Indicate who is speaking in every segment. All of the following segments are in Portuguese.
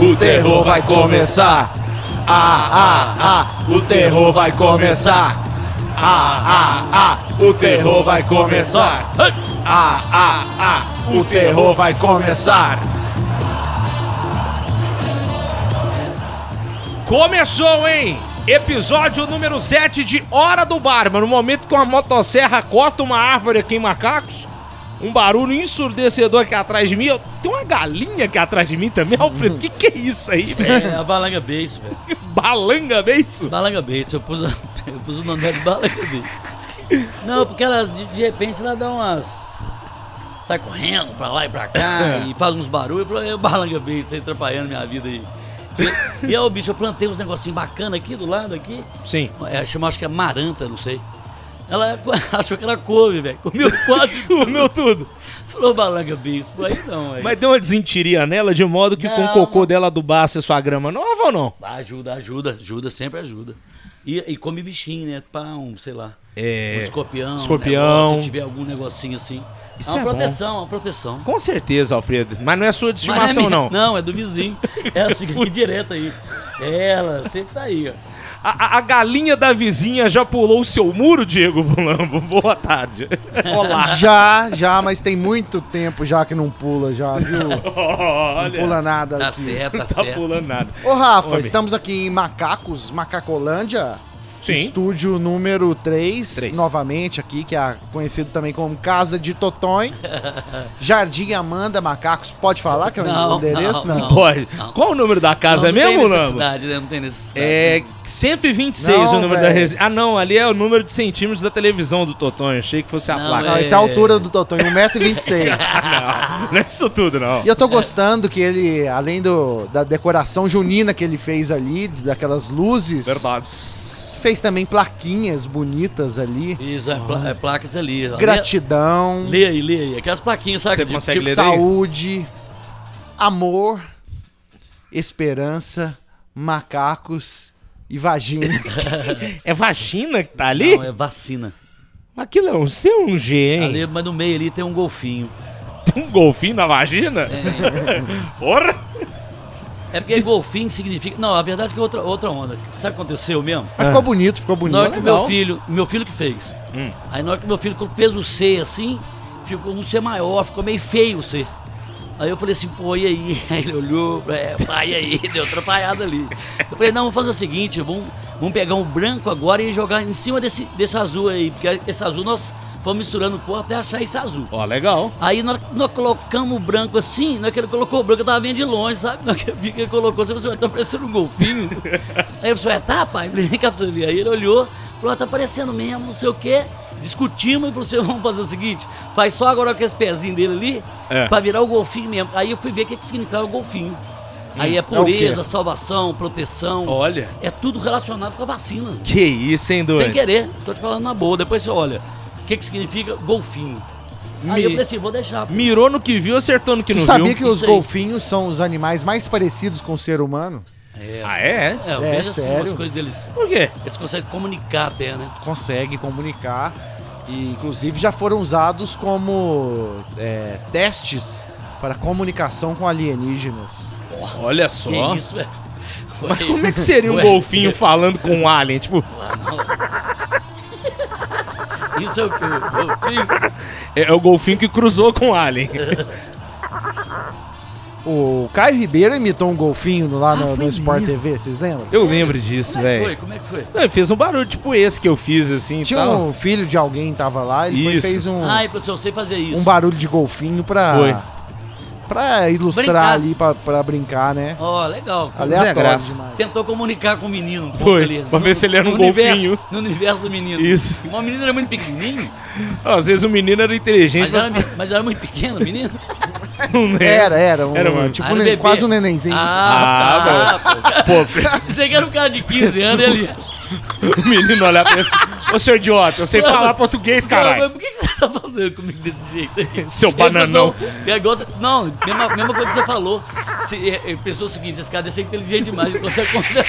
Speaker 1: o terror vai começar. Ah, ah, ah, o terror vai começar. Ah, ah, ah, o terror vai começar. Ah, ah, ah, o terror vai começar.
Speaker 2: Começou, hein? Episódio número 7 de Hora do Barba. No momento que uma motosserra corta uma árvore aqui em Macacos, um barulho ensurdecedor aqui atrás de mim. Eu- Tem uma galinha aqui atrás de mim também, Alfredo. que que é isso aí, velho?
Speaker 3: É, a Balanga Beijo, velho.
Speaker 2: Balanga, vê isso?
Speaker 3: Balanga Beijo, eu pus, a- eu pus o nome dela de Balanga Beijo. Não, porque ela, de, de repente, ela dá umas... Sai correndo pra lá e pra
Speaker 2: É.
Speaker 3: cá e faz uns barulhos. Eu falo, é Balanga Beijo, você atrapalhando minha vida aí. E, e aí, ô, bicho, eu plantei uns negocinhos bacanas aqui do lado, aqui.
Speaker 2: Sim.
Speaker 3: É, chama, acho que é maranta, não sei. Ela co- achou que era couve, velho. Comeu quase tudo.
Speaker 2: Comeu tudo.
Speaker 3: Falou Balanga Beijo, pô, aí não, aí.
Speaker 2: Mas deu uma desentiria nela de modo que com o
Speaker 3: Não,
Speaker 2: cocô
Speaker 3: mas-
Speaker 2: dela adubasse a sua grama nova ou não?
Speaker 3: Ajuda, ajuda, ajuda, sempre ajuda. E, e come bichinho, né? Pá, um, sei lá.
Speaker 2: É.
Speaker 3: Um escorpião. um
Speaker 2: Escorpião.
Speaker 3: negócio, se tiver algum negocinho assim.
Speaker 2: Isso
Speaker 3: é uma
Speaker 2: é bom.
Speaker 3: proteção, é uma proteção.
Speaker 2: Com certeza, Alfredo. Mas não é sua
Speaker 3: Mas
Speaker 2: de
Speaker 3: não é
Speaker 2: estimação,
Speaker 3: minha-
Speaker 2: não.
Speaker 3: Não, é do vizinho. Ela fica aqui direto aí. Ela sempre tá aí, ó.
Speaker 2: A, a- a galinha da vizinha já pulou o seu muro, Diego Bulambo? Boa tarde. Olá.
Speaker 4: Já, já, mas tem muito tempo já que não pula, já, viu? Não
Speaker 2: Olha,
Speaker 4: pula nada
Speaker 3: Tá
Speaker 4: aqui.
Speaker 3: certo, tá
Speaker 2: tá
Speaker 3: certo.
Speaker 2: pulando nada.
Speaker 4: Ô, Rafa,
Speaker 2: Homem.
Speaker 4: estamos aqui em Macacos, Macacolândia.
Speaker 2: Sim.
Speaker 4: Estúdio número 3,
Speaker 2: Três.
Speaker 4: novamente aqui, que é conhecido também como Casa de Totonho. Jardim Amanda Macacos, pode falar que é o
Speaker 3: Não,
Speaker 4: endereço?
Speaker 3: não,
Speaker 4: Não,
Speaker 2: Pode.
Speaker 3: Não.
Speaker 2: Qual o número da casa
Speaker 3: não, não
Speaker 2: é mesmo,
Speaker 3: tem
Speaker 2: Lambo?
Speaker 3: necessidade, né? Não tem necessidade.
Speaker 2: É 126
Speaker 4: Não,
Speaker 2: o número da
Speaker 4: velho.
Speaker 2: resenha. Ah, não, ali é o número de centímetros da televisão do Totonho. Achei que fosse a
Speaker 3: Não,
Speaker 2: placa.
Speaker 4: Não, essa é a altura do Totonho, 1,26m.
Speaker 2: Não, não é isso tudo, não.
Speaker 4: E eu tô gostando que ele, além do, da decoração junina que ele fez ali, daquelas luzes,
Speaker 2: Verdade.
Speaker 4: fez também plaquinhas bonitas ali.
Speaker 3: Isso, é, pla- é placas ali. ó.
Speaker 4: Gratidão,
Speaker 3: Lê, lê aí, lê aí. Aquelas plaquinhas, sabe?
Speaker 2: Você
Speaker 3: de-
Speaker 2: consegue
Speaker 3: tipo-
Speaker 2: ler daí?
Speaker 4: saúde, amor, esperança, macacos e vagina.
Speaker 2: É vagina que tá ali?
Speaker 3: Não, é vacina.
Speaker 2: Aquilo é um C ou um G, hein?
Speaker 3: Ali, mas no meio ali tem um golfinho.
Speaker 2: Tem um golfinho na vagina? Porra!
Speaker 3: É porque golfinho significa. Não, a verdade é que é outra, outra onda. Sabe o que aconteceu mesmo?
Speaker 4: Mas ficou bonito, ficou
Speaker 3: Na hora
Speaker 4: bonito.
Speaker 3: que
Speaker 2: legal.
Speaker 3: meu filho. Meu filho que fez. Aí na hora que meu filho fez o C assim, ficou um C maior, ficou meio feio o C. Aí eu falei assim, pô, e aí? Aí ele olhou, é, pai, e aí? Deu atrapalhada ali. Eu falei, não, vamos fazer o seguinte, vamos, vamos pegar um branco agora e jogar em cima desse, desse azul aí, porque esse azul nós fomos misturando cor até achar esse azul.
Speaker 2: Ó, legal.
Speaker 3: Aí nós, nós colocamos o branco assim, na hora que ele colocou o branco, eu tava vendo de longe, sabe? Na hora que eu vi que ele colocou, você falou, tá parecendo um golfinho. aí eu falei, tá, pai, Falei, vem cá pra você ver. Aí ele olhou, falou, "Ah, tá parecendo mesmo, não sei o quê. Discutimos e falou assim, vamos fazer o seguinte, faz só agora com esse pezinho dele ali,
Speaker 2: É.
Speaker 3: pra virar o golfinho mesmo. Aí eu fui ver o que, que significava o golfinho. Aí é
Speaker 4: o quê?
Speaker 3: pureza, salvação, proteção.
Speaker 2: Olha.
Speaker 3: É tudo relacionado com a vacina.
Speaker 2: Que isso, hein,
Speaker 3: Sem
Speaker 2: doido?
Speaker 3: querer, tô te falando na boa. Depois você olha, o que, que significa golfinho.
Speaker 2: Me-
Speaker 3: Aí eu falei assim, vou deixar.
Speaker 2: Mirou no que viu, acertou no que
Speaker 4: Você
Speaker 2: não
Speaker 4: sabia
Speaker 2: viu.
Speaker 4: que os
Speaker 3: Isso aí.
Speaker 4: golfinhos são os animais mais parecidos com o ser humano?
Speaker 2: Ah, é?
Speaker 3: É, eu
Speaker 4: É,
Speaker 3: vejo assim, umas
Speaker 4: sério?
Speaker 3: coisas deles.
Speaker 2: Por quê?
Speaker 3: Eles conseguem comunicar até, né?
Speaker 4: Consegue comunicar e, inclusive, já foram usados como é, testes para comunicação com alienígenas.
Speaker 2: Olha só.
Speaker 3: Que isso, é.
Speaker 2: Mas como é que seria um golfinho falando com um alien? Tipo,
Speaker 3: Isso é o que? Golfinho?
Speaker 2: é, é o golfinho que cruzou com o alien.
Speaker 4: O Caio Ribeiro imitou um golfinho lá no,
Speaker 2: Ah, foi
Speaker 4: no Sport
Speaker 2: mesmo.
Speaker 4: TV, vocês lembram?
Speaker 2: Eu lembro disso,
Speaker 3: Como é que foi?
Speaker 2: velho.
Speaker 3: Como é que foi?
Speaker 2: Não, ele fez um barulho tipo esse que eu Ah, fiz assim e
Speaker 4: Tinha
Speaker 2: tal.
Speaker 4: um filho de alguém que tava lá, ele foi,
Speaker 2: Isso.
Speaker 4: fez um,
Speaker 3: Ai, professor, eu sei fazer isso.
Speaker 4: um barulho de golfinho pra,
Speaker 2: Foi.
Speaker 4: pra ilustrar
Speaker 3: Brincar.
Speaker 4: ali, pra, pra brincar, né?
Speaker 3: Ó, legal.
Speaker 4: Aleatório
Speaker 2: Graça.
Speaker 4: demais.
Speaker 3: Tentou comunicar com o menino. Um pouco
Speaker 2: Foi,
Speaker 3: ali,
Speaker 2: pra
Speaker 3: no-
Speaker 2: ver se ele era um
Speaker 3: no universo-
Speaker 2: golfinho.
Speaker 3: no universo do menino.
Speaker 2: Isso.
Speaker 3: Uma menina era muito pequenininho,
Speaker 2: Às vezes o menino era inteligente,
Speaker 3: mas
Speaker 2: mas
Speaker 3: era, mas era muito pequeno, o menino.
Speaker 2: não
Speaker 4: Era, era. Um,
Speaker 2: É. Era um-
Speaker 4: tipo,
Speaker 3: Ah,
Speaker 4: um
Speaker 3: era
Speaker 4: nen-
Speaker 3: bebê.
Speaker 4: quase um nenenzinho.
Speaker 3: Ah, tá, pô.
Speaker 2: Pô,
Speaker 3: Você que era um cara de 15 anos
Speaker 2: é.
Speaker 3: ele.
Speaker 2: o menino olhar pra esse... Ô, seu idiota, eu sei falar português,
Speaker 3: Não, mas
Speaker 2: caralho.
Speaker 3: por que que você tá falando comigo desse jeito aí?
Speaker 2: Seu
Speaker 3: Ele falou,
Speaker 2: bananão.
Speaker 3: "Não, é igual você- não, mesma, mesma coisa que você falou. Se, é, é, pensou o seguinte, esse cara deve ser inteligente demais, ele consegue conversar.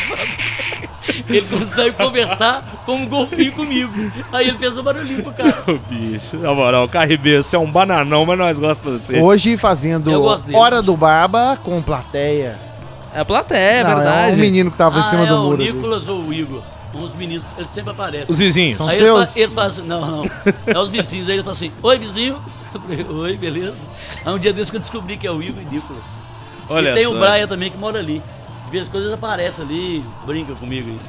Speaker 3: Ele consegue conversar como um golfinho comigo. Aí ele fez um barulhinho pro cara.
Speaker 2: Ô, bicho, na moral, Carribeiro, você é um bananão, mas nós gostamos de você.
Speaker 4: Hoje fazendo
Speaker 3: Eu gosto dele.
Speaker 4: Hora do Barba com plateia
Speaker 5: É a plateia, é
Speaker 4: Não,
Speaker 5: verdade.
Speaker 4: É um menino que tava em
Speaker 3: Ah,
Speaker 4: cima
Speaker 3: é,
Speaker 4: do
Speaker 3: o
Speaker 4: muro. ali.
Speaker 3: Nicolas ou o Igor. Uns meninos, eles sempre aparecem.
Speaker 2: Os vizinhos.
Speaker 4: São
Speaker 3: Aí eles
Speaker 4: seus?
Speaker 3: fa- eles falam assim, não, não. É os vizinhos. Aí eles falam assim, oi vizinho. Eu falei, oi, beleza? Aí um dia desse que eu descobri que é o Igor e Nicolas.
Speaker 5: Olha
Speaker 3: e tem
Speaker 5: só.
Speaker 3: o Brian também que mora ali. De vez em quando eles aparecem ali, brinca comigo aí.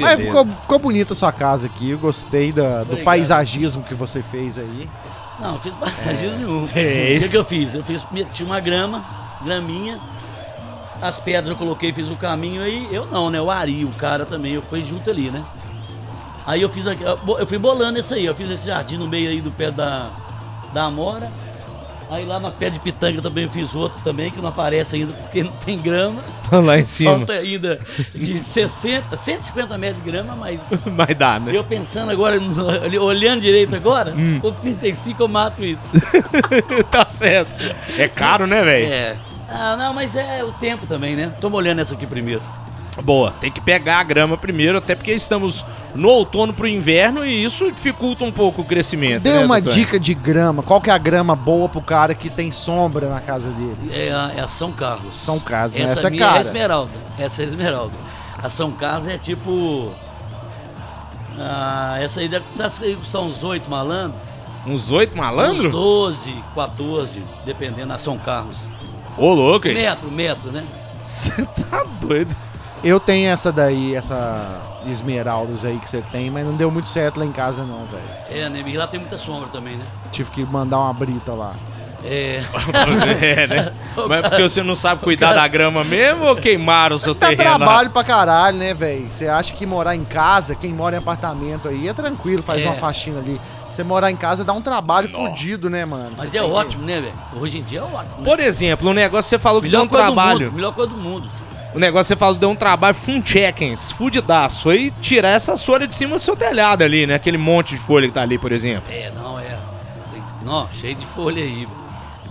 Speaker 4: Mas
Speaker 5: Beleza.
Speaker 4: ficou, ficou bonita a sua casa aqui. Eu gostei da- do
Speaker 3: Obrigado.
Speaker 4: paisagismo que você fez aí.
Speaker 3: Não, eu fiz paisagismo nenhum. O
Speaker 2: Fez.
Speaker 3: que, que eu fiz? Eu fiz, tinha uma grama, graminha. As pedras eu coloquei, fiz o caminho aí. Eu não, né? O Ari, o cara também, eu fui junto ali, né? Aí eu fiz aqui, eu bo- eu fui bolando isso aí, eu fiz esse jardim no meio aí do pé da, da Amora. Aí lá na pé de pitanga também eu fiz outro também, que não aparece ainda porque não tem grama.
Speaker 2: Lá em cima.
Speaker 3: Falta ainda de 60, 150 metros de grama, mas
Speaker 2: Mas dá, né?
Speaker 3: eu pensando agora, no- ali, olhando direito agora,
Speaker 4: Hum.
Speaker 3: com 35 eu mato isso.
Speaker 2: tá certo. É caro, né, velho?
Speaker 3: É. Ah, não, mas é o tempo também, né? Tô molhando essa aqui primeiro.
Speaker 2: Boa, tem que pegar a grama primeiro, até porque estamos no outono pro inverno e isso dificulta um pouco o crescimento.
Speaker 4: Dê
Speaker 2: né,
Speaker 4: uma
Speaker 2: doutor?
Speaker 4: dica de grama. Qual que é a grama boa pro cara que tem sombra na casa dele?
Speaker 3: É a, é a São Carlos.
Speaker 4: São Carlos, mas
Speaker 3: essa,
Speaker 4: essa é
Speaker 3: minha é
Speaker 4: cara.
Speaker 3: esmeralda. Essa é esmeralda. A São Carlos é tipo. Ah, essa aí deve, essas aí são uns 8 malandros.
Speaker 2: Uns oito
Speaker 3: Uns
Speaker 2: malandro?
Speaker 3: 12, 14, dependendo da São Carlos.
Speaker 2: Ô, louco, hein?
Speaker 3: Metro, metro, né?
Speaker 2: Você tá doido.
Speaker 4: Eu tenho essa daí, essa esmeraldas aí que você tem, mas não deu muito certo lá em casa não, velho.
Speaker 3: É, né? E lá tem muita sombra também, né?
Speaker 4: Tive que mandar uma brita lá.
Speaker 3: É.
Speaker 2: é, né? Mas é porque você não sabe cuidar da grama mesmo ou queimaram o seu
Speaker 4: Dá
Speaker 2: terreno? lá?
Speaker 4: trabalho pra caralho, né, velho? Você acha que morar em casa, quem mora em apartamento aí, é tranquilo, faz
Speaker 3: É.
Speaker 4: uma faxina ali. Você morar em casa dá um trabalho fudido, né, mano? Você
Speaker 3: Mas
Speaker 4: tem
Speaker 3: é
Speaker 4: que-
Speaker 3: ótimo, né, velho? Hoje em dia é ótimo. Né?
Speaker 2: Por exemplo, um negócio você falou que deu
Speaker 3: Melhor
Speaker 2: um
Speaker 3: coisa do
Speaker 2: trabalho.
Speaker 3: mundo. Melhor coisa do mundo.
Speaker 2: O negócio você falou deu um trabalho funcheckens, fudidaço. Foi tirar essa folha de cima do seu telhado ali, né? Aquele monte de folha que tá ali, por exemplo.
Speaker 3: É, não, é. Tem- não, cheio de folha aí, velho.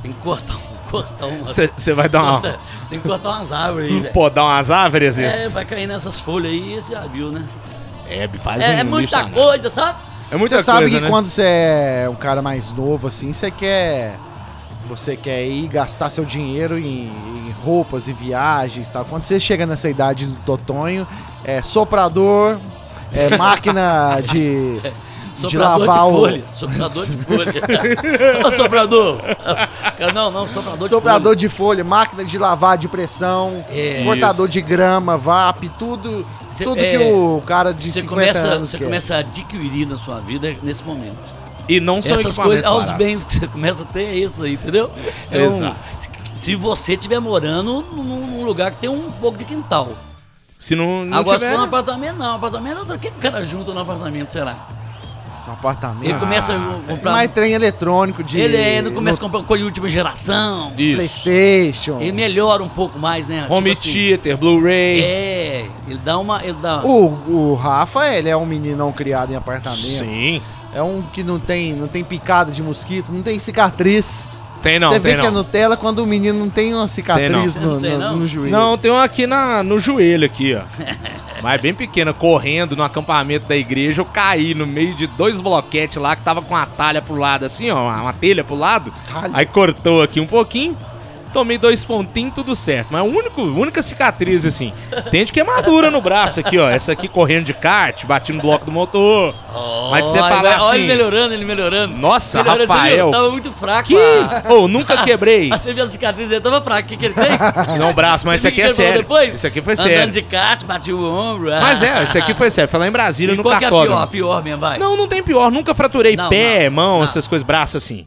Speaker 3: Tem que cortar um. Cortar um
Speaker 2: Você vai dar uma.
Speaker 3: Tem que cortar umas árvores aí, velho.
Speaker 2: Podar umas árvores?
Speaker 3: É,
Speaker 2: É,
Speaker 3: vai cair nessas folhas aí, você já viu, né?
Speaker 2: é faz
Speaker 3: É, é
Speaker 2: um lixo
Speaker 3: muita
Speaker 2: danado.
Speaker 3: coisa, sabe?
Speaker 2: É muita
Speaker 4: você sabe
Speaker 2: coisa,
Speaker 4: que
Speaker 2: né?
Speaker 4: quando você é um cara mais novo, assim, você quer. Você quer ir gastar seu dinheiro em, em roupas e viagens e tal. Quando você chega nessa idade do Totonho, é soprador, é máquina de. de
Speaker 3: Soprador de,
Speaker 4: lavar
Speaker 3: folha. Soprador de folha. Ô, soprador. Não, não, soprador,
Speaker 4: o. Soprador
Speaker 3: de
Speaker 4: de folha,
Speaker 3: folha.
Speaker 4: máquina de lavar de pressão,
Speaker 3: É,
Speaker 4: cortador de grama, VAP, tudo,
Speaker 3: Cê-
Speaker 4: tudo
Speaker 3: é,
Speaker 4: que o cara de
Speaker 3: Você
Speaker 4: 50
Speaker 3: começa,
Speaker 4: anos
Speaker 3: você
Speaker 4: quer.
Speaker 3: começa a adquirir na sua vida nesse momento.
Speaker 2: E não são
Speaker 3: Essas coisas,
Speaker 2: equipamentos
Speaker 3: aos
Speaker 2: baratos.
Speaker 3: bens que você começa a ter, é isso aí, entendeu? É um-
Speaker 2: Exato.
Speaker 3: se você estiver morando num, num lugar que tem um pouco de quintal.
Speaker 2: Se não, não
Speaker 3: Agora,
Speaker 2: tiver...
Speaker 3: se for um apartamento, não. Apartamento é outra. O que o cara junta no apartamento, será?
Speaker 4: Um apartamento.
Speaker 3: Ele começa a comprar.
Speaker 4: Mais trem eletrônico de.
Speaker 3: ele, é- ele começa a
Speaker 4: no
Speaker 3: comprar coisa de última geração.
Speaker 2: Isso.
Speaker 4: Playstation.
Speaker 3: Ele melhora um pouco mais, né? Tipo
Speaker 2: Home
Speaker 3: assim,
Speaker 2: theater, Blu-ray.
Speaker 3: É, ele dá uma. Ele dá.
Speaker 4: O, o Rafa, ele é um meninão criado em
Speaker 2: Tá
Speaker 4: apartamento.
Speaker 2: Sim.
Speaker 4: É um que não tem, não tem picada de mosquito, não tem cicatriz.
Speaker 2: Tem não,
Speaker 4: Você vê
Speaker 2: tem
Speaker 4: que é
Speaker 2: não.
Speaker 4: Nutella quando o menino não tem uma cicatriz
Speaker 3: Tem não.
Speaker 4: no,
Speaker 3: Não tem
Speaker 4: no-
Speaker 3: não?
Speaker 4: no joelho.
Speaker 2: Não, tem um aqui na, no joelho aqui, ó. Mas bem pequena, correndo no acampamento da igreja, eu caí no meio de dois bloquetes lá que tava com a talha pro lado, assim, ó, uma uma telha pro lado.
Speaker 4: Talha.
Speaker 2: Aí cortou aqui um pouquinho, tomei dois pontinhos, tudo certo. Mas a único, única cicatriz, assim, tem de queimadura no braço aqui, ó. Essa aqui correndo de kart, bati no bloco do motor. Mas você
Speaker 3: Olha,
Speaker 2: falar
Speaker 3: Olha
Speaker 2: assim,
Speaker 3: ele melhorando, ele melhorando.
Speaker 2: Nossa,
Speaker 3: Melhorando, você viu?
Speaker 2: Rafael.
Speaker 3: Tava muito fraco.
Speaker 2: que?
Speaker 3: a-
Speaker 2: Ou nunca quebrei.
Speaker 3: Ah, você viu a cicatriz, ele tava fraco. O que, que ele fez?
Speaker 2: Não, braço, mas
Speaker 3: Você
Speaker 2: isso aqui
Speaker 3: viu
Speaker 2: é
Speaker 3: que ele falou
Speaker 2: sério.
Speaker 3: Depois?
Speaker 2: Isso aqui foi
Speaker 3: Andando
Speaker 2: sério.
Speaker 3: de kart, bati o ombro. ah.
Speaker 2: Mas é, isso aqui foi sério. Foi lá em Brasília,
Speaker 3: E
Speaker 2: no
Speaker 3: qual que é a
Speaker 2: cartódromo.
Speaker 3: pior? A pior mesmo, vai.
Speaker 2: Não, não tem pior. Nunca fraturei
Speaker 3: Não,
Speaker 2: pé,
Speaker 3: não,
Speaker 2: mão,
Speaker 3: não.
Speaker 2: essas coisas, braço assim.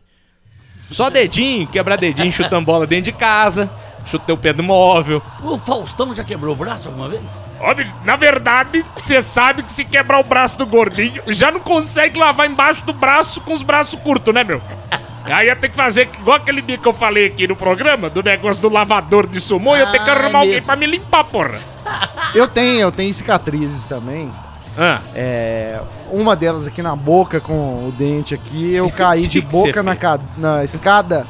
Speaker 2: Só dedinho, quebrar dedinho, chutando bola dentro de casa. Chutei o pé do móvel.
Speaker 3: O Faustão já quebrou o braço alguma vez?
Speaker 2: Olha, na verdade, você sabe que se quebrar o braço do gordinho, já não consegue lavar embaixo do braço com os braços curtos, né, meu? Aí eu tenho que fazer igual aquele dia que eu falei aqui no programa, do negócio do lavador de sumô,
Speaker 3: eu tenho que Ah, é arrumar alguém mesmo. pra
Speaker 2: me limpar, porra.
Speaker 4: Eu tenho, eu tenho cicatrizes também.
Speaker 2: Ah,
Speaker 4: É, uma delas aqui na boca com o dente aqui, eu caí de
Speaker 2: Que que você
Speaker 4: boca na,
Speaker 2: fez?
Speaker 4: ca- na escada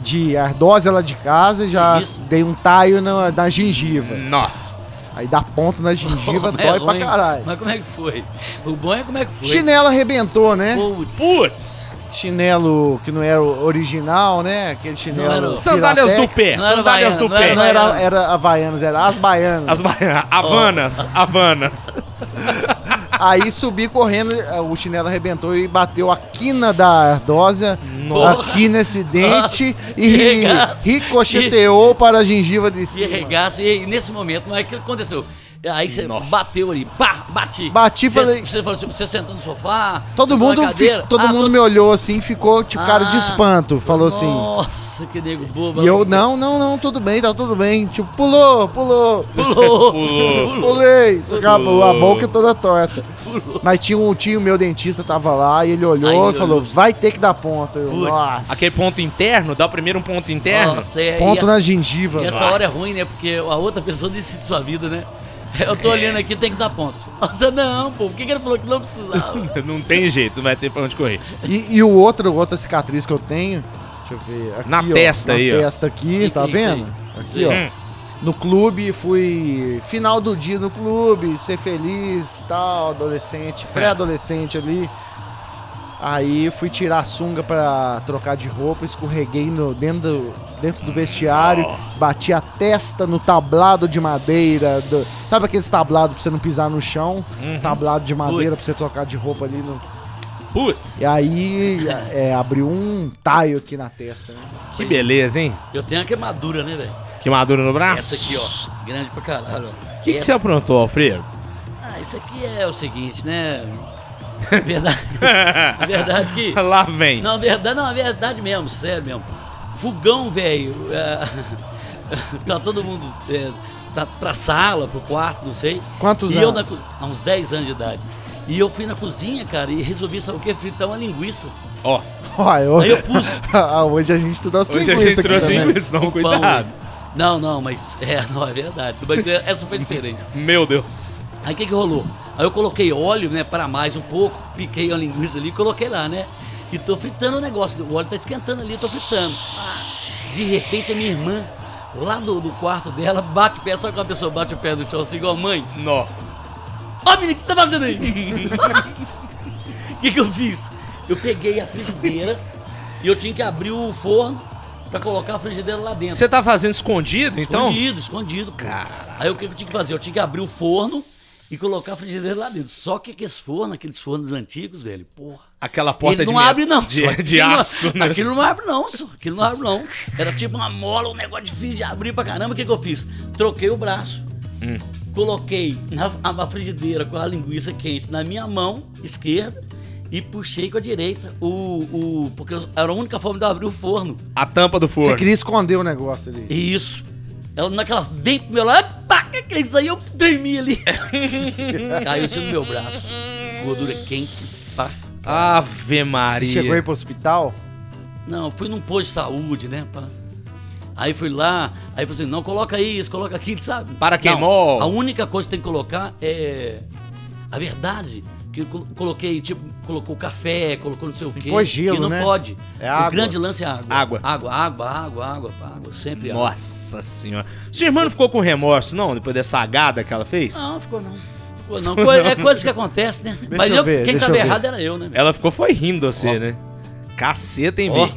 Speaker 4: de ardósia lá de casa e já
Speaker 3: isso?
Speaker 4: dei um taio na, na gengiva.
Speaker 2: nó.
Speaker 4: Aí dá ponto na gengiva,
Speaker 3: Como é
Speaker 4: dói pra
Speaker 3: ruim.
Speaker 4: caralho.
Speaker 3: Mas como é que foi? O bom é como é que foi.
Speaker 4: Chinela arrebentou, né?
Speaker 3: Putz.
Speaker 2: Putz!
Speaker 4: Chinelo que não era o original, né? Aquele chinelo.
Speaker 3: Não era o-
Speaker 2: Sandálias do
Speaker 4: Piratex.
Speaker 2: pé,
Speaker 3: Não era
Speaker 2: sandálias do
Speaker 3: Havaiana, não
Speaker 2: pé.
Speaker 4: Não era, era Havaianas, era as baianas.
Speaker 2: As ba- Havanas, Havanas.
Speaker 4: Aí subi correndo, eh, o chinelo arrebentou e bateu a quina da ardósia
Speaker 2: Nossa.
Speaker 4: aqui nesse dente
Speaker 3: Que
Speaker 4: e
Speaker 3: regaço.
Speaker 4: ricocheteou para a gengiva de
Speaker 3: E
Speaker 4: cima.
Speaker 3: regaço, e aí, nesse momento, mas o que aconteceu? Aí você
Speaker 2: Nossa.
Speaker 3: bateu ali, pá, bati.
Speaker 4: Bati,
Speaker 3: Você-
Speaker 4: falei-
Speaker 3: Você falou assim, você sentou no sofá.
Speaker 4: Todo
Speaker 3: sentou na
Speaker 4: mundo, fi-
Speaker 3: cadeira.
Speaker 4: todo
Speaker 3: Ah,
Speaker 4: mundo me olhou assim, ficou tipo cara de
Speaker 3: Ah.
Speaker 4: espanto, falou assim.
Speaker 3: Nossa, que nego bobo.
Speaker 4: E eu, não, não, não, tudo bem, tá tudo bem. Tipo, pulou, pulou,
Speaker 3: Pulou.
Speaker 2: Pulou.
Speaker 4: pulei. Acabou, a boca toda torta. Mas tinha um tio, meu dentista, tava lá e ele
Speaker 3: Aí
Speaker 4: olhou
Speaker 3: ele
Speaker 4: e falou,
Speaker 3: olhou.
Speaker 4: vai ter que dar ponto. Eu,
Speaker 3: Putz,
Speaker 4: Nossa.
Speaker 2: Aquele ponto interno, dá primeiro um ponto interno.
Speaker 3: Nossa, é, e
Speaker 4: Ponto
Speaker 3: essa-
Speaker 4: na gengiva.
Speaker 3: E essa
Speaker 2: Nossa.
Speaker 3: hora é ruim, né? Porque a outra pessoa decide sua vida, né? Eu
Speaker 2: É.
Speaker 3: tô olhando aqui, tem que dar ponto. Nossa, não, pô, por que, que ele falou que não precisava?
Speaker 2: Não tem jeito, não vai ter pra onde correr.
Speaker 4: E, e o outro, outra cicatriz que eu tenho, deixa eu ver. Aqui,
Speaker 2: Na testa
Speaker 4: na
Speaker 2: aí, ó.
Speaker 4: testa aqui,
Speaker 3: Ih,
Speaker 4: tá
Speaker 3: isso
Speaker 4: vendo? Aqui,
Speaker 3: Sim.
Speaker 4: ó.
Speaker 2: Hum.
Speaker 4: No clube, fui final do dia no clube, ser feliz, tal, adolescente,
Speaker 2: É.
Speaker 4: pré-adolescente ali. Aí fui tirar a sunga pra trocar de roupa, escorreguei no, dentro, do, dentro do vestiário,
Speaker 2: Oh.
Speaker 4: bati a testa no tablado de madeira. do- sabe aqueles tablados pra você não pisar no chão?
Speaker 2: Uhum.
Speaker 4: Tablado de madeira
Speaker 3: Puts.
Speaker 4: pra você trocar de roupa ali no,
Speaker 2: Putz,
Speaker 4: e aí é, abriu um taio aqui na testa, né?
Speaker 2: que beleza, hein?
Speaker 3: Eu tenho a queimadura, né, velho?
Speaker 2: Que madura no braço.
Speaker 3: Essa aqui, ó. Grande pra caralho. ó.
Speaker 2: O que, que
Speaker 3: Essa-
Speaker 2: você aprontou, Alfredo?
Speaker 3: Ah, isso aqui é o seguinte, né? Verdade. a verdade que.
Speaker 2: Lá vem.
Speaker 3: Não, a verdade, não, a verdade mesmo, sério mesmo. Fogão, velho. é, tá todo mundo. É, tá pra sala, pro quarto, não sei.
Speaker 4: Quantos
Speaker 3: e Eu
Speaker 4: anos?
Speaker 3: na, co- há uns 10 anos de idade. E eu fui na cozinha, cara, e resolvi, sabe o que? Fritar uma linguiça.
Speaker 2: Ó,
Speaker 4: Ó, eu-
Speaker 3: Aí eu pus.
Speaker 4: Ah, hoje a gente trouxe
Speaker 2: hoje a
Speaker 4: linguiça
Speaker 2: gente
Speaker 4: aqui
Speaker 2: trouxe
Speaker 4: também.
Speaker 2: isso, não,
Speaker 3: com pão,
Speaker 2: cuidado.
Speaker 3: né? Não, não, mas. É, não, é verdade. Mas é, essa foi diferente.
Speaker 2: Meu Deus.
Speaker 3: Aí o que, que rolou? Aí eu coloquei óleo, né, para mais um pouco, piquei a linguiça ali e coloquei lá, né? E tô fritando o negócio, o óleo tá esquentando ali, eu tô fritando. Ah, de repente a minha irmã, lá do, do quarto dela, bate o pé, sabe quando a pessoa bate o pé no chão assim, igual mãe?
Speaker 2: Nó.
Speaker 3: Ó, menino, o que você tá fazendo aí? O que, que eu fiz? Eu peguei a frigideira e eu tinha que abrir o forno pra colocar a frigideira lá dentro.
Speaker 2: Você tá fazendo escondido, então?
Speaker 3: Escondido, escondido. Cara. Aí o que eu tinha que fazer? Eu tinha que abrir o forno e colocar a frigideira lá dentro. Só que aqueles fornos, aqueles fornos antigos, velho, porra.
Speaker 2: Aquela porta
Speaker 3: ele
Speaker 2: de
Speaker 3: não
Speaker 2: met-
Speaker 3: abre, não.
Speaker 2: De,
Speaker 3: só.
Speaker 2: de
Speaker 3: Aquilo não-
Speaker 2: aço, né?
Speaker 3: Aquilo não abre, não, só. Aquilo não abre, não. Era tipo uma mola, um negócio difícil de abrir pra caramba. O que, que eu fiz? Troquei o braço.
Speaker 2: Hum.
Speaker 3: Coloquei na a- a frigideira com a linguiça quente na minha mão esquerda e puxei com a direita. O, o, porque era a única forma de eu abrir o forno.
Speaker 2: A tampa do
Speaker 4: Você
Speaker 2: forno.
Speaker 4: queria esconder o negócio ali.
Speaker 3: Isso. Ela, naquela vem pro meu lado, pá, que que é isso aí? Eu tremi ali. Caiu assim no meu braço. Gordura quente, pá.
Speaker 2: Ave
Speaker 4: Você
Speaker 2: Maria.
Speaker 4: chegou aí pro hospital?
Speaker 3: Não, fui num posto de saúde, né, pá. Aí fui lá, aí falei assim, não, coloca isso, coloca aquilo, sabe?
Speaker 2: Para
Speaker 3: Não,
Speaker 2: queimou.
Speaker 3: a única coisa que tem que colocar é a verdade. Que eu col- coloquei, tipo, colocou café, colocou não sei o quê.
Speaker 4: pôr gelo,
Speaker 3: e não
Speaker 4: né?
Speaker 3: pode.
Speaker 4: É
Speaker 3: o
Speaker 4: água.
Speaker 3: grande lance é a água.
Speaker 2: Água.
Speaker 3: Água, água, água, água, pá, água. Sempre água.
Speaker 2: Nossa senhora. Sua irmã não ficou com remorso, não? Depois dessa agada que ela fez?
Speaker 3: Não, ficou não. Ficou não. Co- é coisa que acontece, né? Mas
Speaker 4: eu
Speaker 3: eu-
Speaker 4: ver,
Speaker 3: quem
Speaker 4: deixa
Speaker 3: tava
Speaker 4: eu ver.
Speaker 3: errado era eu, né? velho?
Speaker 2: Ela ficou foi rindo assim,
Speaker 3: Ó.
Speaker 2: né? Caceta, hein,
Speaker 3: Ó.
Speaker 2: Bi?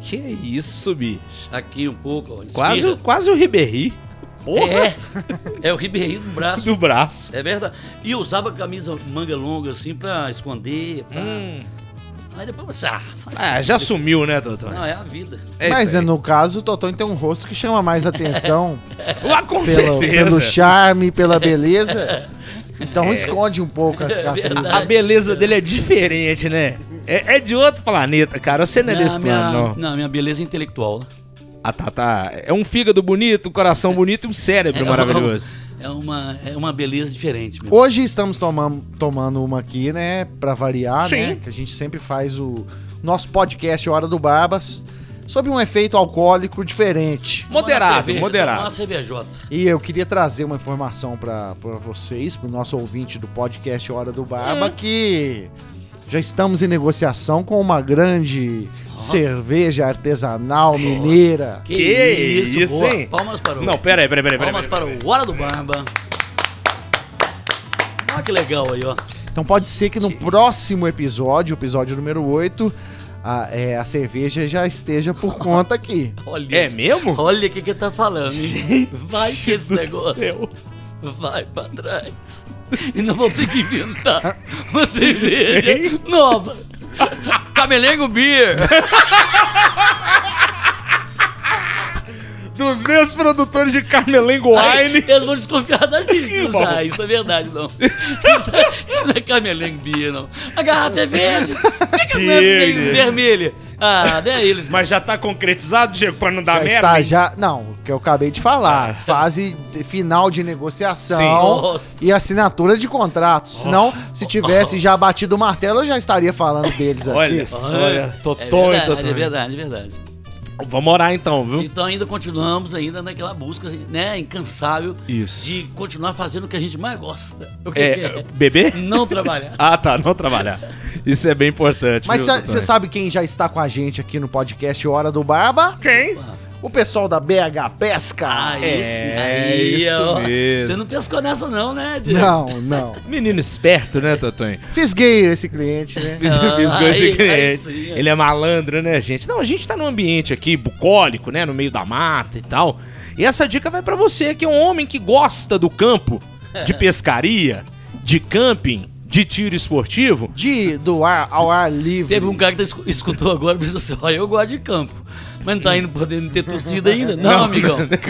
Speaker 2: Que isso, bicho.
Speaker 3: Aqui um pouco, ó.
Speaker 2: Quase,
Speaker 3: esquerda.
Speaker 2: quase o Ribéry. Porra!
Speaker 3: É, é o Ribeirinho do braço.
Speaker 2: Do braço.
Speaker 3: É verdade. E eu usava camisa manga longa assim pra esconder. Pra...
Speaker 2: Hum.
Speaker 3: Aí depois você. Ah,
Speaker 2: Ah, já sumiu, né, doutor?
Speaker 3: Não, é a vida.
Speaker 2: É
Speaker 4: Mas
Speaker 2: isso
Speaker 4: é,
Speaker 2: aí.
Speaker 4: no caso, o Totônio tem um rosto que chama mais atenção
Speaker 2: Ah, com
Speaker 4: pelo,
Speaker 2: certeza. É.
Speaker 4: pelo charme, pela beleza. Então esconde um pouco as cicatrizes.
Speaker 2: A beleza dele é diferente, né? É, é de outro planeta, cara. Você não é desse
Speaker 3: minha,
Speaker 2: plano, não.
Speaker 3: não, minha beleza é intelectual, né?
Speaker 2: Ah, tá, tá. É um fígado bonito, um coração bonito e um cérebro
Speaker 3: uma-
Speaker 2: maravilhoso.
Speaker 3: É uma, é uma beleza diferente, meu.
Speaker 4: Hoje estamos tomam- tomando uma aqui, né? Pra variar, né?
Speaker 2: Sim.
Speaker 4: Que a gente sempre faz o nosso podcast Hora do Barbas sob um efeito alcoólico diferente.
Speaker 2: Moderado, moderado.
Speaker 3: Uma cervejota.
Speaker 4: E eu queria trazer uma informação pra pra vocês, pro nosso ouvinte do podcast Hora do Barba, que já estamos em negociação com uma grande cerveja artesanal mineira.
Speaker 2: Que isso,
Speaker 3: boa.
Speaker 2: hein?
Speaker 3: Palmas para o.
Speaker 2: Não, peraí, peraí, peraí. peraí,
Speaker 3: Palmas
Speaker 2: peraí,
Speaker 3: para
Speaker 2: peraí.
Speaker 3: o Hora do Barba. Olha que legal aí, ó.
Speaker 4: Então pode ser que no próximo episódio, o episódio número 8, a, é, a cerveja já esteja por conta aqui.
Speaker 3: Olha,
Speaker 2: É mesmo?
Speaker 3: olha o que que tá falando, hein? Vai que esse
Speaker 2: do
Speaker 3: negócio
Speaker 2: céu.
Speaker 3: vai pra trás. E não vou ter que inventar uma cerveja nova. Camelengo Beer.
Speaker 2: Dos meus produtores de Carmelengo Wine.
Speaker 3: Eles vão desconfiar da gente. Não
Speaker 2: Irmão.
Speaker 3: sai, isso é verdade, não. Isso, é- isso não é camelengo Beer, não. A garrafa é verde. Por que, que não é
Speaker 2: Diego.
Speaker 3: meio vermelha? Ah, não é eles.
Speaker 2: Mas já tá concretizado, Diego, pra não dar
Speaker 4: já
Speaker 2: merda?
Speaker 4: está
Speaker 2: hein? É.
Speaker 4: já. Não, o que eu acabei de falar. Fase de- final de
Speaker 2: Sim.
Speaker 4: negociação
Speaker 3: Nossa.
Speaker 4: e assinatura de contratos. Senão, se tivesse já batido o martelo, eu já estaria falando deles aqui.
Speaker 2: Olha só, olha, Totonho,
Speaker 3: é verdade, é
Speaker 2: Totonho.
Speaker 3: verdade, é verdade.
Speaker 2: Vamos orar então, viu?
Speaker 3: Então ainda continuamos ainda naquela busca, né, incansável
Speaker 2: Isso.
Speaker 3: de continuar fazendo o que a gente mais gosta. O que que
Speaker 2: É,
Speaker 3: é?
Speaker 2: bebê?
Speaker 3: Não trabalhar.
Speaker 2: Ah, tá, não trabalhar. Isso é bem importante.
Speaker 4: Mas
Speaker 2: viu,
Speaker 4: você
Speaker 2: Totonho?
Speaker 4: sabe quem já está com a gente aqui no podcast Hora do Barba?
Speaker 2: Quem?
Speaker 4: O pessoal da BH Pesca.
Speaker 3: Ah,
Speaker 2: É,
Speaker 3: esse
Speaker 2: isso mesmo.
Speaker 3: Você não pescou nessa não, né, Diego?
Speaker 4: Não, não.
Speaker 2: Menino esperto, né, Totonho?
Speaker 4: Fisguei esse cliente, né?
Speaker 2: Fiz-
Speaker 3: Ah,
Speaker 2: Fisgou esse
Speaker 3: aí-
Speaker 2: cliente.
Speaker 3: aí sim, é.
Speaker 2: Ele é malandro, né, gente? Não, a gente tá num ambiente aqui bucólico, né? No meio da mata e tal. E essa dica vai pra você, que é um homem que gosta do campo, de pescaria, de camping, de tiro esportivo.
Speaker 4: De do ar ao ar livre.
Speaker 3: Teve um cara que escu- escutou agora e disse assim, olha, eu gosto de campo, mas não tá indo podendo ter torcida ainda? Não,
Speaker 2: Não.
Speaker 3: amigão.
Speaker 4: campo.
Speaker 3: É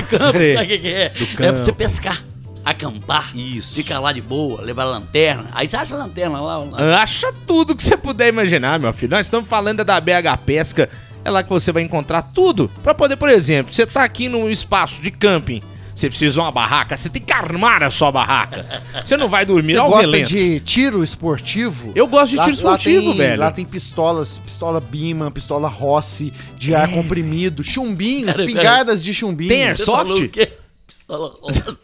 Speaker 3: campo, sabe o que, que é? É pra
Speaker 2: campo.
Speaker 3: você pescar, acampar,
Speaker 2: Isso.
Speaker 3: ficar lá de boa, levar lanterna. Aí você acha a lanterna lá,
Speaker 2: Ah,
Speaker 3: lá.
Speaker 2: Acha tudo que você puder imaginar, meu filho. Nós estamos falando é da BH Pesca. É lá que você vai encontrar tudo pra poder, por exemplo, você tá aqui num espaço de camping. Você precisa de uma barraca, você tem que armar a sua barraca. Você não vai dormir
Speaker 4: Você
Speaker 2: ao
Speaker 4: gosta
Speaker 2: relento.
Speaker 4: de tiro esportivo?
Speaker 2: Eu gosto de
Speaker 4: Lá-
Speaker 2: tiro esportivo,
Speaker 4: lá tem,
Speaker 2: velho.
Speaker 4: Lá tem pistolas, pistola Bima, pistola Rossi, de
Speaker 2: É.
Speaker 4: ar comprimido, chumbinhos,
Speaker 3: Pera, pera.
Speaker 4: pingadas de chumbinhos.
Speaker 2: Tem
Speaker 3: Você
Speaker 2: airsoft?
Speaker 3: falou o quê? Pistola rosa.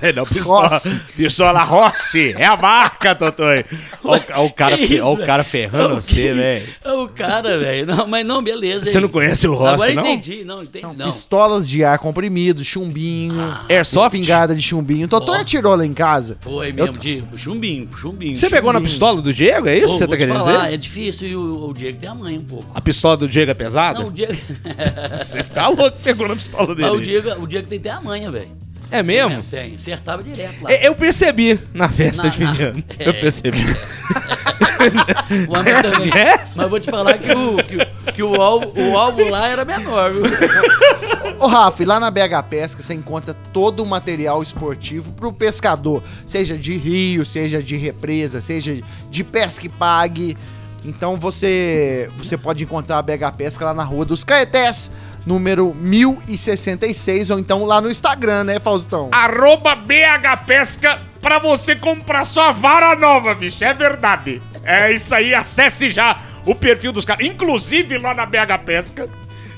Speaker 2: É, não, pistola,
Speaker 4: Rossi.
Speaker 2: pistola Rossi, é a marca, Totonho. Olha o- olha o cara,
Speaker 3: Que
Speaker 2: fe-
Speaker 3: isso,
Speaker 2: olha o cara
Speaker 3: velho?
Speaker 2: ferrando
Speaker 3: O
Speaker 2: você,
Speaker 3: que-
Speaker 2: velho.
Speaker 3: É o cara, velho. Não, mas não, beleza.
Speaker 2: Você
Speaker 3: hein?
Speaker 2: não conhece o Rossi,
Speaker 3: Agora
Speaker 2: não?
Speaker 3: entendi, não, entendi, não. Ah.
Speaker 4: Pistolas de ar comprimido, chumbinho,
Speaker 3: é
Speaker 2: Airsoft?
Speaker 4: espingarda de chumbinho. Totó
Speaker 3: Ó.
Speaker 4: atirou lá em casa.
Speaker 3: Foi mesmo, Diego. Chumbinho, chumbinho.
Speaker 2: Você pegou na
Speaker 3: chumbinho.
Speaker 2: pistola do Diego, é isso que
Speaker 3: Ô,
Speaker 2: você
Speaker 3: vou
Speaker 2: tá
Speaker 3: te
Speaker 2: querendo
Speaker 3: falar,
Speaker 2: dizer?
Speaker 3: É difícil e o, o Diego tem a mãe um pouco.
Speaker 2: A pistola do Diego é pesada?
Speaker 3: Não, o Diego.
Speaker 2: Você tá louco, que pegou na pistola dele.
Speaker 3: Ah, o, Diego o Diego tem até a manha, velho.
Speaker 2: É mesmo?
Speaker 3: Tem, acertava direto lá.
Speaker 2: É, Eu percebi na festa
Speaker 3: Na-
Speaker 2: de fim de
Speaker 3: na-
Speaker 2: ano. Eu
Speaker 3: é.
Speaker 2: percebi.
Speaker 3: O homem também.
Speaker 2: É?
Speaker 3: Mas vou te falar que o, que, o- que o, alvo, o alvo lá era menor, viu?
Speaker 4: Ô, Rafa, e lá na BH Pesca você encontra todo o material esportivo pro pescador, seja de rio, seja de represa, seja de pesca e pague. Então você você pode encontrar a BH Pesca lá na Rua dos Caetés, número 1066, ou então lá no Instagram, né, Faustão?
Speaker 3: Ah,
Speaker 2: Arroba BH Pesca pra você comprar sua vara nova, bicho. É verdade. É isso aí, acesse já o perfil dos caras. Inclusive lá na BH Pesca.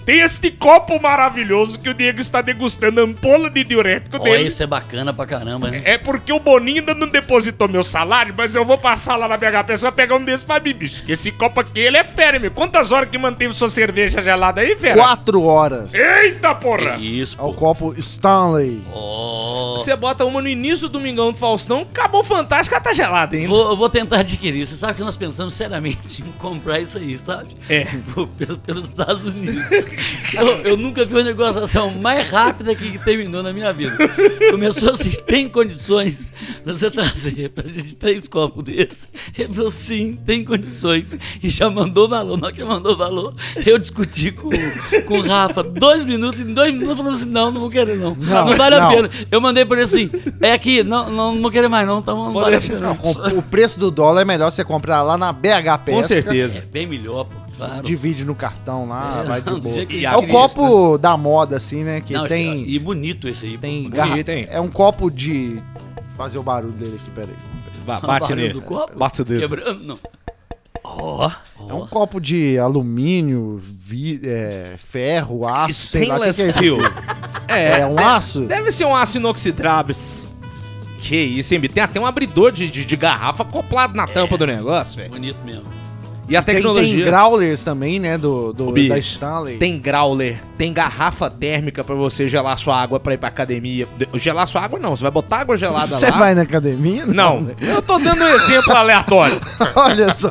Speaker 2: Tem este copo maravilhoso que o Diego está degustando, a ampola de diurético
Speaker 3: Ó,
Speaker 2: dele.
Speaker 3: isso é bacana pra caramba, né?
Speaker 2: É porque o Boninho ainda não depositou meu salário, mas eu vou passar lá na BH Pesca pra pegar um desses pra mim, bicho. Que esse copo aqui, ele é fera, meu. Quantas horas que manteve sua cerveja gelada aí,
Speaker 3: é.
Speaker 2: fera?
Speaker 4: Quatro horas.
Speaker 2: Eita porra!
Speaker 3: Isso,
Speaker 4: Ao
Speaker 3: pô.
Speaker 4: copo Stanley.
Speaker 3: Ó.
Speaker 2: Você bota uma no início do Domingão do Faustão, acabou fantástico, ela tá gelada ainda.
Speaker 3: Vou, eu vou tentar adquirir. Você sabe que nós pensamos seriamente em comprar isso aí, sabe?
Speaker 2: É.
Speaker 3: Pô, pelo- pelos Estados Unidos. eu, eu nunca vi uma negociação mais rápida que, que terminou na minha vida. Começou assim, tem condições de você trazer pra gente três copos desses? Ele falou, sim, tem condições. E já mandou o valor. Na hora que mandou o valor, eu discuti com, com o Rafa dois minutos. Em dois minutos falou assim, não, não vou querer não.
Speaker 4: Não,
Speaker 3: Não, vale
Speaker 4: não.
Speaker 3: a pena. Eu mandei pra ele assim, é aqui, não, não, não vou querer mais não, tá, não vale a pena não.
Speaker 4: Com- O preço do dólar é melhor você comprar lá na BH Pesca.
Speaker 3: É bem melhor, pô, claro.
Speaker 4: Divide no cartão lá,
Speaker 3: É,
Speaker 4: vai de
Speaker 3: não, do
Speaker 4: boa.
Speaker 3: jeito que
Speaker 4: É o
Speaker 3: queria,
Speaker 4: copo da moda, assim, né? Que
Speaker 3: Não, esse-
Speaker 4: tem.
Speaker 3: E bonito esse aí.
Speaker 4: Tem
Speaker 2: Bonito,
Speaker 4: garra...
Speaker 2: hein?
Speaker 4: É um copo de. Fazer o barulho dele aqui, peraí.
Speaker 2: Bate
Speaker 3: barulho
Speaker 2: nele.
Speaker 3: do copo?
Speaker 2: Bate o dedo.
Speaker 3: Quebrando, não. Ó, ó.
Speaker 4: É um copo de alumínio, vi- é, ferro, aço, sei lá o que que é isso.
Speaker 2: É,
Speaker 4: É um
Speaker 2: de-
Speaker 4: aço?
Speaker 2: Deve ser um aço inoxidável.
Speaker 3: É.
Speaker 2: Que isso, hein? bicho? Tem até um abridor de, de- de garrafa acoplado na tampa do negócio, velho.
Speaker 3: Bonito mesmo.
Speaker 2: E a
Speaker 4: Tem,
Speaker 2: tecnologia.
Speaker 4: tem growlers também, né? Do, do-
Speaker 2: Ô, bicho,
Speaker 4: da Stanley.
Speaker 2: Tem growler, tem garrafa térmica pra você gelar sua água pra ir pra academia. De- Gelar sua água não, você vai botar água gelada
Speaker 4: Você
Speaker 2: lá.
Speaker 4: vai na academia?
Speaker 2: Não, eu tô dando um exemplo aleatório.
Speaker 4: Olha só.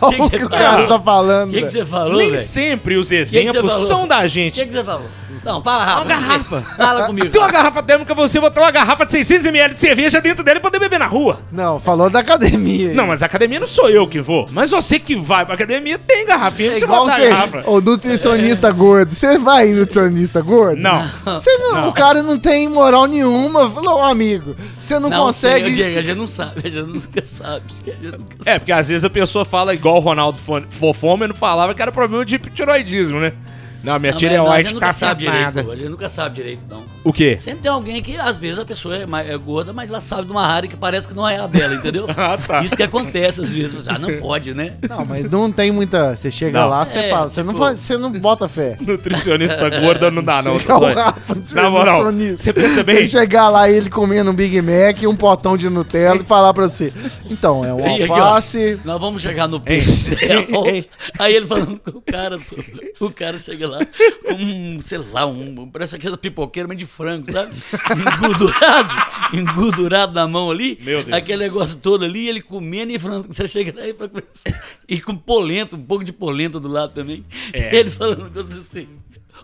Speaker 4: Olha o
Speaker 3: Que
Speaker 4: que
Speaker 3: que
Speaker 4: o cara tá falando.
Speaker 3: O que, que você falou,
Speaker 2: Nem
Speaker 3: velho? O
Speaker 2: sempre os
Speaker 3: que você
Speaker 2: exemplos
Speaker 3: falou?
Speaker 2: são da
Speaker 3: que,
Speaker 2: gente.
Speaker 3: que você falou? Não, fala rápido.
Speaker 2: Uma garrafa.
Speaker 3: Fala comigo.
Speaker 2: Tem uma garrafa térmica, você botar uma garrafa de 600ml de cerveja dentro dela e poder beber na rua.
Speaker 4: Não, falou da academia.
Speaker 2: Não, mas a academia não sou eu que vou. Mas você que vai pra academia tem garrafinha,
Speaker 4: É
Speaker 2: você
Speaker 4: igual
Speaker 2: bota a
Speaker 4: você,
Speaker 2: garrafa.
Speaker 4: o nutricionista gordo. Você vai em nutricionista gordo?
Speaker 2: Não.
Speaker 4: Você não, O cara não tem moral nenhuma. Falou, "Ô, amigo, você não,
Speaker 3: Não,
Speaker 4: consegue.
Speaker 3: sei, Diego, a gente não sabe, a gente nunca sabe. A gente nunca
Speaker 2: É, porque às vezes a pessoa fala igual o Ronaldo Fo- Fofômeno falava que era problema de tiroidismo, né? Não,
Speaker 3: Não, mas
Speaker 2: minha
Speaker 3: não, a
Speaker 2: tireoide
Speaker 3: gente
Speaker 2: tá
Speaker 3: nunca sabe
Speaker 2: satanada.
Speaker 3: direito. A gente nunca sabe direito, não.
Speaker 2: O quê?
Speaker 3: Sempre tem alguém que, às vezes, a pessoa é, mais- é gorda, mas ela sabe de uma área que parece que não é a dela, entendeu?
Speaker 2: Ah, tá.
Speaker 3: Isso que acontece às vezes. Ah, não pode, né?
Speaker 4: Não, mas não tem muita. Você chega
Speaker 2: Não.
Speaker 4: lá, você
Speaker 3: É,
Speaker 4: fala. Você não,
Speaker 3: tipo-
Speaker 4: faz- você não bota fé.
Speaker 2: Nutricionista gorda não dá, não.
Speaker 4: Chegar é o
Speaker 2: Dói.
Speaker 4: Rafa de ser
Speaker 2: Na moral,
Speaker 4: nutricionista.
Speaker 2: você pensa bem?
Speaker 4: Ele chegar lá ele comendo um Big Mac, um potão de Nutella e falar pra você. Então, é um
Speaker 3: E aqui, ó.
Speaker 4: alface.
Speaker 3: Nós vamos chegar no pincel.
Speaker 2: Ei.
Speaker 3: Aí ele falando com o cara, so- o cara chega lá com um, sei lá, um, parece aquela pipoqueira, mas de frango, sabe? Engordurado, engordurado na mão ali.
Speaker 2: Meu Deus.
Speaker 3: Aquele negócio todo ali, ele comendo e falando, você chega lá e fala com ele- e com polenta, um pouco de polenta do lado também.
Speaker 2: É.
Speaker 3: Ele falando com você assim,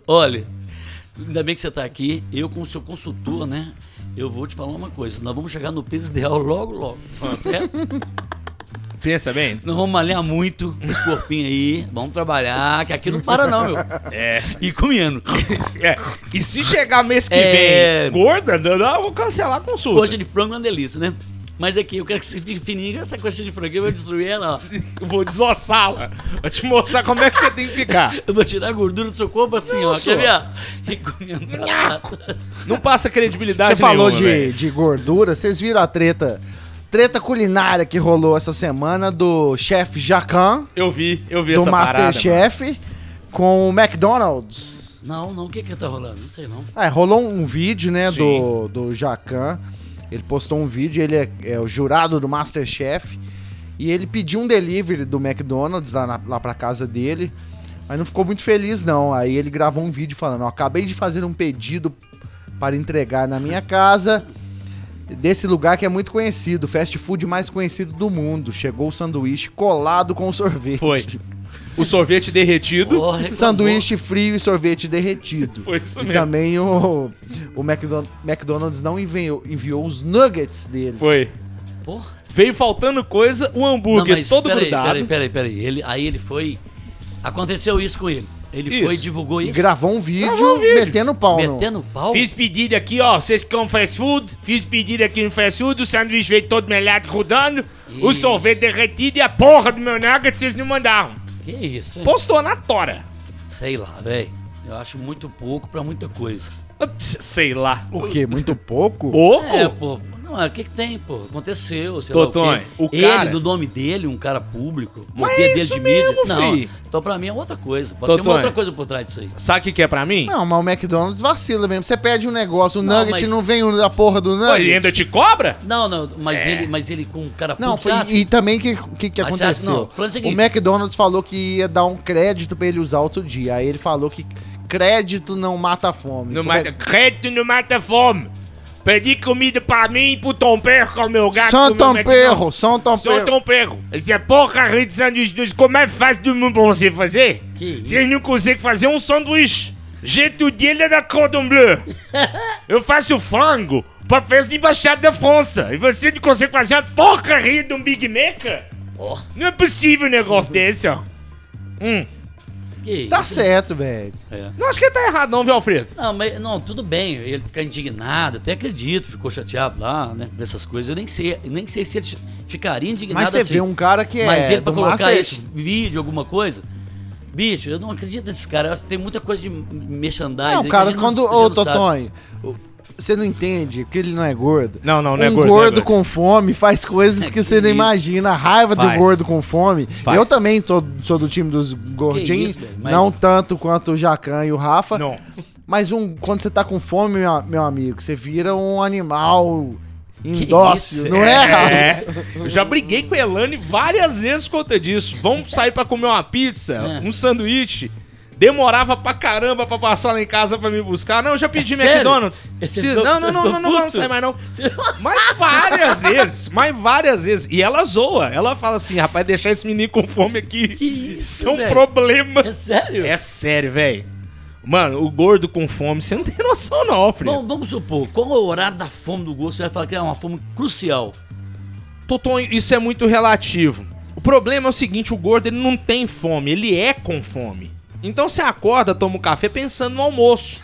Speaker 3: olha, ainda bem que você tá aqui, eu como seu consultor, né? Eu vou te falar uma coisa, nós vamos chegar no peso ideal logo, logo, tá certo?
Speaker 2: Pensa bem?
Speaker 3: Não vamos malhar muito os corpinhos aí. Vamos trabalhar, que aqui não para não, meu.
Speaker 2: É.
Speaker 3: E comendo.
Speaker 2: é. E se chegar mês que
Speaker 3: É.
Speaker 2: vem gorda, eu eu vou cancelar a consulta.
Speaker 3: Coxa de frango é uma delícia, né? Mas aqui, eu quero que você fique fininho. Essa coxa de frango, eu vou destruir ela, ó.
Speaker 2: Eu Vou desossá-la. Vou te mostrar como é que você tem que ficar.
Speaker 3: Eu vou tirar a gordura do seu corpo assim, ó.
Speaker 2: Nossa.
Speaker 3: Quer ver? ó? E comendo batata.
Speaker 2: Não passa credibilidade
Speaker 4: Você falou
Speaker 2: nenhuma,
Speaker 4: de,
Speaker 2: velho.
Speaker 4: de gordura, vocês viram a treta. Treta culinária que rolou essa semana do chefe Jacan,
Speaker 2: Eu vi, eu vi
Speaker 4: do
Speaker 2: essa parada. mano.
Speaker 4: Masterchef, com o McDonald's.
Speaker 3: Não, não. O que que tá rolando? Não sei, não.
Speaker 4: Ah, rolou um vídeo, né,
Speaker 2: Sim.
Speaker 4: do, do Jacan. Ele postou um vídeo, ele é, é o jurado do Masterchef. E ele pediu um delivery do McDonald's lá, na, lá pra casa dele. Mas não ficou muito feliz, não. Aí ele gravou um vídeo falando: "Ó, acabei de fazer um pedido para entregar na minha casa. Desse lugar que é muito conhecido, o fast food mais conhecido do mundo. Chegou o sanduíche colado com sorvete.
Speaker 2: Foi. O sorvete derretido.
Speaker 3: Ó, reclamou.
Speaker 4: Sanduíche frio e sorvete derretido.
Speaker 2: Tá Foi isso
Speaker 4: E
Speaker 2: mesmo.
Speaker 4: também o, o McDon- McDonald's não enviou, enviou os nuggets dele.
Speaker 2: Foi.
Speaker 3: Porra.
Speaker 2: Veio faltando coisa, o
Speaker 3: Não,
Speaker 2: hambúrguer
Speaker 3: mas
Speaker 2: todo
Speaker 3: peraí,
Speaker 2: grudado.
Speaker 3: peraí, peraí, peraí. Ele, aí ele foi... Aconteceu isso com ele. Ele
Speaker 2: Isso.
Speaker 3: foi e divulgou
Speaker 4: E
Speaker 3: isso.
Speaker 4: gravou um vídeo,
Speaker 2: Gravou um vídeo.
Speaker 4: metendo pau no-
Speaker 3: Metendo pau.
Speaker 2: Fiz pedido aqui, ó. Vocês que comem fast food. Fiz pedido aqui no fast food. O sanduíche veio todo melado rodando. O
Speaker 3: Ih.
Speaker 2: sorvete derretido e a porra do meu nugget vocês não mandaram.
Speaker 3: Que isso, hein?
Speaker 2: Postou na tora.
Speaker 3: Sei lá, velho. Eu acho muito pouco pra muita coisa.
Speaker 2: Sei lá.
Speaker 4: O quê? Muito pouco?
Speaker 2: Pouco?
Speaker 3: É, pô. Não, é, o que que tem, pô? Aconteceu, sei lá
Speaker 2: Totonho,
Speaker 3: o
Speaker 2: o
Speaker 3: quê.
Speaker 2: cara-
Speaker 3: Ele, do nome dele, um cara público,
Speaker 2: Mas
Speaker 3: poder
Speaker 2: é
Speaker 3: dele
Speaker 2: isso
Speaker 3: de
Speaker 2: mesmo,
Speaker 3: mídia.
Speaker 2: fi.
Speaker 3: Não, então pra mim é outra coisa. Pode ter uma
Speaker 2: Totonho.
Speaker 3: outra coisa por trás disso aí.
Speaker 2: Sabe o que, que é pra mim?
Speaker 4: Não, mas o McDonald's vacila mesmo. Você pede um negócio, o
Speaker 3: Não,
Speaker 4: nugget
Speaker 3: mas-
Speaker 4: não vem o- a porra do
Speaker 2: Pô, ele
Speaker 4: nugget.
Speaker 2: ainda te cobra?
Speaker 3: Não, não, mas, ele, mas ele com um cara
Speaker 4: Não,
Speaker 3: público.
Speaker 4: foi,
Speaker 3: você acha?
Speaker 2: assim.
Speaker 4: e também o que, que, que
Speaker 3: Mas você acha-
Speaker 4: aconteceu?
Speaker 3: não, falando o
Speaker 4: o
Speaker 3: seguinte-
Speaker 4: McDonald's falou que ia dar um crédito pra ele usar outro dia. Aí ele falou que crédito não mata a fome.
Speaker 2: Não
Speaker 4: Como é-
Speaker 2: mata, crédito não mata fome. Pedi comida pra mim e pro Tom Perro, que é o meu gato.
Speaker 4: São
Speaker 2: comeu
Speaker 4: Tamperro, São
Speaker 2: Só
Speaker 4: Tamperro.
Speaker 2: tão perro. Essa porcaria de sanduíche doce, como é fácil do mundo pra você fazer?
Speaker 3: Que isso?
Speaker 2: Vocês não conseguem fazer um sanduíche. Jeito dele é da Cordon Bleu. Eu faço frango pra festa de embaixada da França. E você não consegue fazer uma porcaria de um Big Mac?
Speaker 3: Ó,
Speaker 2: Não é possível um negócio desse, ó. Hum.
Speaker 3: que é
Speaker 4: Tá
Speaker 3: isso?
Speaker 4: certo, velho.
Speaker 3: É.
Speaker 2: Não acho que ele tá errado não, viu, Alfredo?
Speaker 3: Não, mas, não, tudo bem, ele ficar indignado, até acredito, ficou chateado lá, né? Essas coisas, eu nem sei, nem sei se ele ficaria indignado
Speaker 4: Mas você
Speaker 3: assim.
Speaker 4: vê um cara que é
Speaker 3: Mas ele pra
Speaker 4: do
Speaker 3: colocar
Speaker 4: Master-
Speaker 3: esse vídeo, alguma coisa. Bicho, eu não acredito nesses caras. Eu acho que tem muita coisa de merchandising.
Speaker 4: Não,
Speaker 3: Ah, aí
Speaker 4: cara,
Speaker 3: que a gente
Speaker 4: quando.
Speaker 3: não- a
Speaker 4: Ô,
Speaker 3: gente não sabe.
Speaker 4: Totonho, o- você não entende porque ele não é gordo.
Speaker 2: Não, não, não
Speaker 4: um
Speaker 2: é gordo, não é
Speaker 4: gordo
Speaker 2: gordo.
Speaker 4: com fome faz coisas
Speaker 3: É,
Speaker 4: que
Speaker 3: que
Speaker 4: você não
Speaker 3: isso.
Speaker 4: imagina. A raiva do
Speaker 2: Faz.
Speaker 4: gordo com fome.
Speaker 2: Faz.
Speaker 4: Eu também tô- sou do time dos gordinhos.
Speaker 3: isso, velho, mas-
Speaker 4: não tanto quanto o Jacan e o Rafa.
Speaker 2: Não.
Speaker 4: Mas um, quando você tá com fome, meu, meu amigo, você vira um animal Indócio,
Speaker 3: isso?
Speaker 4: não é, Raul?
Speaker 2: É, eu já briguei com a Elane várias vezes por conta disso. Vamos sair pra comer uma pizza,
Speaker 3: É.
Speaker 2: um sanduíche. Demorava pra caramba pra passar lá em casa pra me buscar. Não, eu já pedi
Speaker 3: É sério?
Speaker 2: McDonald's.
Speaker 3: Esse
Speaker 2: Se-
Speaker 3: ficou-
Speaker 2: não,
Speaker 3: você
Speaker 2: não, não,
Speaker 3: ficou
Speaker 2: não, não vamos
Speaker 3: puto?
Speaker 2: sair mais não. Mas várias vezes, mas várias vezes. E ela zoa. Ela fala assim, rapaz, deixar esse menino com fome
Speaker 3: Que
Speaker 2: aqui
Speaker 3: isso,
Speaker 2: são
Speaker 3: velho?
Speaker 2: problemas.
Speaker 3: É sério?
Speaker 2: É sério, velho. Mano, o gordo com fome, você não tem noção não, Fred.
Speaker 3: Bom, vamos supor, qual é o horário da fome do gosto? Você vai falar que é uma fome crucial.
Speaker 2: Totonho, isso é muito relativo. O problema é o seguinte, o gordo ele não tem fome, ele é com fome. Então você acorda, toma um café pensando no almoço.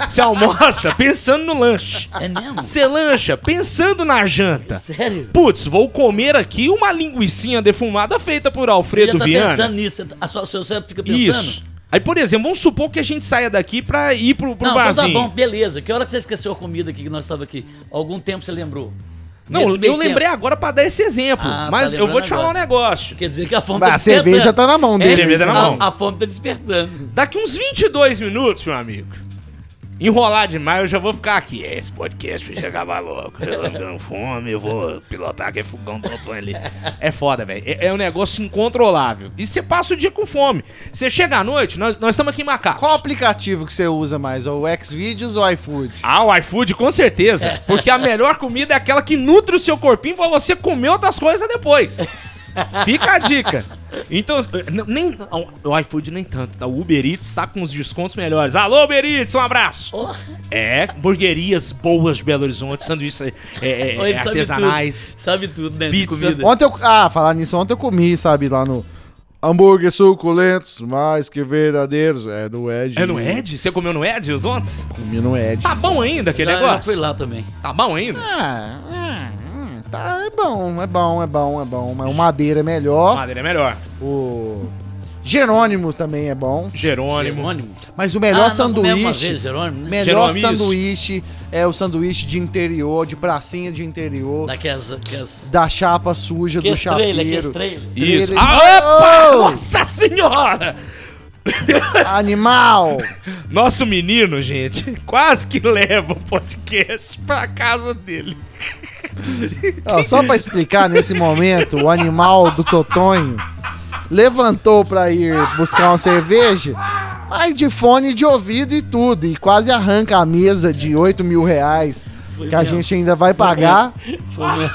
Speaker 2: Você almoça pensando no lanche.
Speaker 3: É mesmo?
Speaker 2: Você lancha pensando na janta.
Speaker 3: Sério?
Speaker 2: Putz, vou comer aqui uma linguicinha defumada feita por
Speaker 3: Você já
Speaker 2: Alfredo
Speaker 3: tá
Speaker 2: Viana.
Speaker 3: pensando nisso, a sua, seu cérebro fica pensando?
Speaker 2: Isso. Aí, por exemplo, vamos supor que a gente saia daqui pra ir pro, pro
Speaker 3: Não, então tá
Speaker 2: barzinho.
Speaker 3: bom, beleza. Que hora que você esqueceu a comida aqui que nós estávamos aqui? Algum tempo você lembrou?
Speaker 2: Não,
Speaker 3: Nesse
Speaker 2: eu
Speaker 3: meio
Speaker 2: lembrei agora pra dar esse exemplo.
Speaker 3: Ah, tá
Speaker 2: mas eu vou
Speaker 3: lembrando
Speaker 2: te falar um negócio.
Speaker 3: tempo. Quer dizer que a fome
Speaker 4: Mas a cerveja tá na mão
Speaker 2: É,
Speaker 4: dele.
Speaker 2: cerveja tá na
Speaker 3: a,
Speaker 2: mão.
Speaker 3: a fome tá despertando.
Speaker 2: Daqui uns 22 minutos, meu amigo. Enrolar demais, eu já vou ficar aqui. É, esse podcast vai acabar logo. Eu tô dando fome, eu vou pilotar aquele fogão do Antônio ali. É foda, velho. É, é um negócio incontrolável. E você passa o dia com fome. Você chega à noite, nós nós estamos aqui em Macacos.
Speaker 4: Qual aplicativo que você usa mais? O Xvideos ou o iFood?
Speaker 2: Ah, o iFood, com certeza. Porque a melhor comida é aquela que nutre o seu corpinho pra você comer outras coisas depois. Fica a dica. Então, n- nem, o iFood nem tanto, tá? O Uber Eats tá com os descontos melhores. Alô, Uber Eats, um abraço.
Speaker 3: Oh,
Speaker 2: É, hamburguerias boas de Belo Horizonte, sanduíches é, é,
Speaker 3: ele sabe
Speaker 2: artesanais.
Speaker 3: tudo. Sabe tudo, né?
Speaker 2: Pizza.
Speaker 3: De comida.
Speaker 4: Ontem eu. Ah, falar nisso, ontem eu comi, sabe, lá no. Hambúrguer suculentos, mais que verdadeiros. É no Ed.
Speaker 2: É no Ed? Você comeu no Ed os ontem?
Speaker 4: Comi no Ed.
Speaker 2: Tá bom ainda aquele
Speaker 3: Já- já Fui
Speaker 2: negócio?
Speaker 3: lá também.
Speaker 2: Tá bom ainda?
Speaker 4: Ah, ah, hum, tá, é bom, é bom, é bom, é bom. Mas o Madeira é melhor.
Speaker 2: Madeira é melhor.
Speaker 4: O Jerônimo também é bom.
Speaker 2: Jerônimo.
Speaker 3: Jerônimo.
Speaker 4: Mas o melhor
Speaker 3: Ah, não,
Speaker 4: É,
Speaker 3: comeu
Speaker 4: sanduíche.
Speaker 3: uma vez, Jerônimo, né?
Speaker 4: Melhor
Speaker 2: Jerônimo, isso.
Speaker 4: sanduíche é o sanduíche de interior, de pracinha de interior, da,
Speaker 3: Daquelas... daquelas-
Speaker 4: chapa suja
Speaker 3: Que é
Speaker 4: do
Speaker 3: estrela, que
Speaker 4: chapeiro.
Speaker 3: estrela.
Speaker 2: Isso.
Speaker 4: Ele-
Speaker 2: Ah, opa!
Speaker 4: Oh!
Speaker 2: Nossa senhora!
Speaker 4: Animal!
Speaker 2: Nosso menino, gente, quase que leva o podcast pra casa dele.
Speaker 4: Ó, só pra explicar, nesse momento, o animal do Totonho levantou pra ir buscar uma cerveja, mas de fone de ouvido e tudo, e quase arranca a mesa de 8 mil reais
Speaker 3: Foi
Speaker 4: que a
Speaker 3: mesmo.
Speaker 4: gente ainda vai pagar.
Speaker 3: Foi mesmo.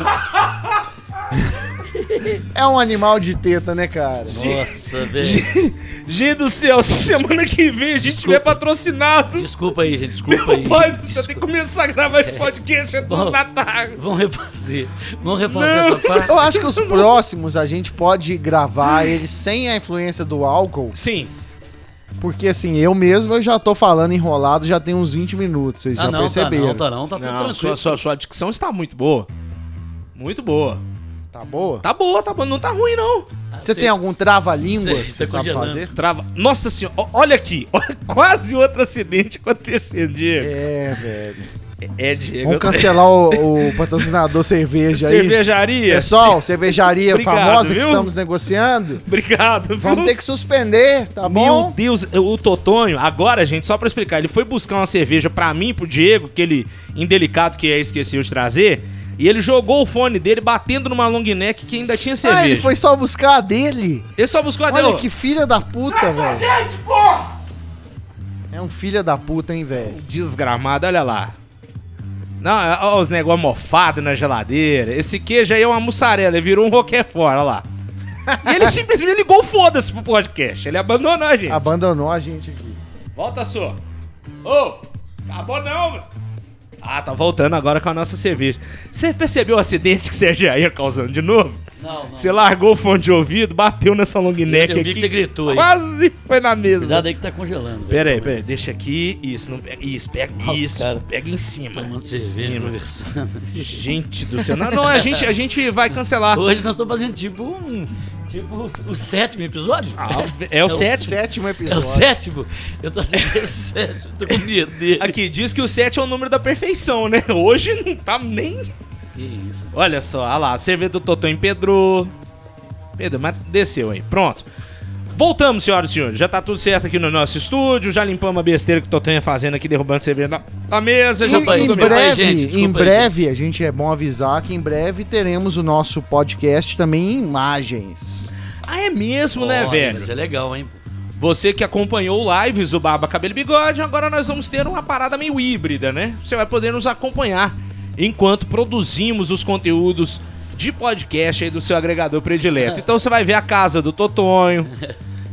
Speaker 4: É um animal de teta, né, cara?
Speaker 3: Nossa, velho.
Speaker 2: Gente do céu, se semana que vem a gente
Speaker 3: Desculpa.
Speaker 2: tiver patrocinado.
Speaker 3: Desculpa aí, gente. Desculpa aí.
Speaker 2: Meu pai, do céu, tem que começar a gravar esse podcast às duas
Speaker 3: Bom.
Speaker 2: da tarde.
Speaker 3: Vão refazer. Vão refazer
Speaker 2: Não.
Speaker 3: essa parte.
Speaker 4: Eu acho que os próximos a gente pode gravar eles sem a influência do álcool,
Speaker 2: Sim.
Speaker 4: porque assim, eu mesmo eu já tô falando enrolado já tem uns 20 minutos, vocês já
Speaker 3: Ah, não, tá
Speaker 4: perceberam.
Speaker 3: não,
Speaker 4: Tá,
Speaker 3: tá não. Tá tudo
Speaker 2: Não,
Speaker 3: tranquilo.
Speaker 2: sua, sua, sua dicção está muito boa. Muito boa.
Speaker 4: boa?
Speaker 2: Tá boa, tá boa. Não tá ruim, não.
Speaker 3: Ah,
Speaker 4: Você tem um- algum trava-língua
Speaker 3: Sei,
Speaker 4: que você
Speaker 3: tá
Speaker 4: sabe
Speaker 3: congelando.
Speaker 4: fazer?
Speaker 2: Trava. Nossa senhora, ó, olha aqui. Olha, quase outro acidente acontecendo, Diego.
Speaker 4: É, velho.
Speaker 2: É, Diego.
Speaker 4: Vamos cancelar o, o patrocinador cerveja aí. É
Speaker 2: Cervejaria.
Speaker 4: Pessoal, cervejaria
Speaker 2: Obrigado,
Speaker 4: famosa que
Speaker 2: viu?
Speaker 4: estamos negociando.
Speaker 2: Obrigado.
Speaker 4: Vamos
Speaker 2: viu?
Speaker 4: ter que suspender, tá
Speaker 2: Meu
Speaker 4: bom?
Speaker 2: Deus, o Totonho, agora, gente, só pra explicar, ele foi buscar uma cerveja pra mim, pro Diego, que ele, indelicado que é, esqueceu de trazer, e ele jogou o fone dele batendo numa long neck que ainda tinha cerveja.
Speaker 4: Ah,
Speaker 2: ele,
Speaker 4: ele foi só buscar a dele.
Speaker 2: só buscou a
Speaker 4: Olha
Speaker 2: dele.
Speaker 4: que filha da puta, velho. É um filha da puta, hein, velho.
Speaker 2: Desgramado, olha lá. Não, ó, os negócios mofados na geladeira. Esse queijo aí é uma mussarela, ele virou um roquefort, olha lá. E ele simplesmente ligou o foda-se pro podcast. Ele abandonou a
Speaker 4: Tá
Speaker 2: gente.
Speaker 4: Abandonou a gente aqui.
Speaker 2: Volta, só. Ô, acabou não, velho. Ah, tá voltando agora com a nossa cerveja. Você percebeu o acidente que você já ia causando de novo?
Speaker 3: Não, não.
Speaker 2: Você largou o fone de ouvido, bateu nessa long neck
Speaker 3: Eu vi
Speaker 2: aqui.
Speaker 3: que você gritou aí.
Speaker 2: Quase foi na mesa.
Speaker 3: Cuidado aí que tá congelando. velho.
Speaker 2: Pera aí, pera aí. Deixa aqui. Isso, não pega. Isso, pega.
Speaker 3: Nossa,
Speaker 2: isso.
Speaker 3: cara.
Speaker 2: Pega em cima.
Speaker 3: Tomando
Speaker 2: Em
Speaker 3: cerveja, né?
Speaker 2: cima.
Speaker 3: conversando.
Speaker 2: Gente do céu. Não, não, a gente, a gente vai cancelar. É
Speaker 3: Hoje nós estamos fazendo tipo um. Tipo o, o sétimo episódio?
Speaker 2: Ah, é o sétimo.
Speaker 4: Sétimo
Speaker 3: É o
Speaker 4: episódio.
Speaker 3: sétimo? Eu tô assistindo o sétimo, tô com medo dele.
Speaker 2: Aqui, diz que o 7 é o número da perfeição, né? Hoje não tá nem
Speaker 3: Que isso.
Speaker 2: Olha ah só, olha lá, a cerveja do Totó em Pedro. Pedro, mas desceu aí, pronto. Voltamos, senhoras e senhores. Já tá tudo certo aqui no nosso estúdio. Já limpamos a besteira que o Totonho é fazendo aqui, derrubando cerveja na, na mesa.
Speaker 4: E
Speaker 2: Já tá
Speaker 4: em
Speaker 2: tudo bem.
Speaker 3: desculpa aí,
Speaker 4: breve,
Speaker 3: gente, desculpa
Speaker 4: em
Speaker 3: aí,
Speaker 4: breve, a gente é bom avisar que em breve teremos o nosso podcast também em imagens.
Speaker 2: Ah, é mesmo, né,
Speaker 3: Olha,
Speaker 2: velho?
Speaker 3: Isso é legal, hein?
Speaker 2: Você que acompanhou lives do Barba Cabelo e Bigode, agora nós vamos ter uma parada meio híbrida, né? Você vai poder nos acompanhar enquanto produzimos os conteúdos de podcast aí do seu agregador predileto. Então você vai ver a casa do Totonho,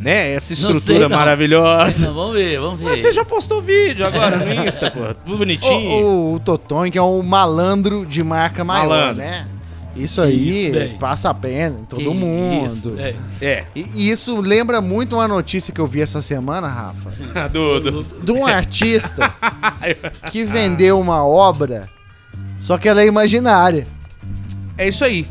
Speaker 2: né? Essa
Speaker 3: Não
Speaker 2: estrutura
Speaker 3: sei, não.
Speaker 2: maravilhosa.
Speaker 3: Não, vamos ver, vamos ver.
Speaker 2: Mas você já postou vídeo agora no Insta, pô. Tudo Bonitinho.
Speaker 4: O, o Totonho, que é um malandro de marca maior,
Speaker 2: Malandro.
Speaker 4: né? Isso aí
Speaker 3: Isso, velho.
Speaker 4: passa a pena em todo
Speaker 3: Que
Speaker 4: mundo.
Speaker 3: isso, velho.
Speaker 2: É,
Speaker 4: E e isso lembra muito uma notícia que eu vi essa semana, Rafa,
Speaker 2: do, do...
Speaker 4: de um artista que vendeu uma obra, só que ela é imaginária.
Speaker 2: É isso aí.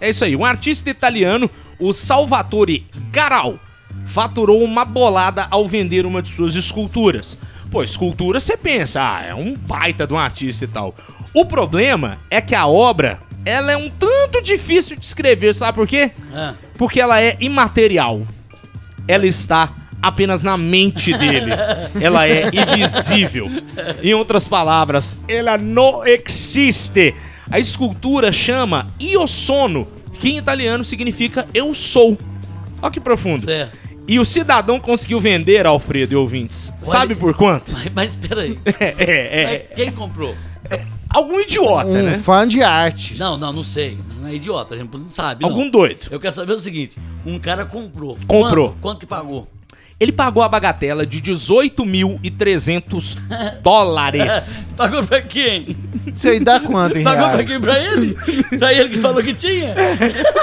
Speaker 2: É isso aí. Um artista italiano, o Salvatore Garal, faturou uma bolada ao vender uma de suas esculturas. Pô, escultura você pensa, ah, é um baita de um artista e tal. O problema é que a obra, ela é um tanto difícil de escrever, sabe por quê?
Speaker 3: Ah,
Speaker 2: Porque ela é imaterial. Ela está apenas na mente dele. Ela é invisível. Em outras palavras, ela não existe. A escultura chama Io sono, que em italiano significa eu sou. Olha que profundo.
Speaker 3: certo.
Speaker 2: E o cidadão conseguiu vender, Alfredo e ouvintes. Sabe por quanto?
Speaker 3: Mas, mas peraí.
Speaker 2: É, é, é.
Speaker 3: Mas Quem comprou?
Speaker 2: Algum idiota,
Speaker 3: Hum.
Speaker 4: Um
Speaker 2: né?
Speaker 4: fã de artes.
Speaker 3: Não, não, não sei. Não é idiota, a gente não sabe. não.
Speaker 2: Algum doido.
Speaker 3: Eu quero saber o seguinte: um cara comprou.
Speaker 2: Comprou.
Speaker 3: Quanto, quanto que pagou?
Speaker 2: Ele pagou a bagatela de 18.300 dólares.
Speaker 3: Pagou pra quem?
Speaker 4: Isso aí dá quanto em
Speaker 3: Pagou pra
Speaker 4: reais?
Speaker 3: quem? Pra ele? Pra ele que falou que tinha?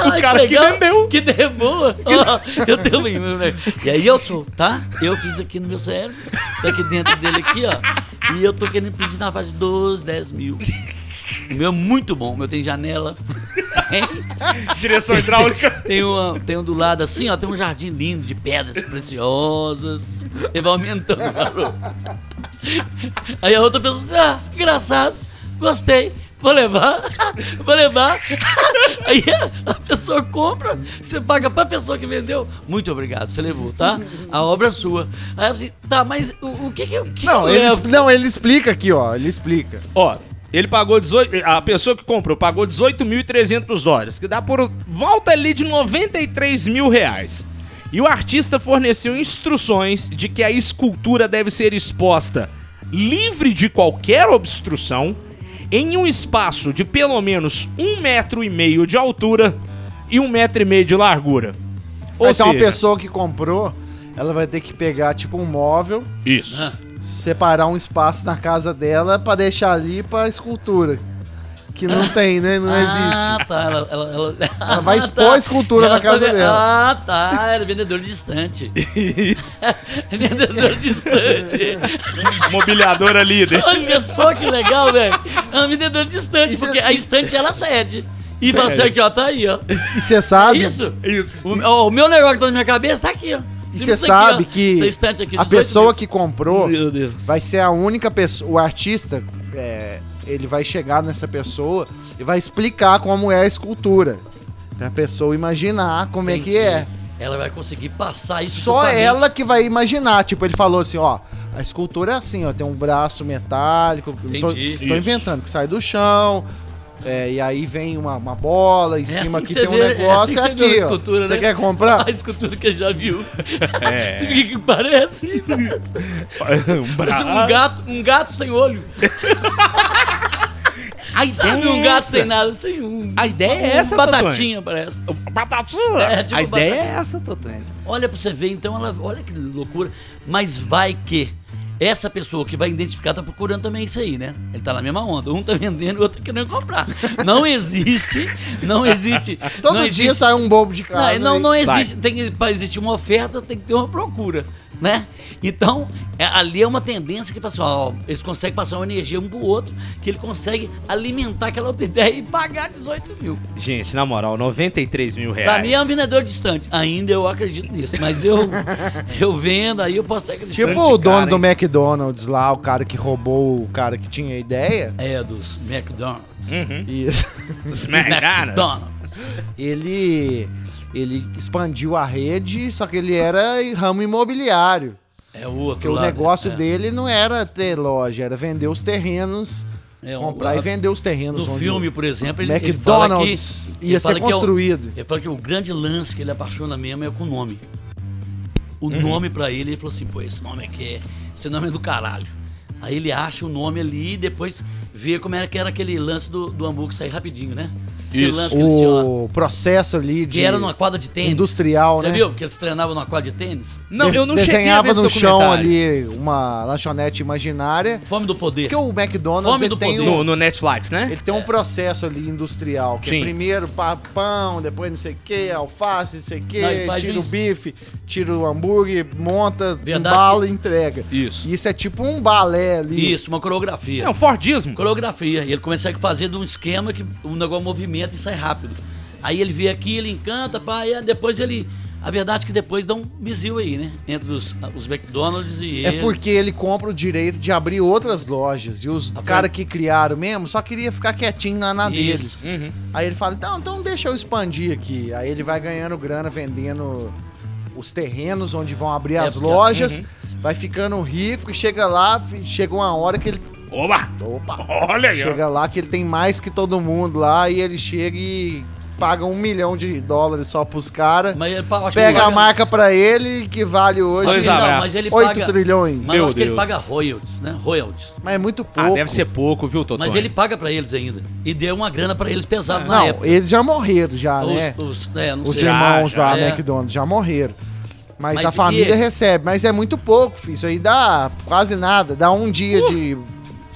Speaker 3: o
Speaker 2: cara que vendeu.
Speaker 3: Que deu boa. Ó, eu tenho um irmão, né? E aí eu sou, tá? Eu fiz aqui no meu cérebro. Tá aqui dentro dele aqui, ó. E eu tô querendo pedir na faixa de 12, 10 mil. O meu é muito bom. O meu tem janela.
Speaker 2: Direção hidráulica.
Speaker 3: Tem, uma, tem um do lado assim, ó. Tem um jardim lindo de pedras preciosas. Ele vai aumentando o valor. Aí a outra pessoa diz, ah, engraçado, gostei. Vou levar, vou levar. Aí a pessoa compra, você paga pra pessoa que vendeu. Muito obrigado, você levou, tá? A obra é sua. Aí eu assim, tá, mas o, o que que eu. Que
Speaker 4: Não,
Speaker 3: eu
Speaker 4: ele,
Speaker 3: levo?
Speaker 4: não, ele explica aqui, ó. Ele explica.
Speaker 2: Ó, ele pagou 18. A pessoa que comprou pagou 18.300 dólares, que dá por volta ali de 93 mil reais. E o artista forneceu instruções de que a escultura deve ser exposta livre de qualquer obstrução, em um espaço de pelo menos um metro e meio de altura e um metro e meio de largura. Ou
Speaker 4: então
Speaker 2: seja,
Speaker 4: a pessoa que comprou, ela vai ter que pegar tipo um móvel,
Speaker 2: isso.
Speaker 3: Ah,
Speaker 4: separar um espaço na casa dela pra deixar ali pra escultura. Que não tem, né? Não existe.
Speaker 3: Ah, tá. Ela, ela, ela-
Speaker 4: Ela vai
Speaker 3: Ah,
Speaker 4: expor a escultura
Speaker 3: Ela
Speaker 4: na casa
Speaker 3: tá ve-
Speaker 4: dela.
Speaker 3: Ah, tá. Era vendedor distante.
Speaker 2: Isso.
Speaker 3: É vendedor distante.
Speaker 2: Mobiliadora líder.
Speaker 3: Olha só que legal, velho. É um vendedor distante,
Speaker 4: Isso é-
Speaker 3: porque a estante ela cede. E fala assim,
Speaker 2: Cede.
Speaker 3: aqui, ó, tá aí, ó.
Speaker 4: E você é. sabe?
Speaker 3: Isso.
Speaker 2: Isso.
Speaker 3: O, ó, o meu negócio que tá na minha cabeça tá aqui, ó.
Speaker 4: E
Speaker 3: Simples
Speaker 4: você
Speaker 3: aqui,
Speaker 4: sabe
Speaker 3: ó.
Speaker 4: que
Speaker 3: Essa estante aqui,
Speaker 4: a
Speaker 3: 18
Speaker 4: pessoa
Speaker 3: mil.
Speaker 4: que comprou
Speaker 3: Meu Deus.
Speaker 4: vai ser a única pessoa. O artista, é, ele vai chegar nessa pessoa e vai explicar como é a escultura. Pra pessoa imaginar como é que é.
Speaker 3: Ela vai conseguir passar isso
Speaker 4: Tipo, Só
Speaker 3: totalmente.
Speaker 4: ela que vai imaginar. Tipo, ele falou assim, ó. A escultura é assim, ó. Tem um braço metálico.
Speaker 3: Entendi.
Speaker 4: Tô, tô
Speaker 3: Isso.
Speaker 4: inventando, que sai do chão. é, e aí vem uma, uma bola, em cima
Speaker 3: assim
Speaker 4: aqui
Speaker 3: que
Speaker 4: tem
Speaker 3: você
Speaker 4: um
Speaker 3: vê- é assim
Speaker 4: negócio
Speaker 3: que
Speaker 4: é
Speaker 3: você vê
Speaker 4: aqui,
Speaker 3: a
Speaker 4: ó.
Speaker 3: escultura,
Speaker 4: Você
Speaker 3: né?
Speaker 4: quer comprar?
Speaker 3: A escultura que já viu.
Speaker 2: É.
Speaker 3: Sabe o que que parece?
Speaker 2: Um
Speaker 3: Parece um
Speaker 2: braço.
Speaker 3: gato, um gato sem olho.
Speaker 2: A ideia
Speaker 3: Sabe,
Speaker 2: é
Speaker 3: um gato
Speaker 2: essa.
Speaker 3: sem nada, sem um.
Speaker 2: A ideia é
Speaker 3: um
Speaker 2: essa,
Speaker 3: Batatinha, parece.
Speaker 2: Batatinha?
Speaker 3: É, tipo
Speaker 2: a ideia
Speaker 3: batatinha.
Speaker 2: é essa, Totonho.
Speaker 3: Olha pra você ver, então ela. Olha que loucura. Mas vai que essa pessoa que vai identificar tá procurando também isso aí, né? Ele tá na mesma onda. Um tá vendendo, o outro tá querendo comprar. Não existe. Não existe.
Speaker 4: Todo
Speaker 3: não
Speaker 4: dia
Speaker 3: existe,
Speaker 4: sai um bobo de casa.
Speaker 3: Não, não,
Speaker 4: aí.
Speaker 3: não é existe. Tem que, pra existir uma oferta, tem que ter uma procura. Né? Então, é- ali é uma tendência que pessoal, ó, eles conseguem passar uma energia um pro outro, que ele consegue alimentar aquela outra ideia e pagar 18 mil.
Speaker 2: Gente, na moral, 93 mil reais.
Speaker 3: Pra mim é um vendedor distante. Ainda eu acredito nisso, mas eu, eu vendo, aí eu posso até acreditar.
Speaker 4: Tipo o dono
Speaker 2: cara,
Speaker 4: do McDonald's lá, o cara que roubou o cara que tinha a ideia.
Speaker 3: É, dos McDonald's.
Speaker 2: Uhum.
Speaker 4: E
Speaker 2: Smack Donald's.
Speaker 3: McDonald's.
Speaker 4: ele. Ele expandiu a rede, só que ele era em ramo imobiliário.
Speaker 3: É o outro
Speaker 4: Porque o
Speaker 3: lado,
Speaker 4: negócio
Speaker 3: é.
Speaker 4: dele não era ter loja, era vender os terrenos,
Speaker 3: É, o-
Speaker 4: comprar e
Speaker 3: a-
Speaker 4: vender os terrenos.
Speaker 3: No
Speaker 4: onde
Speaker 3: filme, por exemplo, ele, ele fala que...
Speaker 4: um McDonald's
Speaker 3: ele
Speaker 4: ia
Speaker 3: fala
Speaker 4: ser
Speaker 3: que é o-
Speaker 4: construído.
Speaker 3: ele fala que o grande lance que ele apaixona mesmo é com o nome. O
Speaker 4: Uhum.
Speaker 3: nome pra ele, ele falou assim, pô, esse nome aqui é... Esse nome é do caralho. Aí ele acha o nome ali e depois vê como era que era aquele lance do, do hambúrguer sair rapidinho, né? Aquele
Speaker 2: Isso.
Speaker 3: lance que eles tinham lá.
Speaker 4: O processo ali de
Speaker 3: Que era numa quadra de tênis.
Speaker 4: industrial,
Speaker 3: Você
Speaker 4: né?
Speaker 3: viu que eles treinavam numa quadra de tênis?
Speaker 2: Não,
Speaker 4: Des-
Speaker 2: eu não cheguei a
Speaker 4: desenhava
Speaker 2: ver esse
Speaker 4: no chão
Speaker 2: documentário.
Speaker 4: ali uma lanchonete imaginária.
Speaker 3: Fome do poder.
Speaker 4: Porque o McDonald's
Speaker 3: Fome
Speaker 4: ele
Speaker 3: do
Speaker 4: tem,
Speaker 3: poder.
Speaker 4: um,
Speaker 2: No, no Netflix, né?
Speaker 4: ele tem um processo ali industrial. Que é
Speaker 2: Sim.
Speaker 4: primeiro pa- pão, depois não sei o que, alface, não sei o que,
Speaker 3: Não, ele faz
Speaker 4: tira o
Speaker 3: isso.
Speaker 4: bife, tira o hambúrguer, monta,
Speaker 3: Verdade
Speaker 4: embala e entrega.
Speaker 2: Isso.
Speaker 4: Isso é tipo um balé ali.
Speaker 3: Isso, uma coreografia.
Speaker 2: É um Fordismo.
Speaker 3: Coreografia. E ele consegue fazer de um esquema que o negócio movimenta e sai rápido. Aí ele vê aqui, ele encanta, pá, e depois ele. A verdade é que depois dá um bizil aí, né? Entre os, os McDonald's e
Speaker 4: É
Speaker 3: ele.
Speaker 4: porque ele compra o direito de abrir outras lojas. E
Speaker 2: Tá
Speaker 4: os caras que criaram mesmo só queria ficar quietinho na, na deles.
Speaker 3: Isso.
Speaker 2: uhum.
Speaker 4: Aí ele fala, então, então deixa eu expandir aqui. Aí ele vai ganhando grana vendendo os terrenos onde vão
Speaker 2: É
Speaker 4: abrir as
Speaker 3: porque-
Speaker 4: lojas.
Speaker 2: Uhum.
Speaker 4: Vai ficando rico e chega lá, fi- chega uma hora que ele...
Speaker 2: Oba!
Speaker 4: Opa!
Speaker 2: Olha aí, ó.
Speaker 4: Chega lá que ele tem mais que todo mundo lá e ele chega e paga um milhão de dólares só pros caras.
Speaker 3: Mas ele, pá, acho que ele
Speaker 4: Pega a
Speaker 3: paga-
Speaker 4: marca pra ele que vale hoje
Speaker 2: Dois
Speaker 3: Não,
Speaker 2: abraços.
Speaker 3: mas ele
Speaker 4: 8
Speaker 3: paga-
Speaker 4: trilhões.
Speaker 3: Mas
Speaker 2: Meu
Speaker 3: eu acho que ele
Speaker 2: Deus.
Speaker 3: paga royalties, né? Royalties.
Speaker 4: Mas é muito pouco.
Speaker 2: Ah, deve ser pouco, viu, Totó?
Speaker 3: Mas ele paga pra eles ainda. E deu uma grana pra eles pesada na
Speaker 4: Ah, Não,
Speaker 3: época.
Speaker 4: eles já morreram já,
Speaker 3: os,
Speaker 4: né?
Speaker 3: os, é, não
Speaker 4: Os
Speaker 3: sei.
Speaker 4: irmãos né,
Speaker 2: já,
Speaker 4: da
Speaker 3: é.
Speaker 4: McDonald's já morreram. Mas,
Speaker 3: Mas
Speaker 4: a
Speaker 3: e
Speaker 4: família
Speaker 3: ele?
Speaker 4: recebe, mas é muito pouco, filho. Isso aí dá quase nada, dá um dia
Speaker 3: Uh,
Speaker 4: de.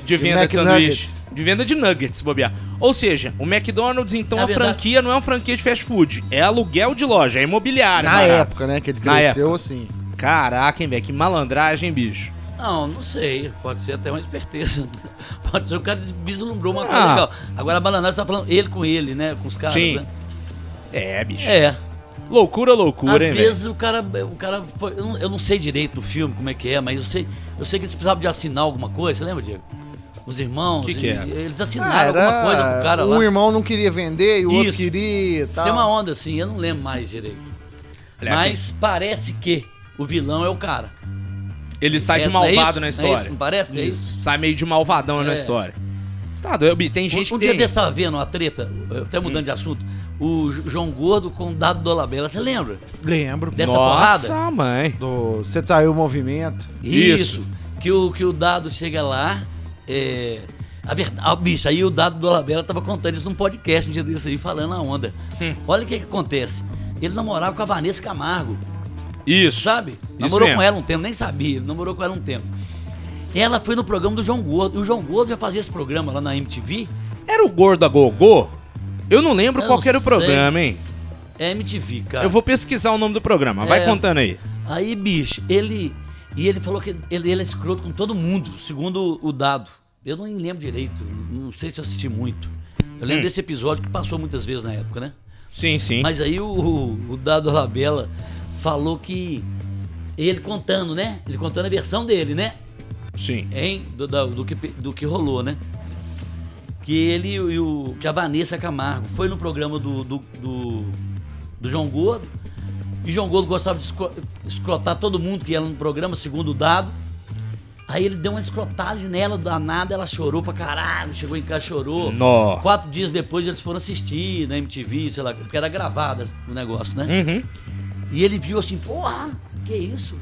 Speaker 2: De venda
Speaker 4: McNuggets.
Speaker 2: de sanduíche. De venda de nuggets, bobear. Ou seja, o McDonald's, então,
Speaker 3: Na
Speaker 2: a
Speaker 3: verdade-
Speaker 2: franquia não é uma franquia de fast food. É aluguel de loja, é imobiliário.
Speaker 4: Na
Speaker 2: barato.
Speaker 4: época, né? Que ele
Speaker 2: Na
Speaker 4: cresceu assim.
Speaker 2: Caraca, hein, velho? Que malandragem, bicho.
Speaker 3: Não, não sei. Pode ser até uma esperteza. Pode ser o cara vislumbrou uma
Speaker 2: Ah.
Speaker 3: coisa legal. Agora a Balanás tá falando ele com ele, né? Com os caras,
Speaker 2: Sim.
Speaker 3: né?
Speaker 2: É, bicho.
Speaker 3: É.
Speaker 2: Loucura, loucura,
Speaker 3: Às
Speaker 2: hein, velho?
Speaker 3: vezes o cara. O cara foi- eu, não, eu não sei direito do filme, como é que é, mas eu sei, eu sei que eles precisavam de assinar alguma coisa, você lembra, Diego? Os irmãos,
Speaker 2: Que é? que
Speaker 3: e-
Speaker 2: era?
Speaker 3: eles
Speaker 4: Ah,
Speaker 3: assinaram
Speaker 4: era,
Speaker 3: alguma coisa pro cara
Speaker 4: um
Speaker 3: lá.
Speaker 4: irmão não queria vender e o outro
Speaker 3: Isso.
Speaker 4: queria e tal.
Speaker 3: Tem uma onda assim, eu não lembro mais direito.
Speaker 2: Aliás,
Speaker 3: Mas parece que o vilão é o cara.
Speaker 2: Ele sai
Speaker 3: É-
Speaker 2: de
Speaker 3: não é isso?
Speaker 2: malvado
Speaker 3: Não
Speaker 2: na
Speaker 3: é
Speaker 2: história.
Speaker 3: isso? Não parece que é isso?
Speaker 2: Sai meio de malvadão na
Speaker 3: É.
Speaker 2: história. Você tá doido, bicho? Tem gente
Speaker 3: um um
Speaker 2: que
Speaker 3: dia
Speaker 2: tem... Hum.
Speaker 3: desse tava vendo uma treta, eu até mudando de assunto, o J- João Gordo com o Dado Dolabella, você lembra?
Speaker 4: Lembro.
Speaker 3: dessa
Speaker 2: Nossa,
Speaker 3: porrada?
Speaker 2: mãe.
Speaker 4: Do... Você saiu o movimento.
Speaker 2: Isso.
Speaker 3: Que o, que o Dado chega lá, é... A verdade, ah, bicho, aí o Dado Dolabella tava contando isso num podcast um dia desse aí, falando a onda.
Speaker 2: Hum.
Speaker 3: Olha o que que acontece. Ele namorava com a Vanessa Camargo,
Speaker 2: Isso.
Speaker 3: sabe?
Speaker 2: Isso
Speaker 3: namorou
Speaker 2: mesmo.
Speaker 3: com ela um tempo, nem sabia, ele namorou com ela um tempo. Ela foi no programa do João Gordo, e o João Gordo já fazia esse programa lá na MTV,
Speaker 2: Era o gordo a gogô? Eu não lembro
Speaker 3: Eu
Speaker 2: qual
Speaker 3: não
Speaker 2: que era o
Speaker 3: sei.
Speaker 2: programa, hein?
Speaker 3: é MTV, cara.
Speaker 2: Eu vou pesquisar o nome do programa. Vai
Speaker 3: É.
Speaker 2: contando aí.
Speaker 3: Aí, bicho, ele. E ele falou que ele, ele é escroto com todo mundo, segundo o dado. Eu não lembro direito, não sei se eu assisti muito. Eu lembro desse episódio que passou muitas vezes na época, né?
Speaker 2: Sim, sim.
Speaker 3: Mas aí o, o Dado Labella falou que. Ele contando, né? Ele contando a versão dele, né?
Speaker 2: Sim.
Speaker 3: Hein? Do, da- do que, do que rolou, né? Que ele e o. Que a Vanessa Camargo foi no programa do. do, do, do João Gordo. E João Gordo gostava de escro- escrotar todo mundo que ia no programa, segundo o dado. Aí ele deu uma escrotagem nela, danada, ela chorou pra caralho, chegou em casa, chorou.
Speaker 2: Nó.
Speaker 3: Quatro dias depois eles foram assistir na MTV, sei lá, porque era gravada o negócio, né?
Speaker 2: Uhum.
Speaker 3: E ele viu assim, porra, que isso?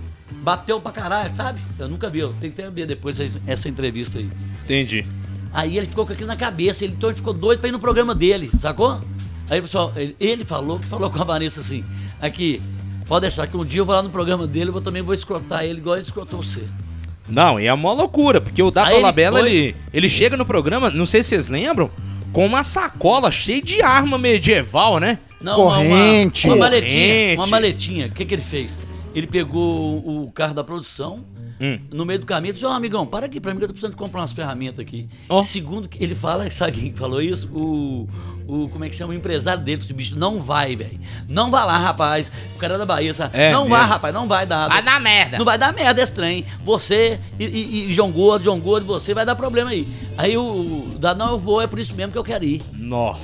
Speaker 3: Bateu pra caralho, sabe? Eu nunca vi, eu tenho que ver depois essa- essa entrevista aí.
Speaker 2: Entendi.
Speaker 3: Aí ele ficou com aquilo na cabeça, ele, então ele ficou doido pra ir no programa dele, sacou? Aí pessoal, ele- ele falou que falou com a Vanessa assim, aqui, pode deixar que um dia eu vou lá no programa dele, eu vou, também vou escrotar ele igual ele escrotou você.
Speaker 2: Não, e é uma loucura, porque o Dado
Speaker 3: Aí ele
Speaker 2: Dolabella,
Speaker 3: foi-
Speaker 2: ele, ele chega no programa, não sei se vocês lembram, com uma sacola cheia de arma medieval, né?
Speaker 3: Não,
Speaker 4: Corrente.
Speaker 3: Uma, uma, uma maletinha,
Speaker 2: Corrente.
Speaker 3: uma maletinha. O que, que ele fez? Ele pegou o, o carro da produção,
Speaker 2: Hum.
Speaker 3: no meio do caminho, ele disse, ó amigão, para aqui pra mim que eu tô precisando comprar umas ferramentas aqui.
Speaker 2: Ó.
Speaker 3: Segundo, que ele fala, sabe quem falou isso? O, o como é que chama? O empresário dele, esse bicho, não vai, velho. Não vai lá, rapaz. O cara da Bahia, sabe?
Speaker 2: É
Speaker 3: não
Speaker 2: mesmo.
Speaker 3: vai, rapaz, não vai dar.
Speaker 2: Vai dar Ah, merda.
Speaker 3: Não vai dar merda esse trem. Você e, e, e João Gordo, João Gordo, você vai dar problema aí. Aí o, o Dado, não, eu vou, é por isso mesmo que eu quero ir.
Speaker 2: Nó.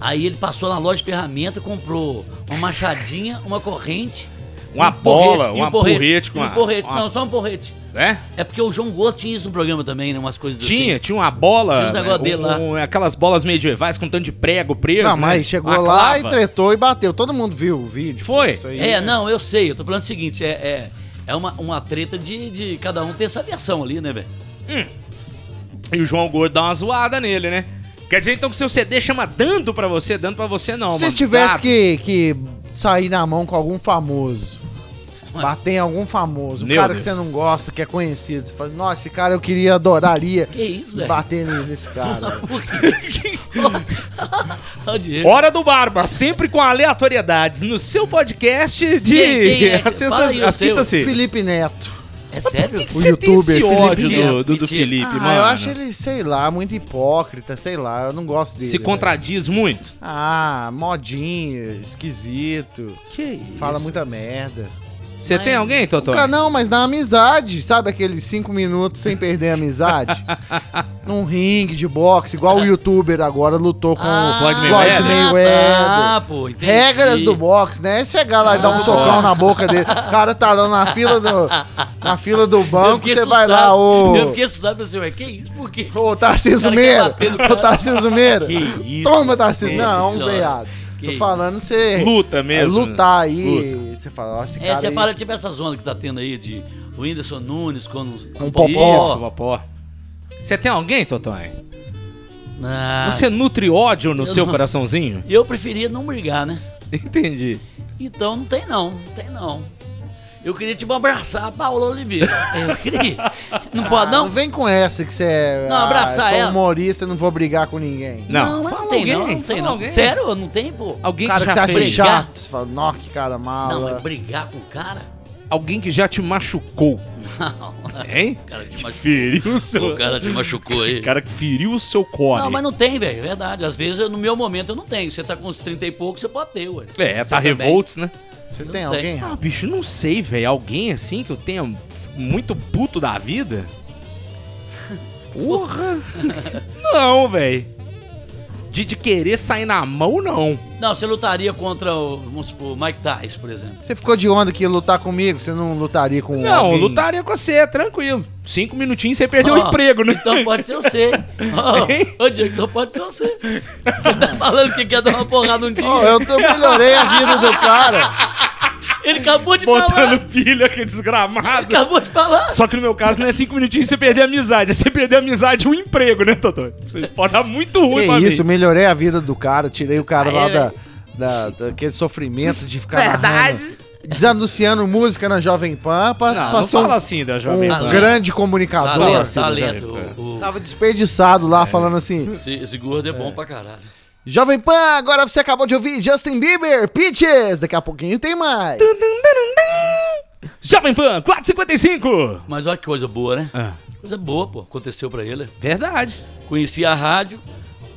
Speaker 3: Aí ele passou na loja de ferramenta, comprou uma machadinha, uma corrente. um
Speaker 2: Uma
Speaker 3: porrete,
Speaker 2: bola,
Speaker 3: e
Speaker 2: uma porrete com
Speaker 3: e um
Speaker 2: uma-
Speaker 3: porrete.
Speaker 2: uma-
Speaker 3: Não, só um porrete.
Speaker 2: Né?
Speaker 3: É porque o João Gordo tinha isso no programa também, né? Umas coisas
Speaker 2: Tinha,
Speaker 3: assim.
Speaker 2: tinha uma bola.
Speaker 3: Tinha uns negócio
Speaker 2: né,
Speaker 3: dele lá.
Speaker 2: um- aquelas bolas medievais com tanto de prego preso.
Speaker 4: Não, mas
Speaker 2: né?
Speaker 4: chegou
Speaker 2: Uma
Speaker 4: lá e
Speaker 2: clava.
Speaker 4: tretou e bateu. Todo mundo viu o vídeo.
Speaker 2: Foi.
Speaker 4: Isso aí,
Speaker 3: É,
Speaker 4: né?
Speaker 3: não, eu sei. Eu tô falando o seguinte, é, é, é uma, uma treta de, de cada um ter sua versão ali, né, velho?
Speaker 2: E o João Gordo dá uma zoada nele, né? Quer dizer então que seu CD chama dando pra você, dando pra você
Speaker 4: Se
Speaker 2: não, mano.
Speaker 4: vocês tivessem
Speaker 2: Dado.
Speaker 4: que, que sair na mão com algum famoso,
Speaker 3: Ué.
Speaker 4: bater em algum famoso, um
Speaker 2: Meu
Speaker 4: cara que você
Speaker 2: Deus.
Speaker 4: não gosta, que é conhecido, você fala, nossa, esse cara eu queria, adoraria
Speaker 3: Que isso, velho?
Speaker 4: bater ne- nesse cara.
Speaker 3: Por quê? Olha o Diego.
Speaker 2: Hora do Barba, sempre com aleatoriedades, no seu podcast de.
Speaker 3: Quem- quem é?
Speaker 2: As sextas-
Speaker 3: Fala aí o
Speaker 2: as
Speaker 3: seu.
Speaker 2: quintas-feiras.
Speaker 4: Felipe Neto.
Speaker 3: É sério?
Speaker 2: Por que, que
Speaker 4: O
Speaker 2: você tem
Speaker 4: youtuber
Speaker 2: esse
Speaker 4: Felipe
Speaker 2: ódio
Speaker 3: Neto,
Speaker 2: do, do, do
Speaker 3: mentira.
Speaker 2: Felipe,
Speaker 4: ah,
Speaker 2: mano?
Speaker 4: eu acho ele, sei lá, muito hipócrita, sei lá, eu não gosto dele.
Speaker 2: Se contradiz muito.
Speaker 4: velho. Ah, modinho, esquisito,
Speaker 2: Que é isso?
Speaker 4: fala muita merda.
Speaker 2: Você tem
Speaker 3: Ai.
Speaker 2: alguém, Totó?
Speaker 4: Nunca não, mas na amizade, sabe aqueles cinco minutos sem perder a amizade? Num ringue de boxe, igual o youtuber agora lutou com
Speaker 3: Ah,
Speaker 4: o
Speaker 2: Floyd
Speaker 4: Floyd
Speaker 2: Mayweather.
Speaker 4: Mayweather.
Speaker 3: Ah, pô, entendi. Ah,
Speaker 4: Regras do boxe, né? É chegar lá e dar um socão na boca dele. O cara tá lá na fila do, na fila do
Speaker 3: Eu
Speaker 4: banco,
Speaker 3: fiquei
Speaker 4: você vai
Speaker 3: assustado.
Speaker 4: lá, ô.
Speaker 3: Eu fiquei assustado, pensei, ué, que isso? Por quê?
Speaker 4: Ô, Tarcísio
Speaker 3: O cara quer
Speaker 4: Meira!
Speaker 3: bater no
Speaker 4: Ô,
Speaker 3: cara.
Speaker 4: Tarcísio Meira!
Speaker 3: Que isso,
Speaker 4: Toma,
Speaker 3: mano.
Speaker 4: Tarcísio!
Speaker 3: Nossa
Speaker 4: Não,
Speaker 3: senhora.
Speaker 4: zeado.
Speaker 3: Que
Speaker 4: Tô
Speaker 3: isso. né?
Speaker 4: falando você.
Speaker 2: Luta mesmo.
Speaker 4: É, lutar aí. Você fala, ó, esse cara.
Speaker 3: É, você
Speaker 4: aí-
Speaker 3: fala tipo essa zona que tá tendo aí de o Whindersson Nunes com,
Speaker 4: Com o Popó.
Speaker 2: Isso, popó. Você tem alguém, Totonho?
Speaker 3: Ah,
Speaker 2: Você nutre ódio no
Speaker 3: Eu
Speaker 2: seu
Speaker 3: não-
Speaker 2: coraçãozinho?
Speaker 3: Eu preferia não brigar, né?
Speaker 2: Entendi.
Speaker 3: Então não tem não, não tem não. Eu queria tipo abraçar a Paula Oliveira. Eu queria. Não
Speaker 4: Ah,
Speaker 3: pode
Speaker 4: não
Speaker 3: não?
Speaker 4: vem com essa que você é.
Speaker 3: Não,
Speaker 4: ah,
Speaker 3: abraçar
Speaker 4: eu sou
Speaker 3: ela.
Speaker 4: humorista, não vou brigar com ninguém.
Speaker 2: Não,
Speaker 3: mas
Speaker 2: fala
Speaker 3: não tem
Speaker 2: alguém,
Speaker 3: não, não tem
Speaker 2: fala
Speaker 3: não.
Speaker 2: alguém.
Speaker 3: Sério? Não tem, pô?
Speaker 2: Alguém
Speaker 4: O cara
Speaker 2: que
Speaker 4: que você
Speaker 2: já
Speaker 4: acha
Speaker 2: fez.
Speaker 3: brigar?
Speaker 4: chato, você fala, nó, que cara
Speaker 3: Não,
Speaker 4: mala.
Speaker 3: mas brigar com o cara?
Speaker 2: Alguém que já te machucou.
Speaker 3: Não.
Speaker 2: Hein?
Speaker 3: O cara te
Speaker 2: Que
Speaker 3: machucou.
Speaker 2: feriu o seu.
Speaker 3: O cara te machucou aí.
Speaker 2: cara que feriu o seu core.
Speaker 3: Não, mas não tem, velho. É verdade. Às vezes, eu- no meu momento, eu não tenho. Você tá com uns 30 e pouco, você pode ter, ué.
Speaker 2: É, tá
Speaker 3: Você também.
Speaker 2: revolts, né?
Speaker 4: você tem
Speaker 3: não
Speaker 4: alguém?
Speaker 2: Ah, bicho, não sei, velho. Alguém assim que eu tenha muito puto da vida? Porra! não, velho. De, de querer sair na mão, não.
Speaker 3: Não, você lutaria contra o, vamos supor, Mike Tyson, por exemplo.
Speaker 4: Você ficou de onda que ia lutar comigo? Você não lutaria com um
Speaker 2: Não,
Speaker 4: alguém?
Speaker 2: lutaria com você, tranquilo. Cinco minutinhos você perdeu o
Speaker 3: Ó,
Speaker 2: emprego, né?
Speaker 3: Então pode ser você.
Speaker 2: Hein?
Speaker 3: Ô, ô, Diego, então pode ser você. Ele tá falando que quer dar uma porrada um dia.
Speaker 4: Ó, eu, eu melhorei a vida do cara.
Speaker 3: Ele acabou de falar.
Speaker 2: Botando pilha, que desgramado.
Speaker 3: Acabou de falar.
Speaker 2: Só que no meu caso não é cinco minutinhos você perder a amizade. É você perder a amizade e o emprego, né, Totô? Você pode dar muito ruim pra
Speaker 4: Que isso,
Speaker 2: mim.
Speaker 4: melhorei a vida do cara, tirei o cara lá
Speaker 2: Aí,
Speaker 4: da, da, daquele sofrimento de ficar Verdade. desanunciando música na Jovem Pan pra,
Speaker 2: Não, não
Speaker 4: passou
Speaker 2: fala assim da
Speaker 4: um,
Speaker 2: Jovem Pan. assim.
Speaker 4: grande
Speaker 3: Tá
Speaker 4: comunicador.
Speaker 3: Talento, talento. O- o-
Speaker 4: Tava desperdiçado lá, falando assim,
Speaker 3: esse, esse gordo é bom pra caralho.
Speaker 4: Jovem Pan, agora você acabou de ouvir Justin Bieber, Peaches, daqui a pouquinho tem mais.
Speaker 2: Jovem Pan, 455!
Speaker 3: Mas olha que coisa boa, né?
Speaker 2: É.
Speaker 3: Coisa boa, pô. Aconteceu pra ele.
Speaker 2: Ah, Verdade.
Speaker 3: Conhecia a rádio,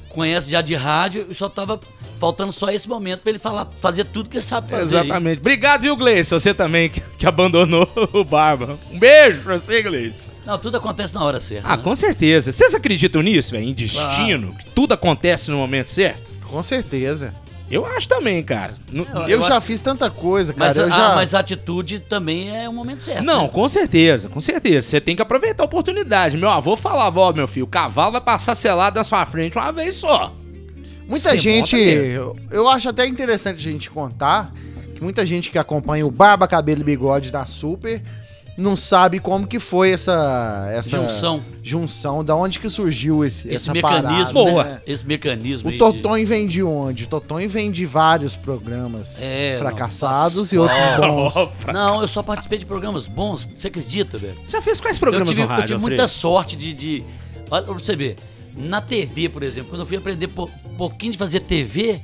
Speaker 3: conhece já de rádio e só tava faltando só esse momento pra ele falar, fazer tudo que ele sabe fazer.
Speaker 2: Exatamente. Obrigado, viu, Gleice? Você também que, que abandonou o Barba. Um beijo pra você, Gleice.
Speaker 3: Não, tudo acontece na hora certa.
Speaker 2: Ah,
Speaker 3: né?
Speaker 2: com certeza. Vocês acreditam nisso, velho? Em destino? Que tudo acontece no momento certo?
Speaker 4: Com certeza.
Speaker 2: Eu acho também, cara. N-
Speaker 3: Tá, Eu-
Speaker 4: Eu, já
Speaker 3: acho-
Speaker 4: fiz tanta coisa, cara.
Speaker 3: Mas,
Speaker 4: eu
Speaker 3: ah,
Speaker 4: já...
Speaker 3: mas a atitude também é o momento certo.
Speaker 2: Não,
Speaker 3: né?
Speaker 2: com certeza, com certeza. Você tem que aproveitar a oportunidade. Meu avô falava, ó, meu filho, o cavalo vai passar selado na sua frente uma vez só.
Speaker 4: Muita
Speaker 2: Você
Speaker 3: tá
Speaker 4: gente,
Speaker 2: bota
Speaker 4: eu, eu acho até interessante a gente contar que muita gente que acompanha o Barba, Cabelo e Bigode da Super não sabe como que foi essa essa
Speaker 3: Junção.
Speaker 4: junção, da onde que surgiu esse,
Speaker 3: Esse
Speaker 4: essa
Speaker 3: mecanismo,
Speaker 4: parada.
Speaker 2: Boa.
Speaker 3: né? Esse mecanismo.
Speaker 4: O
Speaker 3: aí
Speaker 4: Totonho vem de onde? O Totonho vem de vários programas
Speaker 3: É, não,
Speaker 4: fracassados
Speaker 3: nossa.
Speaker 4: e outros
Speaker 3: Ó,
Speaker 4: bons.
Speaker 3: de- Não, eu só participei de programas bons. Você acredita, velho?
Speaker 2: Já fez quais
Speaker 3: Eu
Speaker 2: programas
Speaker 3: tive,
Speaker 2: no rádio?
Speaker 3: eu tive
Speaker 2: Alfredo?
Speaker 3: muita sorte de, de- Olha pra você ver. Na TV, por exemplo, quando eu fui aprender po- pouquinho de fazer TV,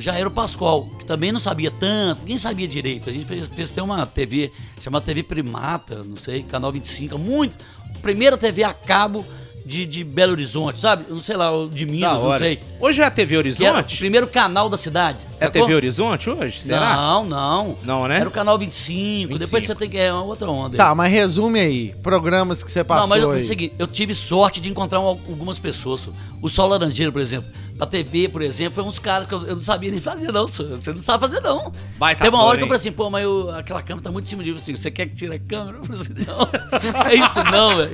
Speaker 3: já era o Pascoal, que também não sabia tanto, ninguém sabia direito. A gente fez, fez ter uma TV chamada TV Primata, não sei, Canal 25, há muito. Primeira TV a cabo de, de Belo Horizonte, sabe? Eu Não sei lá, ou de Minas,
Speaker 2: Da
Speaker 3: não
Speaker 2: hora.
Speaker 3: sei.
Speaker 2: Hoje é a TV
Speaker 3: Que era o
Speaker 2: Horizonte?
Speaker 3: primeiro canal da cidade.
Speaker 2: É a
Speaker 3: sacou?
Speaker 2: TV Horizonte hoje? Será?
Speaker 3: Não, não.
Speaker 2: Não, né?
Speaker 3: Era o canal 25. Depois
Speaker 2: 25.
Speaker 3: você tem que. É uma outra onda.
Speaker 4: Tá, mas resume aí. Programas que você passou
Speaker 3: Não, mas eu, é o
Speaker 4: aí.
Speaker 3: seguinte, eu tive sorte de encontrar um- algumas pessoas. senhor. O Sol Laranjeiro, por exemplo. Da TV, por exemplo, foi uns caras que eu, eu não sabia nem fazer, não. senhor. Você não sabe fazer, não.
Speaker 2: Baita
Speaker 3: Teve uma
Speaker 2: ator,
Speaker 3: hora que eu
Speaker 2: tá hein?
Speaker 3: falei assim, pô, mas eu- aquela câmera tá muito em cima de mim. Eu falei assim, você quer que tire a câmera? Eu falei assim, não. É isso não, velho.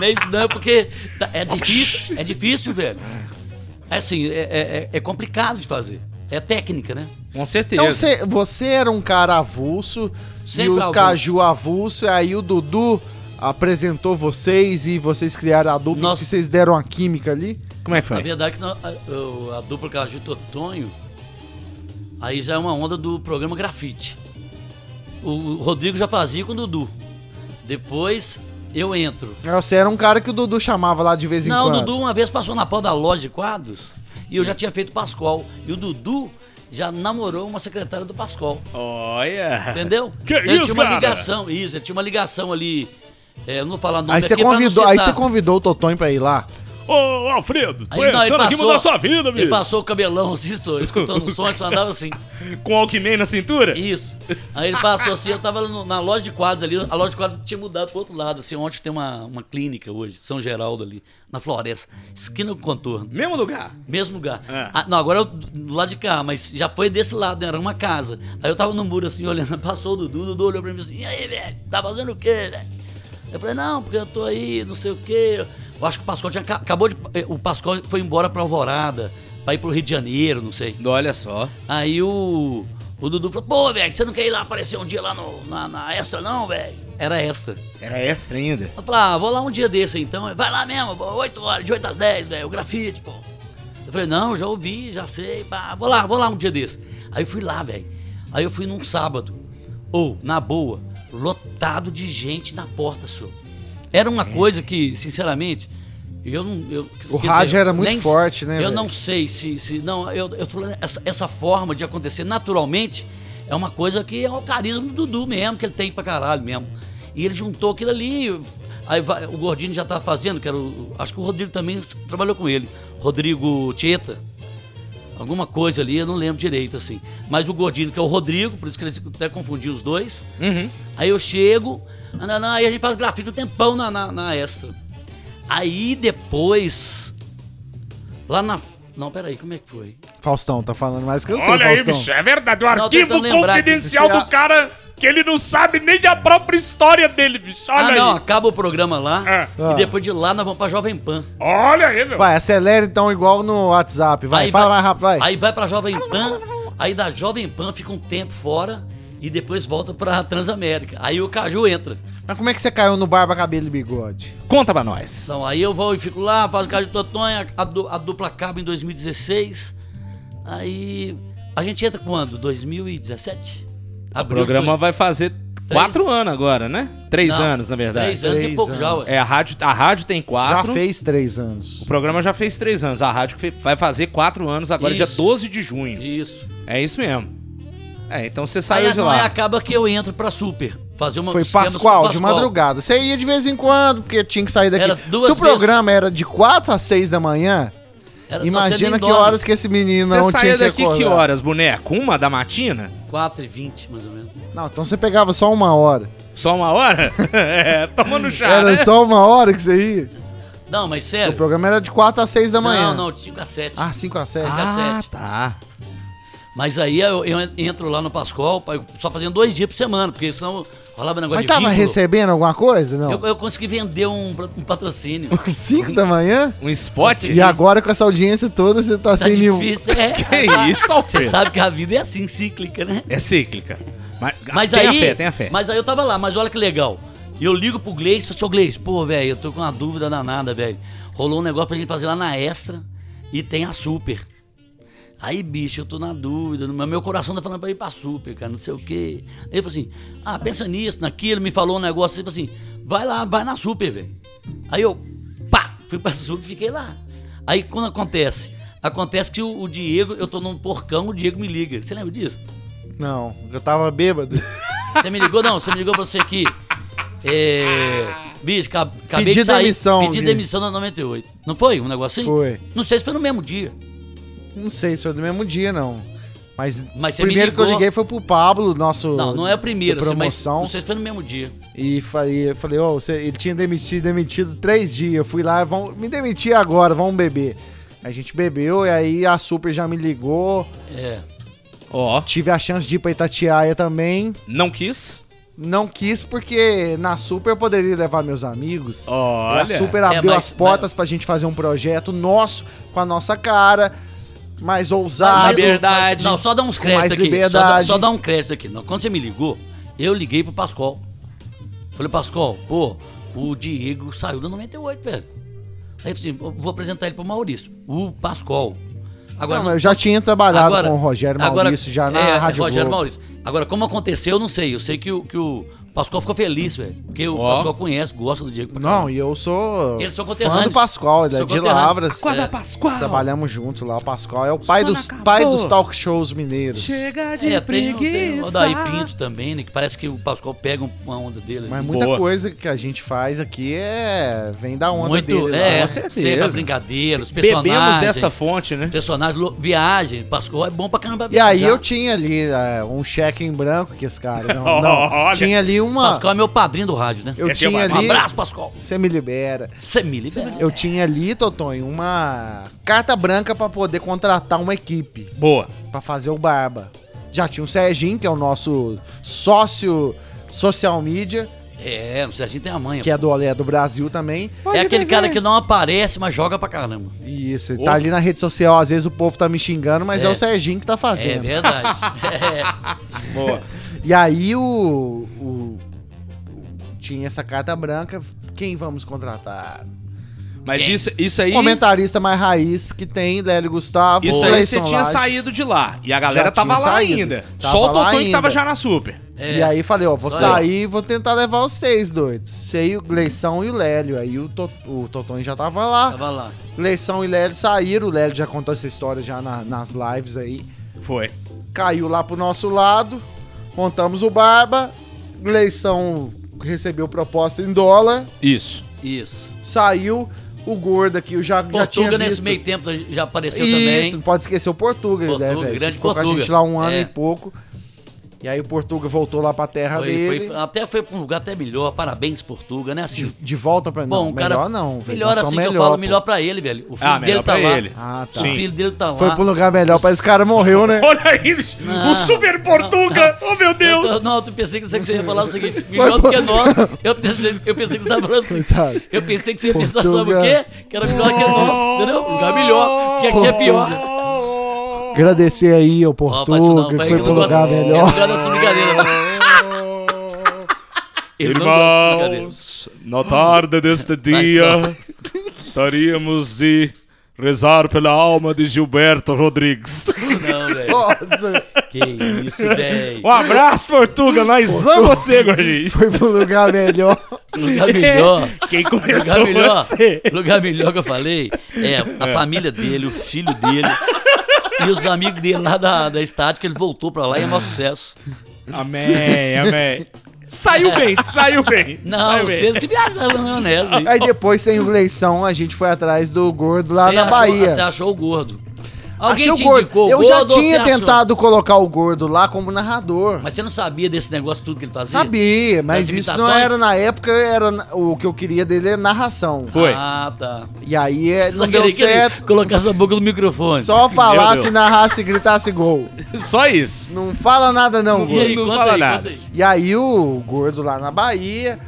Speaker 3: Não é isso não, é porque tá- é difícil, é difícil, velho. É assim, é, é- é- é complicado de fazer. É técnica, né?
Speaker 2: Com certeza.
Speaker 4: Então cê- você era um cara avulso
Speaker 3: Sempre
Speaker 4: e o
Speaker 3: avulso.
Speaker 4: Caju avulso, e aí o Dudu apresentou vocês e vocês criaram a dupla
Speaker 3: Nossa.
Speaker 4: que vocês deram a química ali.
Speaker 2: Como é que
Speaker 3: Na
Speaker 2: foi?
Speaker 3: verdade, que nós- a, eu- a dupla Caju e Totonho, aí já é uma onda do programa Grafite. O Rodrigo já fazia com o Dudu. Depois eu entro.
Speaker 4: Você era um cara que o Dudu chamava lá de vez em
Speaker 3: Não, o
Speaker 4: quando.
Speaker 3: Dudu uma vez passou na pau da loja de quadros e eu já tinha feito Pascoal. E o Dudu já namorou uma secretária do Pascoal.
Speaker 2: Olha!
Speaker 3: Entendeu? Então,
Speaker 2: Que
Speaker 3: ele
Speaker 2: isso,
Speaker 3: tinha uma
Speaker 2: cara?
Speaker 3: ligação, isso, ele tinha uma ligação ali. é, eu não vou falar nome
Speaker 4: Aí você
Speaker 3: aqui pra não
Speaker 4: convidou, aí você
Speaker 3: citar.
Speaker 4: convidou o Totonho pra ir lá.
Speaker 2: Ô, Alfredo,
Speaker 3: Aí, não, ele
Speaker 2: conhecendo aqui
Speaker 3: passou-
Speaker 2: mudou a sua vida,
Speaker 3: Ele
Speaker 2: bicho.
Speaker 3: passou o cabelão, assim, estou escutando o som, ele só andava assim.
Speaker 2: Com o Alckmin na cintura?
Speaker 3: Isso. Aí ele passou assim, eu tava no- na loja de quadros ali, a loja de quadros tinha mudado pro outro lado, assim, onde tem uma, uma clínica hoje, São Geraldo ali, na floresta, esquina com contorno,
Speaker 2: Mesmo lugar.
Speaker 3: mesmo lugar.
Speaker 2: É.
Speaker 3: Ah, não, agora é o- do lado de cá, mas já foi desse lado, né, era uma casa. Aí eu tava no muro assim, olhando, passou o Dudu, o Dudu olhou pra mim assim, e aí, velho, tá fazendo o quê, velho? Eu falei, não, porque eu tô aí, não sei o quê. Eu acho que o Pascoal tinha, aca- acabou de. eh, O Pascoal foi embora pra Alvorada, pra ir pro Rio de Janeiro, não sei.
Speaker 2: Olha só.
Speaker 3: Aí o, o Dudu falou, pô, velho, você não quer ir lá aparecer um dia lá no, na, na extra, não, velho? Era extra.
Speaker 1: Era extra ainda.
Speaker 3: Eu falei, ah, vou lá um dia desse então. Vai lá mesmo, pô, 8 horas, de 8 às 10, velho, o grafite, pô. Eu falei, não, já ouvi, já sei, pá, vou lá, vou lá um dia desse. Aí eu fui lá, velho. Aí eu fui num sábado, ou, na boa, lotado de gente na porta, senhor. Era uma coisa que, sinceramente, eu não. eu-
Speaker 4: É. O
Speaker 3: quer
Speaker 4: rádio era muito
Speaker 3: nem-
Speaker 4: forte, né,
Speaker 3: Eu
Speaker 4: velho?
Speaker 3: não sei se. se não, eu, eu tô falando, essa, essa forma de acontecer naturalmente é uma coisa que é o carisma do Dudu mesmo, que ele tem pra caralho mesmo. E ele juntou aquilo ali. Aí vai- o Gordinho já tava fazendo, que era o, acho que o Rodrigo também trabalhou com ele. Rodrigo Tieta. Alguma coisa ali, eu não lembro direito, assim. Mas o Gordinho, que é o Rodrigo, por isso que eles até confundiam os dois. Aí eu chego, ah, não, não, aí a gente faz grafite um tempão na, na, na extra. Aí depois. Lá na. Não, peraí, como é que foi?
Speaker 4: Faustão, tá falando mais que eu sei,
Speaker 2: Olha aí,
Speaker 4: Faustão.
Speaker 2: bicho, é verdade. O
Speaker 3: Não,
Speaker 2: arquivo
Speaker 3: tentando lembrar aqui.
Speaker 2: confidencial
Speaker 4: Isso é
Speaker 2: do cara que ele não sabe nem da própria história dele, bicho. Olha
Speaker 3: ah, não,
Speaker 2: aí.
Speaker 3: acaba o programa lá.
Speaker 2: É.
Speaker 4: Ah.
Speaker 3: E depois de lá nós vamos pra Jovem Pan.
Speaker 2: Olha aí, meu.
Speaker 4: Vai, acelera então igual no WhatsApp. Vai, fala mais rápido, vai.
Speaker 3: Aí vai pra Jovem Pan. Aí da Jovem Pan fica um tempo fora. E depois volta pra Transamérica. Aí o Caju entra.
Speaker 4: Mas como é que você caiu no barba, cabelo e bigode?
Speaker 1: Conta pra nós.
Speaker 3: Então, aí eu vou e fico lá, faço o Caju Totonha, a, du- a dupla acaba em 2016. Aí. A gente entra quando? 2017?
Speaker 2: O programa vai fazer quatro anos agora, né? Três
Speaker 3: Não,
Speaker 2: anos, na verdade.
Speaker 3: Três anos
Speaker 4: Três
Speaker 3: e pouco já,
Speaker 4: anos.
Speaker 3: ué.
Speaker 2: É, a rádio, a rádio tem quatro.
Speaker 4: Já fez três anos.
Speaker 2: O programa já fez três anos. A rádio fe- vai fazer quatro anos agora, dia
Speaker 3: Isso.
Speaker 2: 12 de junho.
Speaker 3: Isso.
Speaker 2: É isso mesmo. É, então você
Speaker 3: Aí,
Speaker 2: saiu de
Speaker 3: não, aí
Speaker 2: lá.
Speaker 3: acaba que eu entro pra Super. Fazer uma
Speaker 4: Foi
Speaker 3: esquema
Speaker 4: Pascoal,
Speaker 3: com
Speaker 4: de madrugada. Você ia de vez em quando, porque tinha que sair daqui.
Speaker 3: Era duas
Speaker 4: Se o
Speaker 3: vezes.
Speaker 4: programa era de 4 às 6 da manhã,
Speaker 3: Era- tá
Speaker 4: imagina
Speaker 3: não,
Speaker 4: que
Speaker 3: você nem dorme.
Speaker 4: horas que esse menino não
Speaker 2: Você
Speaker 4: tinha
Speaker 2: saiu
Speaker 4: que
Speaker 2: daqui que
Speaker 4: acordar.
Speaker 2: horas, boneco? Uma da matina?
Speaker 3: 4 e 20, mais ou menos.
Speaker 4: Não, então você pegava só uma hora.
Speaker 2: Só uma hora? é, tomando chá,
Speaker 4: era
Speaker 2: né?
Speaker 4: só uma hora que você ia?
Speaker 3: Não, mas
Speaker 4: O
Speaker 3: sério.
Speaker 4: programa era de 4 às 6 da manhã.
Speaker 3: Não, não, de 5 a 7.
Speaker 4: Ah, 5 às 7.
Speaker 3: Ah,
Speaker 2: tá.
Speaker 3: Mas aí eu, eu entro lá no Pascoal, pai, só fazendo dois dias por semana, porque senão rolava negócio
Speaker 4: Mas
Speaker 3: de
Speaker 4: tava
Speaker 3: vínculo.
Speaker 4: recebendo alguma coisa? Não.
Speaker 3: Eu, eu consegui vender um, pra- um patrocínio.
Speaker 4: 5 da manhã?
Speaker 2: Um spot?
Speaker 4: E agora com essa audiência toda, você tá,
Speaker 3: Tá
Speaker 4: sem nenhum.
Speaker 3: difícil, é.
Speaker 2: Que isso,
Speaker 3: Você
Speaker 2: Alfredo?
Speaker 3: sabe que a vida é assim, cíclica, né?
Speaker 2: É cíclica. Mas,
Speaker 3: Mas
Speaker 2: tem
Speaker 3: aí,
Speaker 2: a fé, tem a fé.
Speaker 3: Mas aí eu tava lá, mas olha que legal. E eu ligo pro Gleice e falo, seu Gleice, pô, velho, eu tô com uma dúvida danada, velho. Rolou um negócio pra gente fazer lá na Extra e tem a Super. Aí, bicho, eu tô na dúvida, mas meu coração tá falando pra ir pra Super, cara, não sei o quê. Ele falou assim, ah, pensa nisso, naquilo, me falou um negócio, ele falou assim, vai lá, vai na Super, velho. Aí eu, pá, fui pra Super e fiquei lá. Aí quando acontece? Acontece que o, o Diego, eu tô num porcão, o Diego me liga. Você lembra disso?
Speaker 4: Não, eu tava bêbado.
Speaker 3: Você me ligou, não, você me ligou pra você aqui. assim É. Bicho, ca- acabei
Speaker 4: Pedi
Speaker 3: de sair.
Speaker 4: demissão,
Speaker 3: pedi
Speaker 4: Gui.
Speaker 3: demissão na 98. Não foi um negocinho?
Speaker 4: Foi.
Speaker 3: Não sei se foi no mesmo dia.
Speaker 4: Não sei se foi do mesmo dia, não. Mas,
Speaker 3: Mas
Speaker 4: o
Speaker 3: você me
Speaker 4: primeiro que eu
Speaker 3: ligou.
Speaker 4: liguei foi pro Pablo, nosso.
Speaker 3: Não, não é o primeiro,
Speaker 4: da
Speaker 3: assim, mas
Speaker 4: promoção.
Speaker 3: não sei se foi no mesmo dia.
Speaker 4: E falei, eu falei, ó, você- ele tinha demitido, demitido três dias. Eu fui lá, vão, me demitir agora, vamos beber. A gente bebeu e aí a Super já me ligou.
Speaker 3: É.
Speaker 2: Ó,
Speaker 4: Tive a chance de ir pra Itatiaia também.
Speaker 2: não quis.
Speaker 4: Não quis porque na Super eu poderia levar meus amigos.
Speaker 2: Olha.
Speaker 4: A Super
Speaker 3: É,
Speaker 4: abriu
Speaker 3: mas-
Speaker 4: as portas pra gente fazer um projeto nosso, com a nossa cara, mais
Speaker 3: Mas- mas-
Speaker 4: ousado.
Speaker 2: liberdade.
Speaker 3: Não, só dá uns
Speaker 4: Com mais
Speaker 3: créditos aqui. Só, dá,
Speaker 4: liberdade.
Speaker 3: só dá um crédito aqui. Não, quando você me ligou, eu liguei pro Pascoal. Falei, Pascoal, pô, o Diego saiu da 98, velho. Aí eu falei assim, "Vou- vou apresentar ele pro Maurício. O Pascoal. Agora,
Speaker 4: Não, eu já tinha trabalhado
Speaker 3: agora-
Speaker 4: com o Rogério
Speaker 3: agora-
Speaker 4: Maurício já na
Speaker 3: é,
Speaker 4: Rádio
Speaker 3: Rogério
Speaker 4: Globo.
Speaker 3: Maurício. Agora, como aconteceu, eu não sei. Eu sei que o, que o Pascoal ficou feliz, velho. Porque o
Speaker 2: Ó.
Speaker 3: Pascoal conhece, gosta do Diego. pra
Speaker 4: Não, e eu sou
Speaker 3: Eles são
Speaker 4: fã do
Speaker 3: conterrâneos.
Speaker 4: Pascoal, ele é
Speaker 3: São
Speaker 4: de
Speaker 3: conterrâneos.
Speaker 4: Lavras.
Speaker 2: Acorda,
Speaker 4: É.
Speaker 2: Pascoal.
Speaker 4: Trabalhamos junto lá, o Pascoal é o pai
Speaker 2: Sono
Speaker 4: dos,
Speaker 2: acabou.
Speaker 4: pai dos talk shows mineiros.
Speaker 2: Chega de
Speaker 3: É, tem, tem o
Speaker 2: preguiça.
Speaker 3: Odair Pinto também, né? Que parece que o Pascoal pega um- uma onda dele.
Speaker 4: Mas
Speaker 3: ali.
Speaker 4: muita
Speaker 2: Boa.
Speaker 4: coisa que a gente faz aqui é vem da onda dele. lá.
Speaker 3: é,
Speaker 2: com
Speaker 3: sempre
Speaker 2: certeza.
Speaker 3: as brincadeiras, os personagens.
Speaker 2: Bebemos desta fonte, né?
Speaker 3: Personagens, lo- viagem, Pascoal é bom pra caramba
Speaker 4: E aí
Speaker 3: viajar.
Speaker 4: eu tinha ali é, um cheque em branco que esse cara. Não, não.
Speaker 2: Olha.
Speaker 4: tinha ali uma.
Speaker 3: Pascoal é meu padrinho do rádio, né?
Speaker 4: Eu
Speaker 2: É
Speaker 4: tinha
Speaker 2: teu
Speaker 3: Um
Speaker 4: ali.
Speaker 3: abraço, Pascoal.
Speaker 4: Você me libera.
Speaker 3: Você me né. libera.
Speaker 4: Eu tinha ali, Totonho, uma carta branca pra poder contratar uma equipe.
Speaker 2: Boa.
Speaker 4: Pra fazer o barba. Já tinha o Serginho, que é o nosso sócio social media,
Speaker 3: É, o Serginho tem a manha.
Speaker 4: que é do Olé do Brasil também.
Speaker 3: É aquele cara que não aparece, mas joga pra caramba.
Speaker 4: Isso, ele
Speaker 2: Ô.
Speaker 4: tá ali na rede social, às vezes o povo tá me xingando, mas é,
Speaker 3: É.
Speaker 4: o Serginho que tá
Speaker 3: É
Speaker 4: fazendo.
Speaker 3: verdade. É.
Speaker 2: Boa.
Speaker 4: e aí o, o- Tinha essa carta branca, quem vamos contratar?
Speaker 2: Mas
Speaker 3: Quem?
Speaker 2: isso, isso aí.
Speaker 4: Comentarista mais raiz que tem, Lélio Gustavo.
Speaker 2: Isso aí
Speaker 4: Clayson
Speaker 2: você tinha
Speaker 4: Laje.
Speaker 2: saído de lá. E a galera
Speaker 4: Já
Speaker 2: tava
Speaker 4: tinha
Speaker 2: lá
Speaker 4: saído.
Speaker 2: ainda.
Speaker 4: Tava
Speaker 2: Só o
Speaker 4: lá
Speaker 2: Totão que
Speaker 4: ainda.
Speaker 2: tava já na super.
Speaker 3: É.
Speaker 4: E aí falei, ó, vou
Speaker 3: Só
Speaker 4: sair e vou tentar levar os seis doidos. Sei o Gleição e o Lélio. Aí o, to o Totonho já tava lá.
Speaker 3: Tava lá.
Speaker 4: Gleição e Lélio saíram. O Lélio já contou essa história já na- nas lives aí.
Speaker 2: Foi.
Speaker 4: Caiu lá pro nosso lado. Montamos o Barba. Gleição recebeu proposta em dólar.
Speaker 2: Isso.
Speaker 3: Isso.
Speaker 4: Saiu. O gordo aqui, eu já, já tinha
Speaker 3: Portuga
Speaker 4: visto.
Speaker 3: nesse meio tempo já apareceu
Speaker 4: Isso, não
Speaker 3: também.
Speaker 4: pode esquecer o Portuga,
Speaker 3: Portuga,
Speaker 4: né, velho? Que
Speaker 3: grande
Speaker 4: Ficou com a
Speaker 3: Portuga.
Speaker 4: gente lá um ano
Speaker 3: É.
Speaker 4: e pouco. E aí o Portuga voltou lá pra terra
Speaker 3: Foi-
Speaker 4: dele.
Speaker 3: foi- até foi pra um lugar até melhor. Parabéns, Portuga, né?
Speaker 4: De,
Speaker 3: Assim,
Speaker 4: de volta pra
Speaker 3: Bom,
Speaker 4: não,
Speaker 3: o cara.
Speaker 4: melhor não, velho.
Speaker 3: Melhor
Speaker 4: Nós
Speaker 3: assim
Speaker 4: somos
Speaker 3: que eu falo,
Speaker 4: pô.
Speaker 3: melhor pra ele, velho. O filho
Speaker 2: Ah,
Speaker 3: dele
Speaker 2: melhor
Speaker 3: tá
Speaker 2: pra
Speaker 3: lá.
Speaker 2: ele.
Speaker 4: Ah, tá.
Speaker 3: O
Speaker 2: Sim.
Speaker 3: filho dele tá lá.
Speaker 4: Foi pro lugar melhor, mas esse cara morreu, né?
Speaker 2: Olha aí, bicho.
Speaker 3: Não.
Speaker 2: o Super Portuga. Oh, meu Deus.
Speaker 3: Eu, eu, não, eu pensei que você que você ia falar o seguinte, melhor do que nós. Eu, pensei- eu pensei que você ia falar assim.
Speaker 4: Coitado.
Speaker 3: Eu pensei que você ia pensar,
Speaker 4: Portuga.
Speaker 3: sabe o quê? Que era melhor que nós, entendeu? Um Lugar melhor, que aqui
Speaker 2: Oh,
Speaker 3: é pior.
Speaker 4: Agradecer aí ao
Speaker 3: Ó,
Speaker 4: Portuga,
Speaker 3: faz isso não,
Speaker 4: que
Speaker 3: pai,
Speaker 4: foi
Speaker 3: eu
Speaker 4: pro
Speaker 3: não gosto-
Speaker 4: lugar
Speaker 3: Eu
Speaker 4: melhor.
Speaker 3: não quero essa brincadeira, não. Eu não gosto dessa brincadeira.
Speaker 5: Irmãos, na tarde deste dia, estaríamos de rezar pela alma de Gilberto Rodrigues.
Speaker 3: Não, velho.
Speaker 4: Nossa,
Speaker 3: Que isso, velho.
Speaker 5: Um abraço, Portuga. Nós amamos você, Gordinho.
Speaker 4: foi pro lugar melhor.
Speaker 3: Lugar melhor.
Speaker 5: Quem
Speaker 3: Lugar
Speaker 5: começou
Speaker 3: melhor,
Speaker 5: você?
Speaker 3: lugar melhor que eu falei é a família dele, o filho dele e os amigos dele lá da, da estática. Ele voltou pra lá e é maior sucesso.
Speaker 5: Amém, amém.
Speaker 2: Saiu bem, saiu bem.
Speaker 3: Não,
Speaker 2: saiu bem.
Speaker 3: vocês que viajaram na maionese.
Speaker 4: Aí depois, sem o Gleição, a gente foi atrás do gordo lá
Speaker 3: Você
Speaker 4: na
Speaker 3: achou-
Speaker 4: Bahia.
Speaker 3: Você achou o gordo. Alguém
Speaker 4: Achei
Speaker 3: te
Speaker 4: o gordo.
Speaker 3: indicou o
Speaker 4: Eu já
Speaker 3: gordo ou
Speaker 4: tinha
Speaker 3: você achou?
Speaker 4: tentado colocar o gordo lá como narrador.
Speaker 3: Mas você não sabia desse negócio tudo que ele fazia?
Speaker 4: Sabia, mas
Speaker 3: Das
Speaker 4: isso não
Speaker 3: imitações?
Speaker 4: era na época, era na- o que eu queria dele era narração.
Speaker 2: Foi.
Speaker 3: Ah, tá.
Speaker 4: E aí é,
Speaker 3: Você
Speaker 4: não
Speaker 3: só
Speaker 4: deu
Speaker 3: queria que ele
Speaker 4: certo.
Speaker 3: Colocasse a boca no microfone.
Speaker 4: Só falasse,
Speaker 2: Deus.
Speaker 4: narrasse, gritasse gol.
Speaker 2: Só isso.
Speaker 4: Não fala nada não,
Speaker 3: E
Speaker 4: gordo.
Speaker 3: aí,
Speaker 2: Não
Speaker 3: conta
Speaker 2: fala
Speaker 3: aí,
Speaker 2: nada.
Speaker 3: conta aí.
Speaker 4: E aí o gordo lá na Bahia,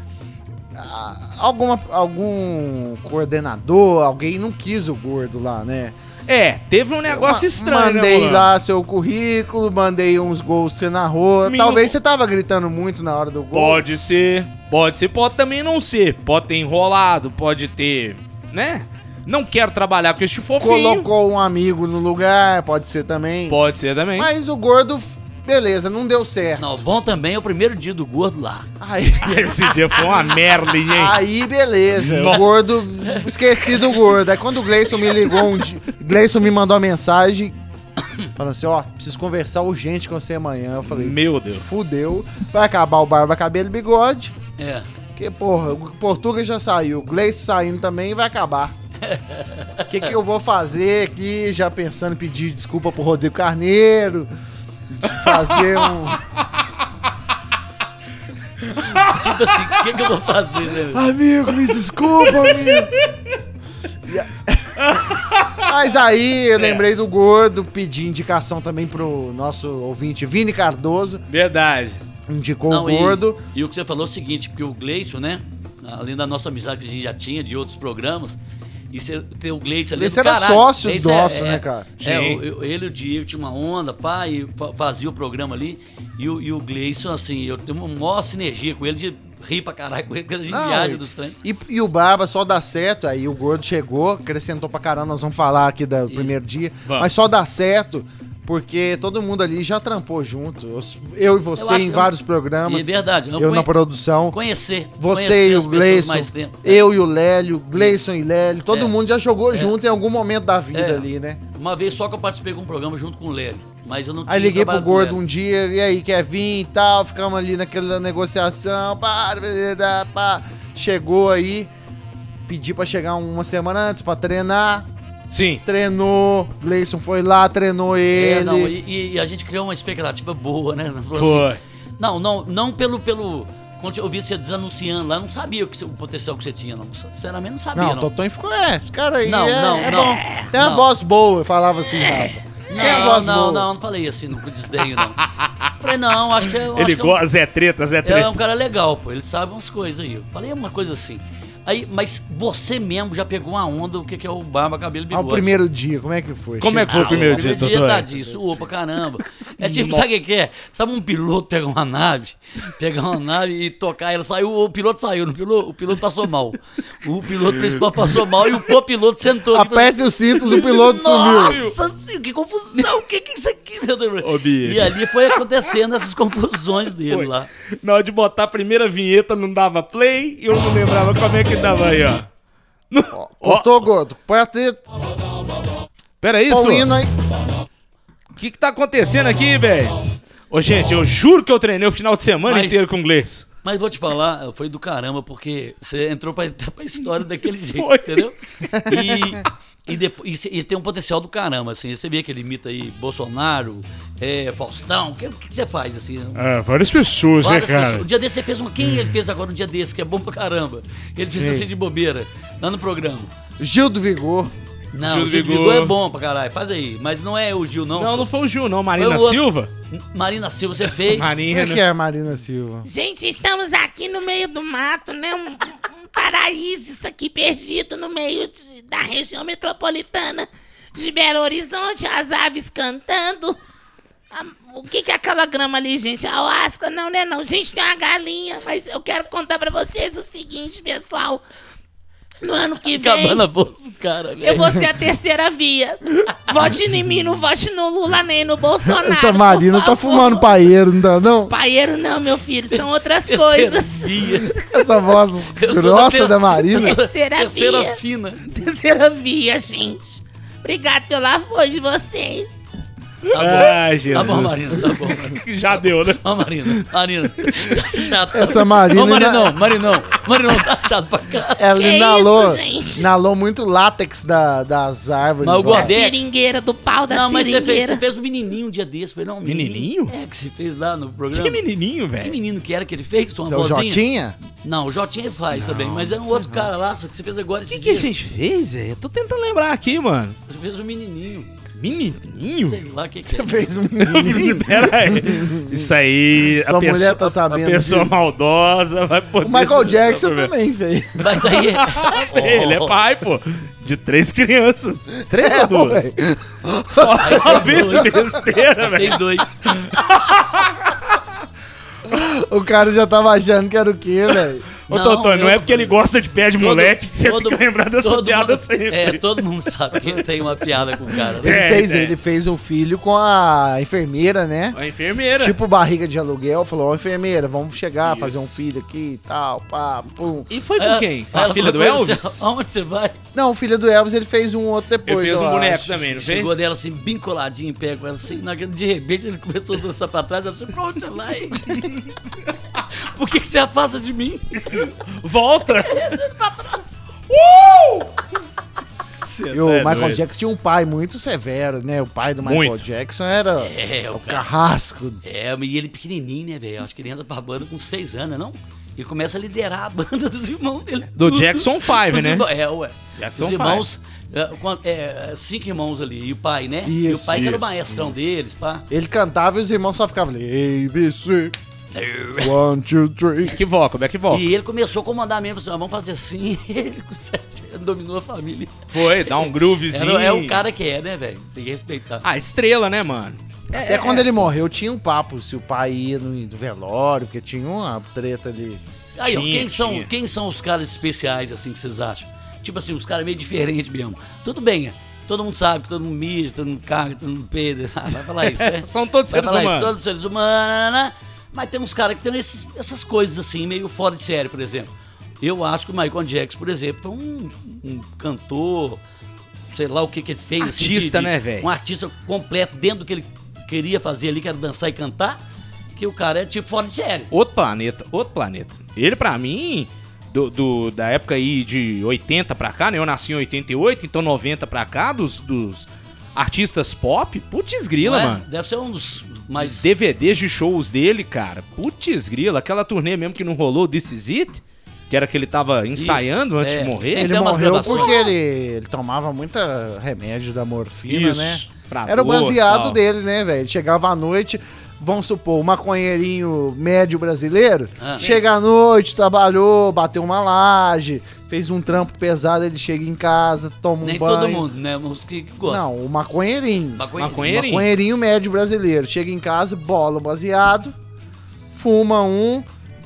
Speaker 4: a- alguma, algum coordenador, alguém não quis o gordo lá, né?
Speaker 2: É, teve um negócio
Speaker 4: Ma-
Speaker 2: estranho,
Speaker 4: Mandei
Speaker 2: né, Mulan?
Speaker 4: lá seu currículo, mandei uns gols que você narrou.
Speaker 2: Minu-
Speaker 4: Talvez você tava gritando muito na hora do gol.
Speaker 2: Pode ser, pode ser, pode também não ser. Pode ter enrolado, pode ter, né? Não quero trabalhar porque este fofinho.
Speaker 4: Colocou um amigo no lugar, pode ser também.
Speaker 2: Pode ser também.
Speaker 4: Mas o gordo, f- beleza, não deu certo.
Speaker 3: Não, bom também é o primeiro dia do gordo lá.
Speaker 4: Aí...
Speaker 5: Esse dia foi uma merda, hein?
Speaker 3: Ah,
Speaker 4: Aí, beleza. O gordo. Esqueci do gordo. Aí quando o Gleison me ligou um dia. Gleison me mandou uma mensagem falando assim: ó, preciso conversar urgente com você amanhã. Eu falei,
Speaker 5: Meu Deus.
Speaker 4: fudeu. Vai acabar o barba, cabelo e bigode. Porque
Speaker 3: É.
Speaker 4: Porque, porra, o Portuga já saiu, o Gleison saindo também vai acabar. O que, que eu vou fazer aqui, já pensando em pedir desculpa pro Rodrigo Carneiro, de fazer um...
Speaker 3: Tipo assim, o que, que eu vou fazer, né? velho?
Speaker 4: Amigo, me desculpa, amigo. E a- Mas aí eu lembrei do gordo, pedi indicação também pro nosso ouvinte Vini Cardoso,
Speaker 2: Verdade.
Speaker 4: indicou
Speaker 3: Não,
Speaker 4: o
Speaker 3: e-
Speaker 4: gordo.
Speaker 3: E, o que você falou é o seguinte, porque o Gleison, né? Além da nossa amizade que a gente já tinha de outros programas, e você ter o Gleison ali.
Speaker 4: Gleison
Speaker 3: do
Speaker 4: era
Speaker 3: caralho.
Speaker 4: sócio
Speaker 3: Gleison
Speaker 4: nosso, né, cara?
Speaker 3: É,
Speaker 2: Sim.
Speaker 3: o- eu- ele e o Diego tinha uma onda, pá, e fa- fazia o programa ali. E o, e o Gleison, assim, eu tenho uma maior sinergia com ele de rir pra caralho com ele, porque a gente
Speaker 4: Não,
Speaker 3: viaja
Speaker 4: e-
Speaker 3: dos trens.
Speaker 4: E, e o Barba só dá certo, aí o gordo chegou, acrescentou pra caramba, nós vamos falar aqui da- do primeiro dia.
Speaker 5: Vamos.
Speaker 4: Mas só dá certo porque todo mundo ali já trampou junto. Eu, eu e você
Speaker 3: acho que
Speaker 4: em
Speaker 3: eu-
Speaker 4: vários
Speaker 3: E é
Speaker 4: programas,
Speaker 3: verdade.
Speaker 4: assim, eu,
Speaker 3: conhe-
Speaker 4: na produção.
Speaker 3: Conhecer.
Speaker 4: Você
Speaker 3: conhecer
Speaker 4: e
Speaker 3: as
Speaker 4: o
Speaker 3: pessoas
Speaker 4: Gleison,
Speaker 3: mais tempo.
Speaker 4: eu e o Lélio, Gleison e Lélio, todo
Speaker 3: É.
Speaker 4: mundo já jogou junto em algum momento da vida
Speaker 3: É.
Speaker 4: ali, né?
Speaker 3: Uma vez só que eu participei de um programa junto com o Lélio, mas eu não tinha
Speaker 4: Aí liguei pro
Speaker 3: trabalhado com
Speaker 4: gordo
Speaker 3: o Lélio.
Speaker 4: um dia, e aí, quer vir e tal, ficamos ali naquela negociação, pá, pá, pá. chegou aí, pedi pra chegar uma semana antes pra treinar,
Speaker 2: Sim.
Speaker 4: treinou, Gleison foi lá, treinou ele.
Speaker 3: É, não, e, e a gente criou uma expectativa boa, né? Falou assim,
Speaker 5: Foi.
Speaker 3: não, não, não pelo, pelo. Quando eu vi você desanunciando lá, eu não sabia o, que você- o potencial que você tinha, não. Sinceramente, não sabia,
Speaker 4: Não,
Speaker 3: não.
Speaker 4: o Totonho ficou, é, esse cara aí
Speaker 3: Não,
Speaker 4: é,
Speaker 3: não,
Speaker 4: é
Speaker 3: não.
Speaker 4: bom. Tem uma
Speaker 3: Não. É.
Speaker 4: voz boa, eu falava assim, Rafa. Tem a
Speaker 3: Não,
Speaker 4: voz
Speaker 3: não,
Speaker 4: boa.
Speaker 3: não, não, falei assim, não com desdenho, não. Falei, não, acho que é. eu acho
Speaker 5: Ele
Speaker 3: que é um-
Speaker 5: gosta, Zé Treta, Zé
Speaker 3: É
Speaker 5: Treta.
Speaker 3: um cara legal, pô. Ele sabe umas coisas aí. Eu falei uma coisa assim. Aí, mas você mesmo já pegou uma onda, o que que é o barba, cabelo e
Speaker 4: Ah, o
Speaker 3: bigode.
Speaker 4: primeiro dia, como é que foi?
Speaker 5: Como é que foi o primeiro dia,
Speaker 3: Primeiro dia
Speaker 5: doutor?
Speaker 3: tá disso, suou pra caramba. É tipo, sabe o que que é? Sabe um piloto pegar uma nave, pegar uma nave e tocar ela, saiu, o piloto saiu, o piloto, o piloto passou mal. O piloto principal passou mal e o copiloto sentou. ali pra-
Speaker 4: Aperte os cintos, o piloto sumiu.
Speaker 3: Nossa senhora, que confusão, o que que é isso aqui, meu Deus?
Speaker 5: Ô, bicho.
Speaker 3: E ali foi acontecendo essas confusões dele
Speaker 5: Foi.
Speaker 3: lá.
Speaker 5: Na hora de botar a primeira vinheta, não dava play e eu não lembrava como é que dava aí, ó. Ó,
Speaker 4: Cortou, gordo. Põe a treta,
Speaker 2: Pera aí,
Speaker 4: põe o
Speaker 2: senhor.
Speaker 4: hino aí.
Speaker 2: O que, que tá acontecendo aqui, velho? Ô, gente, eu juro que eu treinei o final de semana
Speaker 3: Mas-
Speaker 2: inteiro com inglês.
Speaker 3: Mas vou te falar, foi do caramba, porque você entrou pra, pra história daquele jeito,
Speaker 5: Foi.
Speaker 3: entendeu? E, e, depois, e cê- e, tem um potencial do caramba, assim. Você vê que ele imita aí Bolsonaro, é, Faustão, o que que você faz, assim?
Speaker 5: Ah, várias pessoas, né,
Speaker 2: é
Speaker 3: Várias
Speaker 5: cara?
Speaker 3: pessoas. Um dia desse você fez um. Quem ele fez agora um dia desse, que é bom pra caramba? Ele fez assim de bobeira, lá no programa.
Speaker 4: Gil do Vigor.
Speaker 3: Não,
Speaker 5: Gil
Speaker 3: o Gil do
Speaker 5: Vigor.
Speaker 3: Vigor é bom pra caralho, faz aí. Mas não é o Gil, não.
Speaker 2: Não, não foi o Gil, não. Marina
Speaker 3: Foi o outro.
Speaker 2: Silva?
Speaker 3: Marina Silva, você fez.
Speaker 4: Como
Speaker 2: Marina.
Speaker 5: né?
Speaker 4: é que é, Marina Silva?
Speaker 6: Gente, estamos aqui no meio do mato, né? Um, um paraíso, isso aqui perdido no meio de- da região metropolitana de Belo Horizonte, as aves cantando. A- o que, que é aquela grama ali, gente? A oasca? Não, né? Não. Gente, tem uma galinha, mas eu quero contar pra vocês o seguinte, pessoal. No ano que vem.
Speaker 3: Acabando a voz do cara, velho.
Speaker 6: Eu vou ser a terceira via. Vote em mim, não vote no Lula nem no Bolsonaro.
Speaker 4: Essa Marina
Speaker 6: por
Speaker 4: tá
Speaker 6: favor.
Speaker 4: fumando paeiro, não tá não?
Speaker 6: Paeiro não, meu filho, são outras
Speaker 3: Terceira
Speaker 6: coisas.
Speaker 3: via.
Speaker 4: Essa voz
Speaker 3: Eu sou
Speaker 4: grossa
Speaker 3: da-
Speaker 4: da Marina.
Speaker 6: Terceira
Speaker 3: Terceira
Speaker 6: via.
Speaker 3: fina.
Speaker 6: Terceira via, gente. Obrigado pelo amor de vocês.
Speaker 3: Tá bom.
Speaker 5: Ah,
Speaker 3: Tá
Speaker 5: Jesus.
Speaker 3: bom, Marina, tá bom. Marina.
Speaker 5: Já deu, né?
Speaker 3: Ó, Marina, Marina, tá chato.
Speaker 4: Essa Marina
Speaker 3: Ô, Marinão,
Speaker 4: ainda-
Speaker 3: Marinão, Marinão, tá chato pra caralho.
Speaker 4: Ela
Speaker 6: Que
Speaker 4: inalou,
Speaker 6: isso, gente?
Speaker 4: inalou muito látex da- das árvores.
Speaker 3: Mas o
Speaker 4: lá.
Speaker 6: Da
Speaker 3: Gordex.
Speaker 6: seringueira, do pau da
Speaker 3: Não, mas você fez,
Speaker 6: seringueira.
Speaker 3: você fez um menininho um dia desse, foi não? um
Speaker 2: Menininho?
Speaker 3: É, que você fez lá no programa.
Speaker 2: Que menininho,
Speaker 3: Que
Speaker 2: velho.
Speaker 3: menino que era que ele fez? Uma
Speaker 4: Isso é o
Speaker 3: vozinha?
Speaker 4: Jotinha?
Speaker 3: Não, o Jotinha ele faz também, mas é um outro cara lá, só que você fez agora esse
Speaker 2: O que, é que a
Speaker 3: dia.
Speaker 2: gente fez, velho? Eu tô tentando lembrar aqui, mano.
Speaker 3: Você fez um menininho,
Speaker 2: Menininho?
Speaker 3: sei lá o que que é.
Speaker 4: Fez um
Speaker 5: Pera aí. Isso aí,
Speaker 4: Sua
Speaker 5: a pessoa,
Speaker 4: mulher tá
Speaker 5: a-
Speaker 4: sabendo
Speaker 5: a pessoa
Speaker 4: disso.
Speaker 5: maldosa vai poder...
Speaker 4: O Michael Jackson também fez.
Speaker 3: Mas aí é...
Speaker 5: Ele é pai, pô, de três crianças.
Speaker 4: Três
Speaker 5: ou duas? Só se uma vez
Speaker 3: dois.
Speaker 5: besteira, velho.
Speaker 3: Tem dois.
Speaker 4: O cara já tava achando que era o quê, velho?
Speaker 5: Ô, Totônio, não
Speaker 3: eu-
Speaker 5: é porque ele gosta de pé de
Speaker 3: Todo-
Speaker 5: moleque que você
Speaker 3: todo-
Speaker 5: tem que lembrar dessa
Speaker 3: todo
Speaker 5: piada
Speaker 3: mundo-
Speaker 5: sempre.
Speaker 3: É, todo mundo sabe que ele tem uma piada com o cara. né?
Speaker 4: Ele,
Speaker 5: É,
Speaker 4: fez,
Speaker 5: é.
Speaker 4: ele fez o filho com a enfermeira, né?
Speaker 2: A enfermeira.
Speaker 4: Tipo barriga de aluguel, falou, ó, enfermeira, vamos chegar, fazer um
Speaker 5: Isso.
Speaker 4: filho aqui e tal, pá, pum.
Speaker 2: E foi
Speaker 3: Aí
Speaker 2: com quem?
Speaker 3: ela-
Speaker 2: Com a
Speaker 3: ela
Speaker 2: filha do
Speaker 3: falou,
Speaker 2: Elvis?
Speaker 3: Aonde Ah, você vai?
Speaker 4: Não, filha do Elvis, ele fez um outro depois,
Speaker 2: Ele fez
Speaker 4: eu
Speaker 2: um boneco
Speaker 4: acho.
Speaker 2: também, não
Speaker 3: Chegou
Speaker 2: fez?
Speaker 3: dela assim, bem coladinho em pé com ela assim. Naquele, de repente ele começou a dançar pra trás. Ela falou: Pronto, lá. hein?" Por que, que você afasta de mim?
Speaker 5: Volta!
Speaker 2: Uh!
Speaker 4: E
Speaker 2: É,
Speaker 4: o Michael Jackson tinha um pai muito severo, né? O pai do Michael
Speaker 5: Muito.
Speaker 4: Jackson era
Speaker 3: É, o
Speaker 4: o
Speaker 3: cara.
Speaker 4: carrasco.
Speaker 3: É, e ele pequenininho, né, velho? Acho que ele entra pra banda com seis anos, né, não? E começa a liderar a banda dos irmãos dele.
Speaker 2: Do
Speaker 3: Tudo.
Speaker 2: Jackson Five,
Speaker 3: Os
Speaker 2: né?
Speaker 3: irmão- É, ué.
Speaker 2: Jackson
Speaker 3: Os irmãos, é, quan- é, cinco irmãos ali, e o pai, né? e o
Speaker 4: Isso,
Speaker 3: pai que era o
Speaker 4: isso,
Speaker 3: maestrão deles, pá.
Speaker 4: Ele cantava e os irmãos só ficavam ali. A, B, C, one, two, three.
Speaker 2: Que voca, back voca.
Speaker 3: E ele começou a comandar mesmo, assim, ó, vamos fazer assim. Ele com sete anos dominou a família.
Speaker 2: Foi, dá um
Speaker 3: Era-
Speaker 2: groovezinho.
Speaker 3: é o cara que é, né, velho? Tem que respeitar.
Speaker 2: Ah, estrela, né, mano?
Speaker 4: Até quando ele morreu, tinha um papo se o pai ia no do velório, porque tinha uma treta ali.
Speaker 3: Aí, ó,
Speaker 2: Tinha,
Speaker 3: quem, são,
Speaker 2: tinha.
Speaker 3: quem são os caras especiais, assim, que vocês acham? Tipo assim, os caras meio diferentes mesmo. Tudo bem, é, todo mundo sabe que todo mundo mija, todo mundo caga, todo mundo peida. Ah, Vai falar isso, né?
Speaker 2: São todos
Speaker 3: Vai
Speaker 2: seres
Speaker 3: falar
Speaker 2: humanos.
Speaker 3: Isso, todos seres humanos. né? Mas tem uns caras que tem esses- essas coisas assim, meio fora de série, por exemplo. Eu acho que o Michael Jackson, por exemplo, é um, um cantor, sei lá o que que ele fez. assim, de-
Speaker 2: Artista,
Speaker 3: de-
Speaker 2: né, velho?
Speaker 3: Um artista completo dentro do que ele queria fazer ali, que era dançar e cantar. Que o cara é tipo fora de série.
Speaker 2: Outro planeta, outro planeta. Ele, pra mim, do, do- da época aí de 80 pra cá, né? Eu nasci em 88, então 90 pra cá, dos, dos artistas pop, putz grila,
Speaker 3: Não é?
Speaker 2: mano.
Speaker 3: Deve ser um dos
Speaker 2: Mas
Speaker 3: mais.
Speaker 2: DVDs de shows dele, cara, putz grila, aquela turnê mesmo que não rolou, This Is It, que era que ele tava ensaiando antes
Speaker 3: é.
Speaker 2: de morrer.
Speaker 3: Tem
Speaker 4: Ele
Speaker 3: até umas
Speaker 4: morreu
Speaker 3: gravações.
Speaker 4: porque ele, ele tomava muita remédio da morfina,
Speaker 2: Isso,
Speaker 4: né?
Speaker 2: pra
Speaker 3: Tá
Speaker 4: Era o
Speaker 2: dor,
Speaker 4: baseado
Speaker 2: tal.
Speaker 4: dele, né, velho? Ele Chegava à noite, vamos supor, o maconheirinho médio brasileiro,
Speaker 3: Ah.
Speaker 4: chega à noite, trabalhou, bateu uma laje, fez um trampo pesado, ele chega em casa, toma
Speaker 3: Nem
Speaker 4: um banho.
Speaker 3: todo mundo, né? Os que que gostam.
Speaker 4: Não, o maconheirinho.
Speaker 3: Maconha-
Speaker 2: Maconheirinho?
Speaker 4: Maconheirinho médio brasileiro. Chega em casa, bola o baseado, fuma um,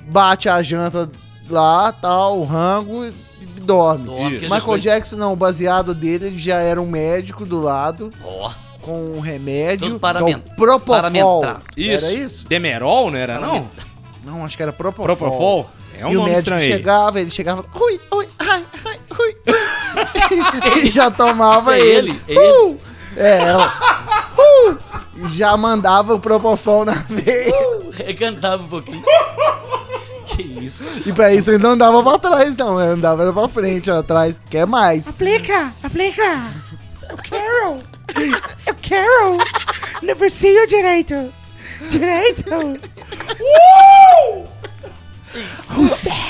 Speaker 4: bate a janta lá, tal, o rango e e dorme.
Speaker 3: Dorme, aqueles
Speaker 4: Michael
Speaker 3: dois-
Speaker 4: Jackson não, o baseado dele ele já era um médico do lado,
Speaker 3: Ó,
Speaker 4: com um remédio,
Speaker 3: Tudo
Speaker 4: que é
Speaker 3: paramen-
Speaker 4: o Propofol.
Speaker 3: paramentado.
Speaker 4: Era isso?
Speaker 2: Demerol, não era não?
Speaker 4: Não, acho que era Propofol.
Speaker 2: Propofol? É um
Speaker 4: e o
Speaker 2: nome
Speaker 4: médico
Speaker 2: estranho. aí.
Speaker 4: chegava, ele chegava, ui, ui, ai, ai, ui, ui. e já tomava
Speaker 3: Isso é
Speaker 4: ele.
Speaker 3: ele, é ele.
Speaker 4: Uh! É, ela. Uh! E já mandava o Propofol na veia.
Speaker 3: eu cantava um pouquinho. que isso?
Speaker 4: E pra isso ele não andava pra trás, não. Ele andava era pra frente, ó, atrás. Quer mais.
Speaker 7: Aplica, aplica. Eu quero. Eu quero. No versinho direito. Direito.